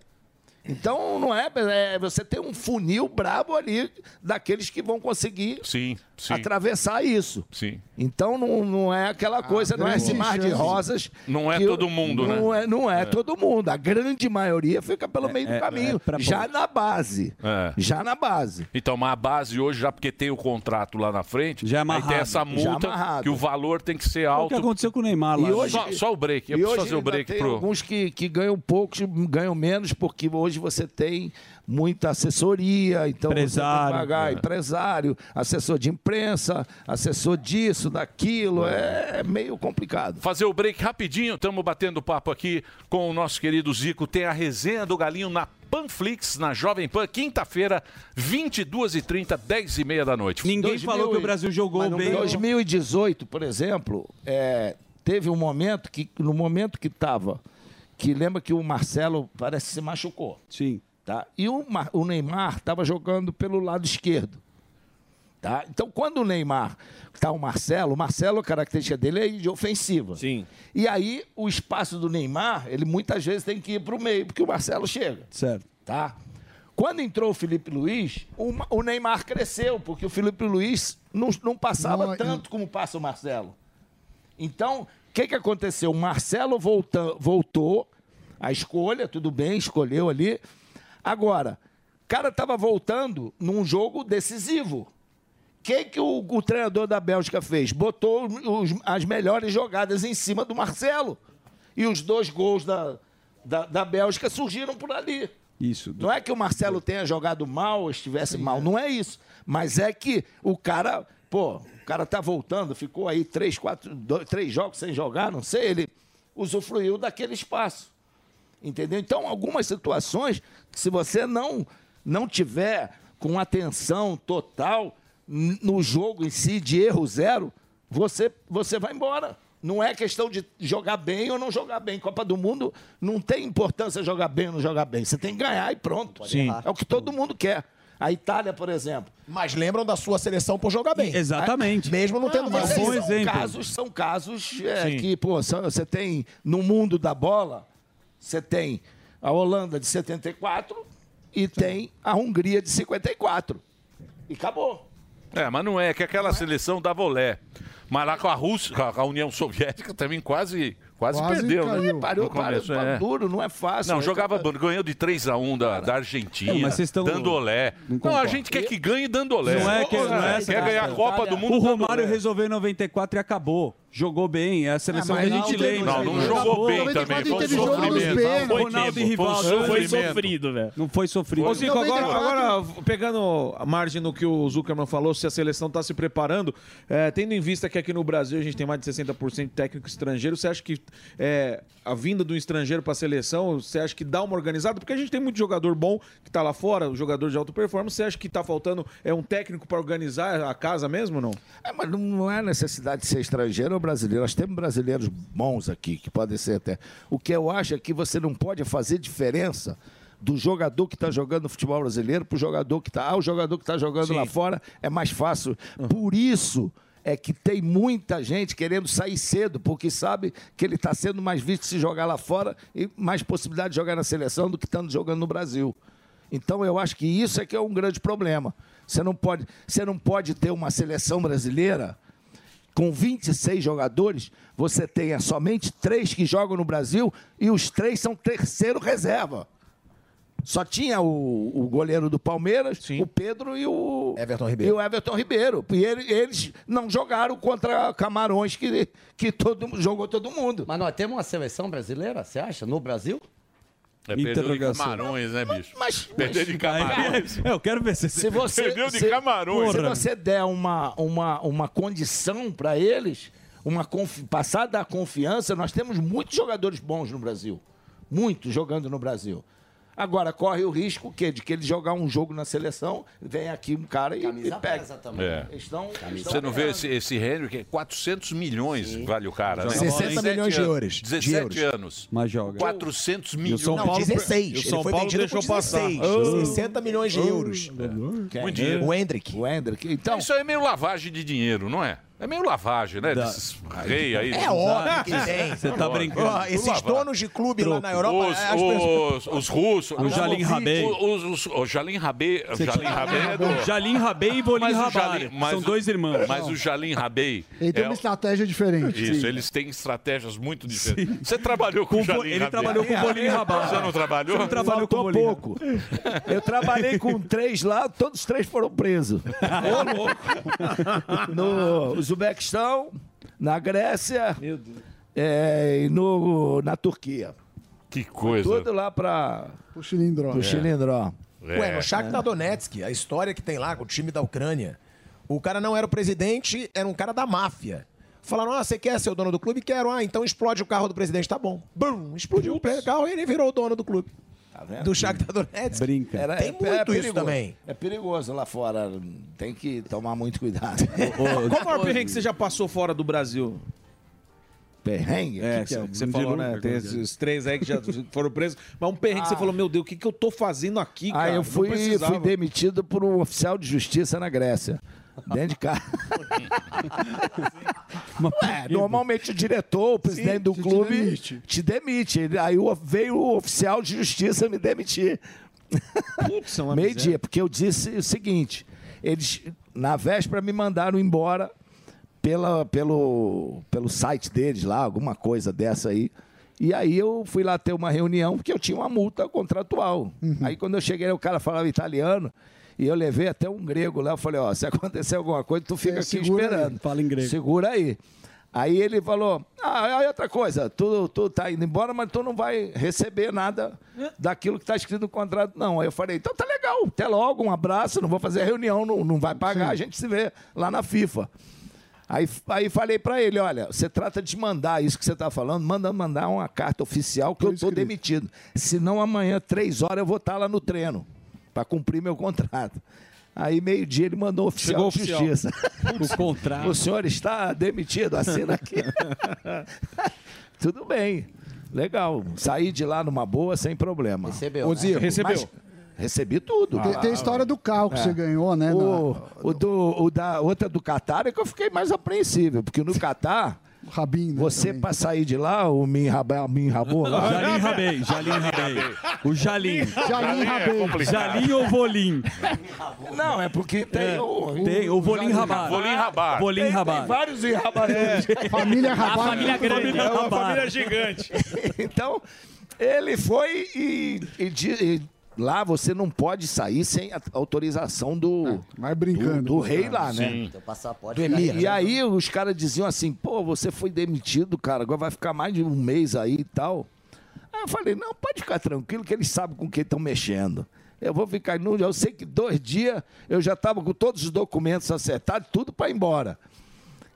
Então, não é, é- Você tem um funil brabo ali daqueles que vão conseguir
Sim, sim.
atravessar isso.
Sim.
Então, não, não é aquela coisa, não é esse
grande
mar de
chance.
rosas.
Não é
que o-
todo mundo, né?
não É, não é,
É.
todo mundo. A grande maioria fica pelo meio do
é-
caminho.
é pra
já
bom.
na base.
É.
Já na base.
Então, mas a base hoje, já porque tem o contrato lá na frente, já aí
amarrado.
tem
é
essa
Já
multa
amarrado.
que o valor tem que ser
O que
alto.
aconteceu com o Neymar lá? né?
E hoje- Só- só o break. Eu
e
preciso
hoje
fazer o
ainda
break
tem
pro-
alguns que, que ganham poucos, ganham menos, porque hoje você tem muita assessoria, então você tem
Empresário.
que pagar
É.
empresário, assessor de imprensa, assessor disso, daquilo, é meio complicado.
Fazer o break rapidinho, estamos batendo papo aqui com o nosso querido Zico. Tem a resenha do Galinho na Panflix, na Jovem Pan, quinta-feira, 22h30, 10h30 da noite.
Ninguém falou que o Brasil jogou
Mas no
bem.
2018, por exemplo, é, teve um momento que, no momento que estava, que lembra que o Marcelo parece que se machucou.
Sim.
Tá? E o, Mar- o Neymar estava jogando pelo lado esquerdo. Tá? Então, quando o Neymar tá o Marcelo, o Marcelo, a característica dele é de ofensiva. Sim. E aí, o espaço do Neymar, ele muitas vezes tem que ir para o meio, porque o Marcelo chega.
Certo.
Tá? Quando entrou o Felipe Luiz, o, Ma- o Neymar cresceu, porque o Felipe Luiz não, não passava tanto como passa o Marcelo. Então, o que, que aconteceu? O Marcelo volta, voltou, a escolha, tudo bem, escolheu ali. Agora, o cara estava voltando num jogo decisivo. O que, que o, o treinador da Bélgica fez? Botou os- as melhores jogadas em cima do Marcelo. E os dois gols da, da, da Bélgica surgiram por ali.
Isso.
Não é que o Marcelo tenha jogado mal ou estivesse mal, não é isso. Mas é que o cara, pô, o cara tá voltando, ficou aí três, quatro, dois, três jogos sem jogar, não sei, ele usufruiu daquele espaço. Entendeu? Então, algumas situações, se você não não tiver com atenção total n- no jogo em si, de erro zero, você, você vai embora. Não é questão de jogar bem ou não jogar bem. Copa do Mundo não tem importância jogar bem ou não jogar bem. Você tem que ganhar e pronto.
Sim. errar.
É o que todo mundo quer. A Itália, por exemplo.
Mas lembram da sua seleção por jogar bem. né?
Exatamente.
Mesmo não tendo
mas é um
vocês.
são casos, são casos é,
Sim.
que, pô, são- você tem no mundo da bola, você tem a Holanda de 74 e tem a Hungria de 54. E acabou.
É, mas não é, que aquela seleção da volé. Mas lá com a Rússia, com a União Soviética também quase Quase,
Quase
perdeu,
caiu.
né?
Parou,
No começo,
parou,
é.
duro, não é fácil,
Não,
né?
jogava duro, ganhou de 3x1 da, da Argentina,
Não, mas vocês estão-
dando olé.
Não
Não, a
concordo.
gente quer que ganhe dando olé.
Não é que não é essa
Quer ganhar a
questão.
Copa do Mundo tá
O
dando
Romário
olé.
resolveu em 94 e acabou. Jogou bem, é a seleção
Ah,
que
mas
a gente
não teve-
lembra.
não, não jogou
Acabou.
bem também, foi um Teve jogo nos sofrimento. pênaltis.
Ronaldo e
Foi um
Rivaldo.
sofrimento.
velho. Não foi sofrido.
Ô, Zico, agora, agora, pegando a margem no que o Zuckerman falou, se a seleção está se preparando, é, tendo em vista que aqui no Brasil a gente tem mais de 60% de técnico estrangeiro, você acha que é, a vinda do estrangeiro para a seleção, você acha que dá uma organizada? Porque a gente tem muito jogador bom que está lá fora, um jogador de alta performance, você acha que está faltando é, um técnico para organizar a casa mesmo ou não?
É, mas não- não é necessidade de ser estrangeiro ou brasileiro. Nós temos brasileiros bons aqui, que podem ser até. O que eu acho é que você não pode fazer diferença do jogador que está jogando futebol brasileiro para o jogador que está. Ah, o jogador que está jogando lá fora é mais fácil. Por isso. É que tem muita gente querendo sair cedo, porque sabe que ele está sendo mais visto se jogar lá fora e mais possibilidade de jogar na seleção do que estando jogando no Brasil. Então eu acho que isso é que é um grande problema. Você não pode, você não pode ter uma seleção brasileira com 26 jogadores, você tenha somente três que jogam no Brasil e os três são terceiro reserva. Só tinha o, o goleiro do Palmeiras, o Pedro e o
É
Everton Ribeiro. E o Everton Ribeiro. E ele- eles não jogaram contra Camarões, que, que todo, mu- jogou todo mundo.
Mas nós temos uma seleção brasileira, você acha, no Brasil?
É, perdeu de
Interrogação.
camarões, né, bicho?
Mas,
perdeu de camarões.
Eu quero ver se
Se você,
Perdeu de
se-
camarões.
Se você der uma, uma, uma condição para eles, uma confi- passar da confiança, nós temos muitos jogadores bons no Brasil. Muitos jogando no Brasil. Agora, corre o risco o quê? de que ele jogar um jogo na seleção, vem aqui um cara e, e pega.
É.
Eles estão-
Você não vê esse, esse Henry, 400 milhões vale o cara, né?
60 milhões de euros, de
17
euros.
anos.
Mas joga.
400 milhões.
né?
Não, 16. Ele foi vendido por 16. 60 milhões de euros.
É. Muito dinheiro.
O Hendrick.
O Hendrick. Então...
Isso aí é meio lavagem de dinheiro, não é? É meio lavagem, né?
Da-
Desses rei aí.
É óbvio que tem. Você tá brincando. Ó, esses
Lavagem.
donos de clube lá na Europa,
Os,
as
os,
pessoas-
os russos.
O
os-
Jalim Rabei.
Os, os, o Jalim Rabei. o
Você
Jalim
tinha-
Rabei é do...
Jalim Rabei e Volim
Mas o
Rabari.
Jalim- mas
São
o-
dois irmãos.
Mas o Jalim Rabei...
Ele tem
é-
uma estratégia diferente.
Isso, eles têm estratégias muito diferentes. Você trabalhou com,
Com
o
bo-
Jalim
ele
Rabei.
trabalhou com o Bolinho Rabá.
Você não trabalhou?
Você não trabalhou com Faltou pouco. Eu trabalhei com três lá, todos os três foram presos. no Uzbequistão, na Grécia é, e no, na Turquia.
Que coisa.
Tudo lá para
O Chilindró.
É.
o Chilindró.
É,
Ué,
né?
no Shakhtar Donetsk, a história que tem lá com o time da Ucrânia. O cara não era o presidente, era um cara da máfia. Falaram, ah, você quer ser o dono do clube? Quero. Ah, então explode o carro do presidente. Tá bom. Bum, explodiu o carro e ele virou o dono do clube. Do Shakhtar Donetsk.
Brinca.
Era-
tem
é- é
muito isso
perigoso.
também.
É perigoso lá fora. Tem que tomar muito cuidado.
Qual o maior perrengue que você já passou fora do Brasil?
Perrengue?
É,
Que que é?
que você
Me
falou,
diga
né?
uma
Tem
pergunta.
esses três aí que já foram presos. Mas um perrengue que você
Ah.
falou, meu Deus, o que, que eu tô fazendo aqui, cara?
Ah, eu
Não
fui,
precisava.
fui demitido por um oficial de justiça na Grécia. Dentro de casa. Ué, normalmente o diretor, o presidente do clube, te demite. Ele- Aí o- veio o oficial de justiça me demitir.
é
Meio-dia, porque eu disse o seguinte: eles, na véspera, me mandaram embora pela, pelo, pelo site deles lá, alguma coisa dessa aí. E aí eu fui lá ter uma reunião, porque eu tinha uma multa contratual. Aí quando eu cheguei, o cara falava italiano, e eu levei até um grego lá. Eu falei, ó, se acontecer alguma coisa, tu fica aqui esperando. É, Fala em grego. Segura aí. Aí ele falou, ah, aí outra coisa, tu, tu tá indo embora, mas tu não vai receber nada daquilo que tá escrito no contrato, não. Aí eu falei, então tá legal, até logo, um abraço, não vou fazer reunião, não, não vai pagar, a gente se vê lá na FIFA. Aí, aí falei pra ele, olha, você trata de mandar isso que você tá falando, manda mandar uma carta oficial que eu tô demitido. Senão amanhã, três horas, eu vou estar lá no treino pra cumprir meu contrato. Aí meio-dia ele mandou o oficial
Chegou
de
oficial.
justiça.
O contrato.
O senhor está demitido, assina aqui. Tudo bem, legal. Saí de lá numa boa, sem problema. Recebeu,
Ô, né? Zico, mas-
Recebi
Ah,
tudo.
Tem, tem a história do carro que
É.
você ganhou, né?
O, o do, o da outra do Catar é que eu fiquei mais apreensível, porque no Catar
rabinho. né,
Você,
também.
pra sair de lá, o me enrabou me enrabou lá?
Jalim Rabei, Jalim Rabei. O Jalim.
Jalim Rabei. É complicado.
Jalim ou Volim?
Não, é porque tem o-
Tem, o É, Volim
Jalim.
Rabar.
Volim Rabar.
Volim
Tem- tem
Rabar.
vários enrabaduras. É. Família Rabar.
A família grande.
É uma família
gigante.
então, ele foi e, e di- e lá você não pode sair sem a autorização do, do, do rei lá, É, né?
Teu passaporte.
Do
tá
Emir.
aí.
E
né?
aí os caras diziam assim, pô, você foi demitido, cara, agora vai ficar mais de um mês aí e tal. Aí eu falei, não, pode ficar tranquilo que eles sabem com quem estão mexendo. Eu vou ficar nu, eu sei que dois dias eu já estava com todos os documentos acertados, tudo para ir embora.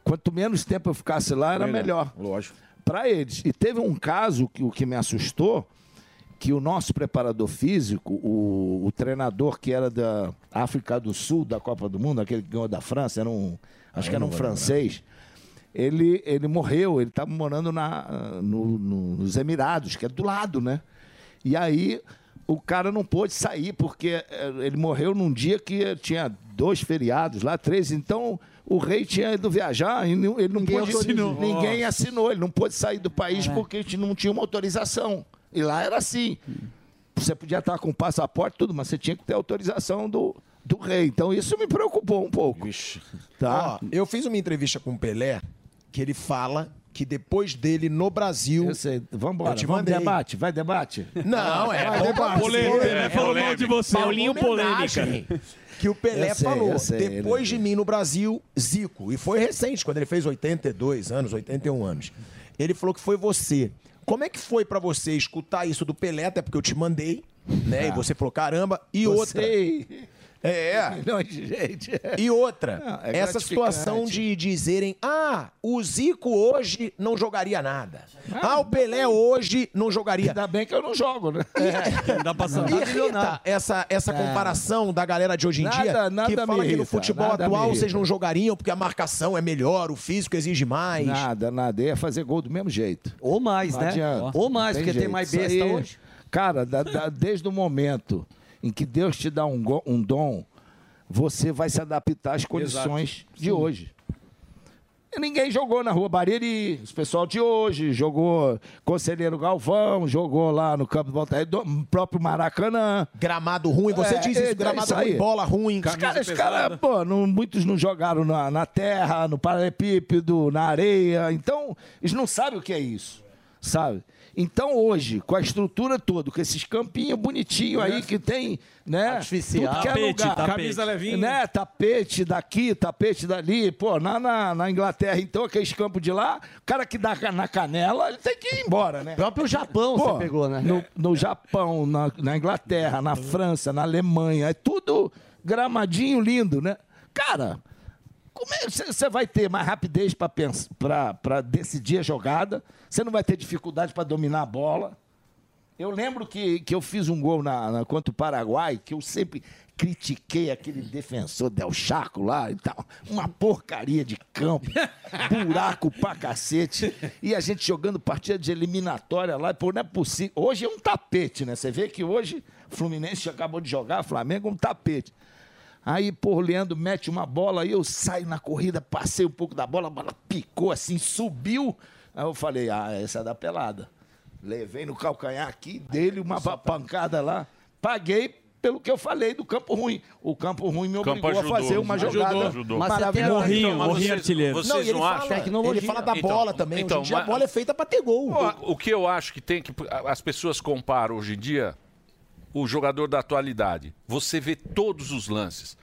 Quanto menos tempo eu ficasse lá, era
Verdade,
melhor. Lógico. Para eles. E teve um caso que o que me assustou, que o nosso preparador físico, o, o treinador que era da África do Sul, da Copa do Mundo, aquele que ganhou da França, era um, acho que
eu
era
não
um
vou lembrar.
francês, ele, ele morreu, ele estava morando na, no- no- nos Emirados, que é do lado, né? E aí o cara não pôde sair, porque eh, ele morreu num dia que tinha dois feriados lá, três, então o rei tinha ido viajar e não- ele não
Ninguém
pôde...
autorizou.
Ninguém assinou, ele não pôde sair do país porque a gente não tinha uma autorização. E lá era assim. Você podia estar com passaporte, tudo, mas você tinha que ter autorização do, do rei. Então isso me preocupou um pouco.
Tá. Ó, eu fiz uma entrevista com o Pelé que ele fala que depois dele no Brasil. Eu
sei, vambora.
te
Vamos
mandei.
debate, vai debate.
Não, é.
Vai,
bom pra
debate.
você.
Polêmica, Pelé falou mal de você. é
Uma
Paulinho
homenagem
polêmica.
Que o Pelé
Eu sei,
falou,
eu sei, né?"
depois de mim no Brasil, Zico. E foi recente, quando ele fez 82 anos, 81 anos. Ele falou que foi você. Como é que foi pra você escutar isso do Pelé, até porque eu te mandei, né?
Tá.
E você falou, caramba, e outra. É, é.
Milhões de gente.
E outra,
Não, é
essa situação de dizerem: ah, o Zico hoje não jogaria nada. Ah, o Pelé hoje não jogaria. Ainda
bem que eu não jogo, né?
dá
pra
saber.
Irrita essa, essa
É.
comparação da galera de hoje em
Nada-
dia
nada
que
me
fala que
irrita,
no futebol
nada me
atual vocês
irrita.
não jogariam porque a marcação é melhor, o físico exige mais.
Nada, nada. Eu ia fazer gol do mesmo jeito.
Ou mais,
Não
né?
adianta.
Ou mais,
Não
porque tem
jeito.
mais
Isso
besta
aí,
hoje.
Cara, da- da- desde o momento em que Deus te dá um, go- um dom, você vai se adaptar às condições
Exato.
de
Sim.
hoje. E Ninguém jogou na Rua Bariri, o pessoal de hoje, jogou Conselheiro Galvão, jogou lá no Campo do Volta Redonda, no próprio Maracanã.
Gramado ruim,
É,
você diz isso, gramado ruim, bola ruim.
Os
Camisa
caras, os
pesada.
caras, pô, não- muitos não jogaram na, na terra, no paralelepípedo, na areia. Então, eles não sabem o que é isso, sabe? Então, hoje, com a estrutura toda, com esses campinhos bonitinhos aí que tem, né?
Artificial.
Tudo que é
Tapete,
lugar.
tapete. Camisa levinha.
Né? Tapete daqui, tapete dali. Pô, na, na, na Inglaterra, então, aqueles campos de lá, o cara que dá ca- na canela, ele tem que ir embora, né?
próprio Japão
Pô,
você pegou, né?
No, no Japão, na, na Inglaterra, na França, na Alemanha, é tudo gramadinho lindo, né? Cara, é, você vai ter mais rapidez para decidir a jogada, você não vai ter dificuldade para dominar a bola. Eu lembro que, que eu fiz um gol na, na- contra o Paraguai, que eu sempre critiquei aquele defensor Del Chaco lá e tal. Uma porcaria de campo, buraco pra cacete. E a gente jogando partida de eliminatória lá, pô, não é possível. Hoje é um tapete, né? Você vê que hoje o Fluminense acabou de jogar, Flamengo é um tapete. Aí, pô, o Leandro mete uma bola, aí eu saio na corrida, passei um pouco da bola, a bola picou assim, subiu. Aí eu falei, ah, essa é da pelada. Levei no calcanhar aqui dele uma
tá-
pa- pancada lá. Paguei pelo que eu falei do campo ruim. O campo ruim me
Campo
obrigou
ajudou,
a fazer uma
ajudou,
jogada
ajudou. Mas você tem a-
maravilhosa.
Morrinho, Então, mas Morrinho vocês- artilheiro. vocês
não, e ele,
não acham?
fala, ele
Tecnologia.
fala da
Então,
bola também.
então,
Hoje em dia
mas-
a bola é feita pra ter gol.
O, o que eu acho que tem que. As pessoas comparam hoje em dia o jogador da atualidade. Você vê todos os lances.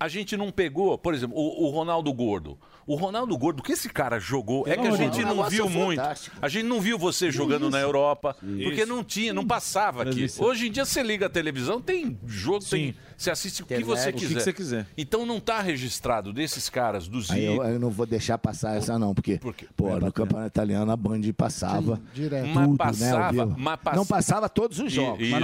A gente não pegou, por exemplo, o, o Ronaldo Gordo. O Ronaldo Gordo, o que esse cara jogou? É
um
que a
Não,
gente
o
não
negócio
viu
é
muito.
fantástico.
A gente não viu você jogando na Europa, porque
Isso.
não tinha, não passava aqui.
Transmissão.
Hoje em dia você liga a televisão, tem jogo, tem. Você assiste o que
Internet,
você
o que
quiser.
você quiser.
Então não está registrado desses caras, do Zico.
Aí é eu, eu não vou deixar passar essa não, porque,
É
pô, no campeonato italiano a Band passava
direto. Mas
tudo,
passava,
né? ao vivo.
mas passa-
Não passava todos os jogos.
Isso.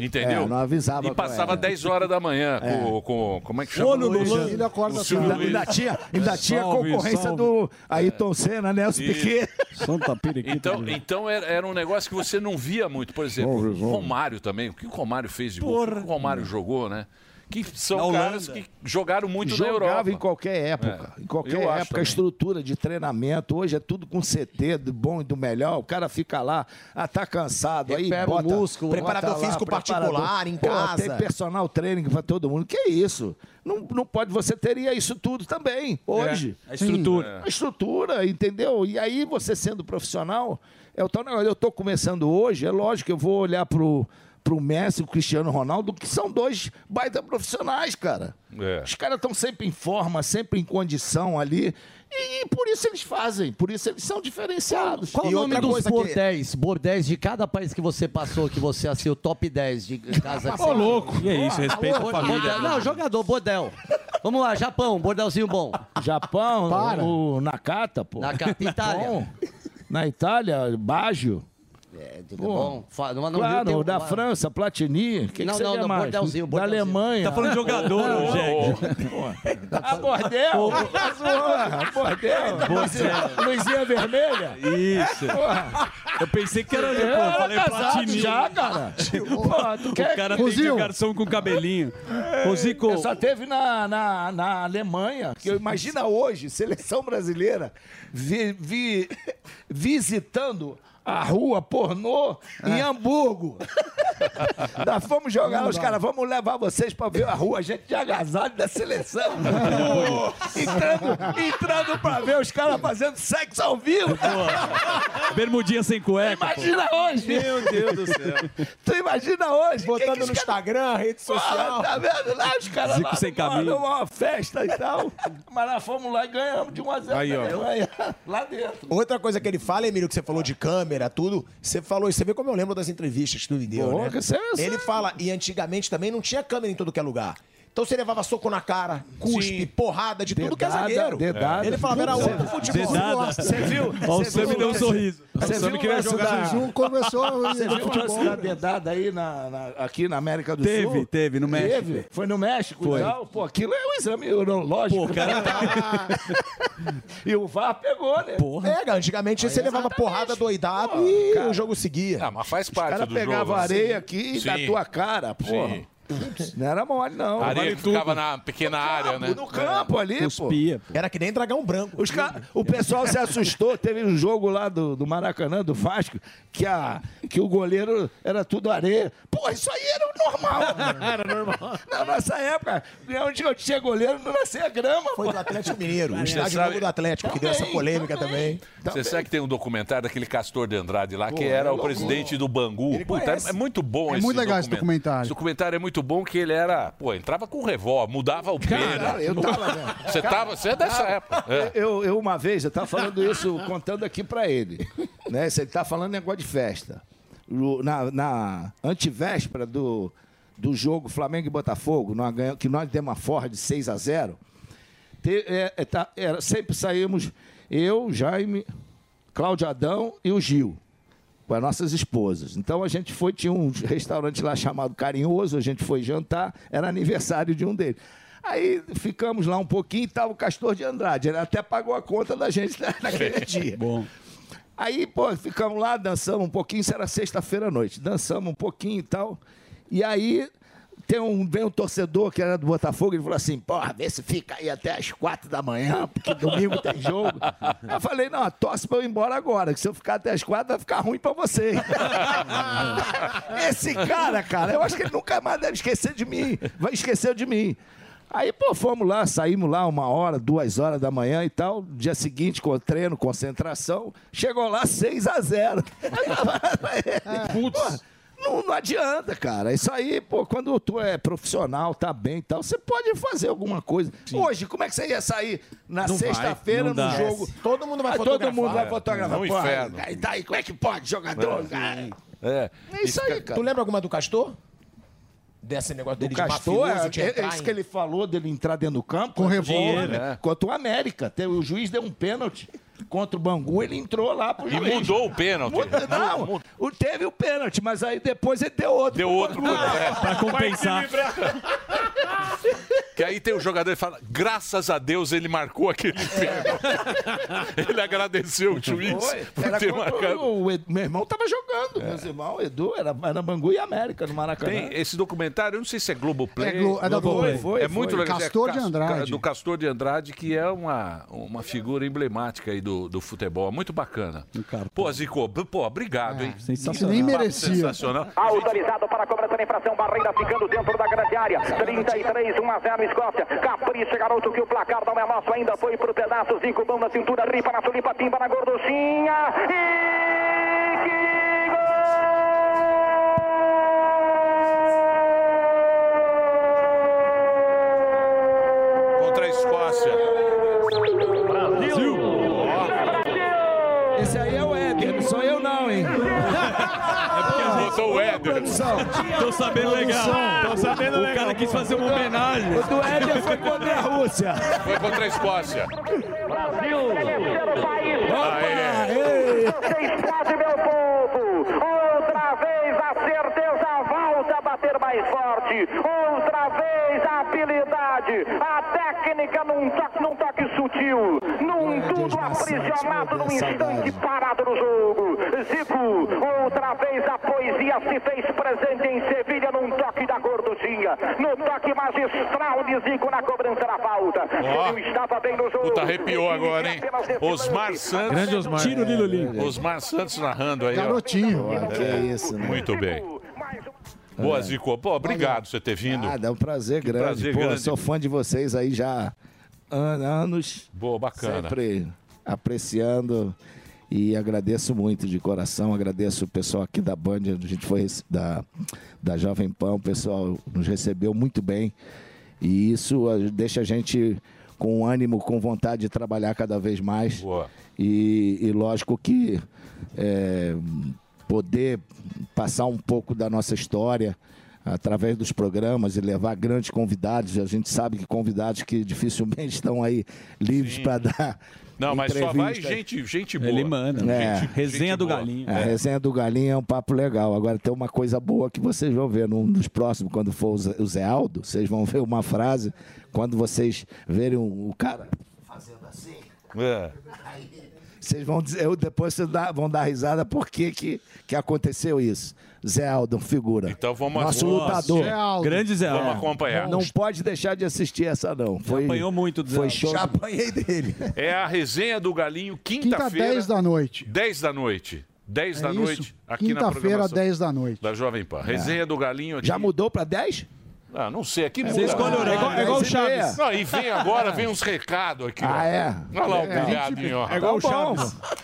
Entendeu?
É, não avisava.
E passava 10 horas da manhã
É.
com, com- Como é que chama?
Olho no lance. Ele acorda
O Silvio
tarde.
Luiz.
Ainda tinha- ainda tinha
Salve,
concorrência
salve.
do Ayrton Senna, né, Nelson
Isso.
Piquet.
Santa Piriquita.
Então, então era, era um negócio que você não via muito. Por exemplo,
Salve, salve.
Romário também. O que o Romário fez de gol? O que o Romário jogou, né? que são
Na Holanda.
caras que jogaram muito
Jogava
na Europa.
em qualquer época.
É.
Em qualquer
Eu acho
época, a
também.
estrutura de treinamento. Hoje é tudo com CT, do bom e do melhor. O cara fica lá, ah, tá cansado.
Repara
aí
o
bota,
músculo,
bota
preparador físico particular, em
Pô,
casa.
Tem personal training pra todo mundo. Que isso? Não, não pode, você teria isso tudo também, hoje.
É,
a estrutura.
A estrutura, entendeu? E aí, você sendo profissional, é o tal negócio. Eu tô começando hoje, é lógico que eu vou olhar pro, pro Messi, o Cristiano Ronaldo, que são dois baita profissionais, cara.
É.
Os caras estão sempre em forma, sempre em condição ali. E, e por isso eles fazem, por isso eles são diferenciados.
Qual o nome dos bordéis? Bordéis de cada país que você passou, que você assistiu, top 10 de casa.
Ô, louco. E é isso, respeita a
Bordel-
família.
Não, jogador, bordel. Vamos lá, Japão, bordelzinho bom.
Japão,
Para.
o Nakata, é, pô. É
Nakata, Itália.
Bom. Na Itália, Baggio.
É,
Pô,
bom. Fa- não- não-
claro,
tem um-
da
uma-
França, Platini. Que
Não,
que
não,
seria
não,
mais?
bordelzinho,
Da
bordelzinho.
Alemanha.
Tá falando jogador,
gente. Ah, bordel? Tá zoando, bordel?
Bordel.
Luzinha vermelha?
Isso. Eu pensei que era.
Eu
pô,
era
falei Tipo,
casado
Platini.
já, cara. Pô, tu
o
quer-
cara assim? É. tem que
Rosinho.
garçom com cabelinho.
É,
Ô, Zico.
Eu só teve na, na, na Alemanha, que eu imagina hoje, seleção brasileira, vi, vi- visitando a rua pornô em Hamburgo. Nós fomos jogar, os caras, vamos levar vocês pra ver a rua, a gente de agasalho da seleção. Pô, entrando, entrando pra ver os caras fazendo sexo ao vivo.
Bermudinha sem cueca. pô.
Imagina hoje! tu imagina hoje? Botando no Instagram, rede
social.
Tá vendo lá os caras
Zico
lá
sem
numa-
caminho.
numa festa e tal. Mas nós fomos lá e ganhamos de 1 a 0.
Aí, ó.
Lá dentro.
Outra coisa que ele fala, Emílio, que você falou de câmera, tudo, você falou isso. Você vê como eu lembro das entrevistas que tu me deu,
Pô, é assim.
né?
que cê- cê-
Ele fala, e antigamente também não tinha câmera em todo que é lugar. Então você levava soco na cara, cuspe, porrada, de tudo que é
Dedada,
zagueiro.
dedada.
Ele falava, era
Cê-
outro futebol.
dedada.
Você viu?
Ó, o Sam me deu um sorriso.
Você
O
viu
Sam
que
queria jogar.
Juju
Você viu o lance da dedada aí na, na- aqui na América do
Teve,
Sul?
teve, no México.
Teve? Foi no México
Foi.
e tal? Pô, aquilo é um exame né? urológico. Pô, cara... e o VAR pegou, né?
Porra. É, cara, antigamente você levava porrada doidado e o jogo seguia.
Ah, mas faz parte
cara
do jogo. né?
pegava areia aqui
Sim.
da tua cara, porra.
Sim.
Não era mole, não.
A areia
Vale
que
tudo.
ficava na pequena área, né?
No campo ali, pô.
Era que nem dragão branco.
Os ca- O pessoal se assustou. Teve um jogo lá do, do Maracanã, do Vasco, que, a... que o goleiro era tudo areia. Pô, isso aí era o normal. era normal. Na nossa época, onde eu tinha goleiro, não nascia grama.
Foi do Atlético Mineiro, o
Você
estádio
sabe-
novo do Atlético, que deu essa polêmica também.
Você sabe que tem um documentário daquele Castor de Andrade lá,
Pô,
que era
é
o
loucura.
presidente do Bangu. Puta, é,
conhece.
é muito bom
É
esse
muito legal esse documentário.
Esse documentário é muito bom que ele era... Pô, entrava com revólver, mudava o pênalti.
eu tava, né?
Você tava... Você é dessa época. É.
Eu, eu uma vez, eu tava falando isso, contando aqui pra ele. Né? Você tá falando negócio de festa. No- Na, na antivéspera do, do jogo Flamengo e Botafogo, nós ganha- que nós demos uma forra de 6 a 0 te- é, é, tá- era- sempre saímos eu, Jaime, Cláudio Adão e o Gil. Com as nossas esposas. Então a gente foi, tinha um restaurante lá chamado Carinhoso, a gente foi jantar, era aniversário de um deles. Aí ficamos lá um pouquinho e tava o Castor de Andrade, ele até pagou a conta da gente na- naquele dia. Bom. Aí, pô, ficamos lá, dançamos um pouquinho, isso era sexta-feira à noite, dançamos um pouquinho e tal. E aí tem um, vem um torcedor que era do Botafogo, ele falou assim, porra, vê se fica aí até as quatro da manhã, porque domingo tem jogo. eu falei, não, torce pra eu ir embora agora, que se eu ficar até as quatro vai ficar ruim pra vocês. Esse cara, cara, eu acho que ele nunca mais deve esquecer de mim. Vai esquecer de mim. Aí, pô, fomos lá, saímos lá uma hora, duas horas da manhã e tal. Dia seguinte, com treino, concentração. Chegou lá 6 a 0 Putz. Não, não adianta, cara. Isso aí, pô, quando tu é profissional, tá bem e tal, você pode fazer alguma coisa. Hoje, como é que você ia sair na
Não vai,
sexta-feira
não
no
dá. É.
jogo?
Todo mundo vai
Ah,
fotografar.
Todo mundo vai
É,
fotografar.
é um
Porra,
inferno.
aí tá aí, como é que pode, jogador? cara?
É.
É isso aí, cara.
Tu lembra alguma do Castor? Desse negócio
O
dele
Castor,
de
é,
mafioso, de entrar
é isso
em-
que ele falou dele entrar dentro do campo. contra
Com
o
revólver.
Dinheiro, né? Contra o América. Teve- O juiz deu um pênalti contra o Bangu, ele entrou lá pro
E
juiz.
mudou o pênalti.
Muda- Não, o- teve o pênalti, mas aí depois ele deu outro. Deu
outro.
Pra
compensar. Que aí tem o jogador e fala: graças a Deus ele marcou aquele pênalti. ele agradeceu o juiz
É. Foi.
por
Era
ter
quando
marcado.
o Edu- meu irmão tava jogando.
É.
Meus irmãos, o Edu, era, era Bangu e América no Maracanã.
Tem esse documentário, eu não sei se é Globoplay.
É Glo- é da Globo. Foi,
é muito
foi.
legal.
Castor
é
de
Cas-
Andrade.
Do Castor de Andrade, que é uma, uma figura emblemática aí do, do futebol. É Muito bacana.
Um
Pô, Zico, b- pô,
É,
obrigado, hein?
sensacional. Nem
Papo
merecia.
Sensacional.
Autorizado para a cobrança da infração, barreira ficando dentro da grande área. 33, 1 a 0 Escócia. Capricha, garoto, que o placar não é nosso ainda. Foi pro pedaço, Zico, mão na cintura, ripa na sulipa, pimba na gorduchinha.
Contra a Escócia.
Brasil!
Esse aí é o Éder, não sou eu não, hein?
É Botou o Éder.
Tô sabendo legal. Tô sabendo legal. O cara quis fazer uma homenagem. O do Éder foi contra a Rússia.
Foi contra a Escócia.
Brasil! Terceiro país! Vocês podem, meu povo! Outra vez a certeza volta a bater mais forte! Outra vez a habilidade! A técnica num toque, num toque sutil! Num tudo aprisionado num instante parado no jogo! Zico! Outra vez a poesia se fez presente em Sevilha num toque da gorduchinha! No toque magistral de Zico na cobrança da falta! Ele estava bem no jogo!
Puta, arrepiou agora, hein? Osmar Santos.
Grande Osmar. Tiro
de Lulinho. Osmar Santos narrando aí. ó.
É. Garotinho. É. Olha, que
É.
isso, né?
Muito bem. Boa, Zico. Pô, obrigado por você ter vindo.
Ah, é um prazer
Que
grande.
prazer
Pô,
grande.
sou fã de vocês aí já há an- anos.
Boa, bacana.
Sempre apreciando e agradeço muito de coração. Agradeço o pessoal aqui da Band, a gente foi rece- da, da Jovem Pan, o pessoal nos recebeu muito bem. E isso a- deixa a gente com ânimo, com vontade de trabalhar cada vez mais. E, e lógico que é, poder passar um pouco da nossa história através dos programas e levar grandes convidados. A gente sabe que convidados que dificilmente estão aí livres para dar.
Não, mas só vai
entrevista.
gente, né? gente boa.
Ele manda.
É.
Gente- Resenha do Galinho. É.
A resenha do Galinha é um papo legal. Agora tem uma coisa boa que vocês vão ver num dos próximos, quando for o Zé- o Zé Aldo, vocês vão ver uma frase. Quando vocês verem um, o o cara fazendo assim,
É.
vocês vão dizer, eu- depois vocês dá- vão dar risada por que, que, que aconteceu isso. Zé Aldo, figura.
Então vamos
Nosso
Nossa,
lutador.
Zé Aldo. Grande Zé Aldo. Vamos acompanhar.
Não pode deixar de assistir essa, não. Foi,
apanhou muito do Zé
Foi
Aldo.
show.
Já
apanhei dele.
É a resenha do Galinho,
Quinta,
quinta-feira.
10 da noite.
10 da noite. 10
É
da
isso.
noite, aqui na
Quinta-feira,
programação
10 da noite.
da Jovem Pan. Resenha do Galinho aqui.
É. Já mudou para 10?
Ah, não sei, aqui
Você
muda.
escolhe o horário. É igual- é igual o Chaves.
Não, e vem agora, vem uns recados aqui. ó.
Ah, é?
Olha lá o
É.
pilhadinho, ó.
Tá bom.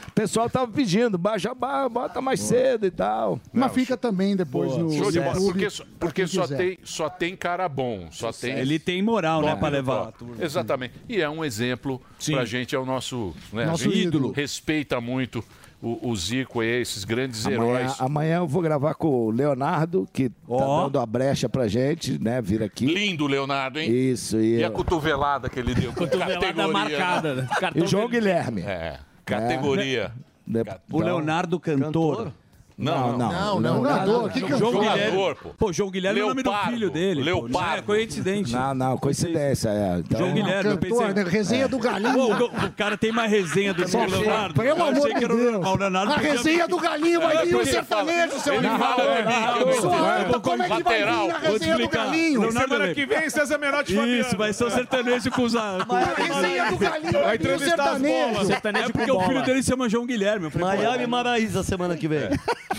O pessoal tava pedindo, baixa, ba- bota mais cedo e tal.
Mas fica também depois no
Show de bola.
YouTube,
Porque, só-
pra
porque
quem
só,
quiser.
tem, só tem cara bom. Só tem...
Ele tem moral, né,
Top,
pra
né,
levar
top.
a turma.
Exatamente. E é um exemplo pra gente, é o nosso, né, a
Nosso
gente
ídolo.
Respeita muito o, o Zico e esses grandes
Amanhã,
heróis.
amanhã eu vou gravar com o Leonardo, que tá
Ó.
dando a brecha pra gente, né? Vir aqui.
Lindo, Leonardo, hein?
Isso,
E
e
a cotovelada que ele deu.
Cotovelada
Categoria.
marcada, né? E o João Guilherme.
É, categoria.
De-
O Leonardo cantor.
Não, não.
Não,
não.
Jogador,
que
João
cantor?
Guilherme.
Pô.
Pô, João Guilherme é o nome do
Leopardo.
filho dele. Leopardo. Pô, não é coincidente.
Não, não, coincidência. É. Então,
João Guilherme, eu pensei... É.
né? Resenha do Galinho.
Pô, o, o cara tem mais resenha do que o
Só chega.
Leonardo.
Pelo
Eu achei
amor
que
de
era o
Deus.
o Leonardo
A
podia-
resenha do Galinho vai vir o
Ele fala-
sertanejo, seu
Ele
animal.
fala, Leonardo.
Sua alma, como é que vai vir a
Vou
resenha do
explicar.
Galinho?
Leonardo
Semana
Levi.
que vem, César Menotti e
Isso,
Fabiano.
vai ser o sertanejo com os... A
resenha do Galinho vai vir o sertanejo.
É porque o filho dele se chama João Guilherme. Eu falei, pô, É.
Miami Maraíza semana que vem.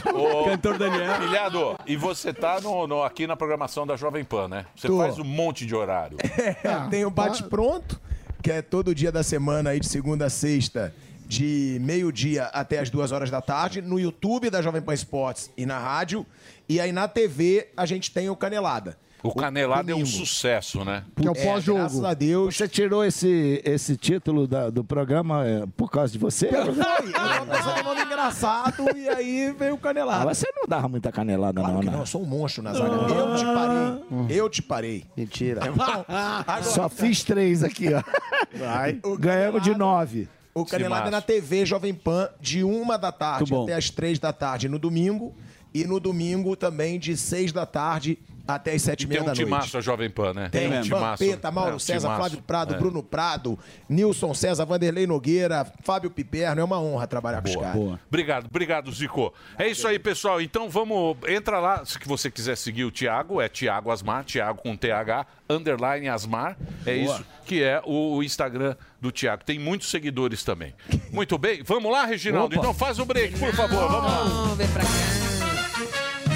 Cantor Daniel. Filhado, e você tá no, no- aqui na programação da Jovem Pan, né? Você
Tô. É,
faz um monte de horário.
É,
Tem o Bate Pronto, que é todo dia da semana, aí de segunda a sexta, de meio-dia até as duas horas da tarde, no YouTube da Jovem Pan Esportes e na rádio. E aí na TV a gente tem o Canelada.
O Canelada é um
domingo.
sucesso, né?
Graças a Deus.
é Você tirou esse, esse título da- do programa é, por causa de você?
Foi, eu tava pensando em nome engraçado e aí veio o
Ah,
Canelada.
você não dava muita canelada, não, né?
Não, eu sou um monstro, Nazário. Eu te parei. Eu te parei. Tá
Mentira.
Só fiz três aqui, ó. Ganhamos de nove.
O Canelada é na TV Jovem Pan, de uma da tarde
Muito bom.
até as três da tarde no domingo. E no domingo também de seis da tarde até as sete e
E tem
meia
um
da noite.
timaço a Jovem Pan, né?
Tem,
um timaço.
Vampeta, Mauro
É, um
César,
timaço.
Flávio Prado,
É.
Bruno Prado, Nilson César, Vanderlei Nogueira, Fábio Piperno. É uma honra trabalhar com os caras.
Obrigado, obrigado, Zico. É isso aí, pessoal. Então vamos, entra lá, se que você quiser seguir o Thiago, é Thiago Asmar, Thiago com TH, underline Asmar. É
Boa.
isso que é o, o Instagram do Thiago. Tem muitos seguidores também. Muito bem, vamos lá, Reginaldo.
Opa.
Então faz o break, por favor. Vamos lá.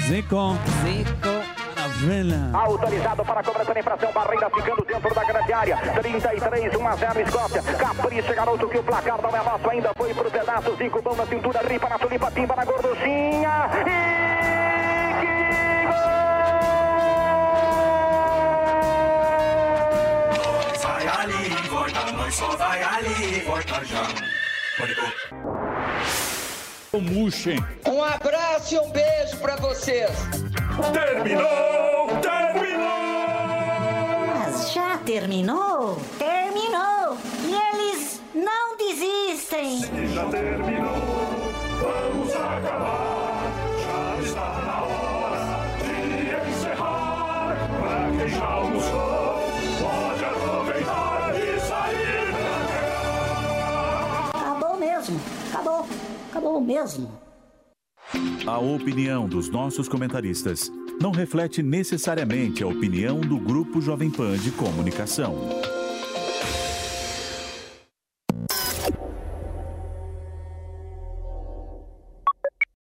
Zico.
Zico.
Maravilha.
Autorizado para a cobrança da infração, Barreira ficando dentro da grande área. 33, 1 a 0, Escócia. Capricha, garoto, que o placar não é nosso ainda. Foi pro pedaço, cinco mão na cintura, ripa na tulipa, timba na gorduchinha.
Vai ali, volta, mãe, só vai ali, volta já.
O Muxem.
Um abraço e um beijo para vocês.
Terminou, terminou.
Mas já terminou? Terminou! E eles não desistem!
Já terminou, vamos acabar. Já está na hora de encerrar. Pra quem já almoçou, pode aproveitar e sair pra cá.
Acabou mesmo! Acabou! Acabou mesmo!
A opinião dos nossos comentaristas não reflete necessariamente a opinião do Grupo Jovem Pan de Comunicação.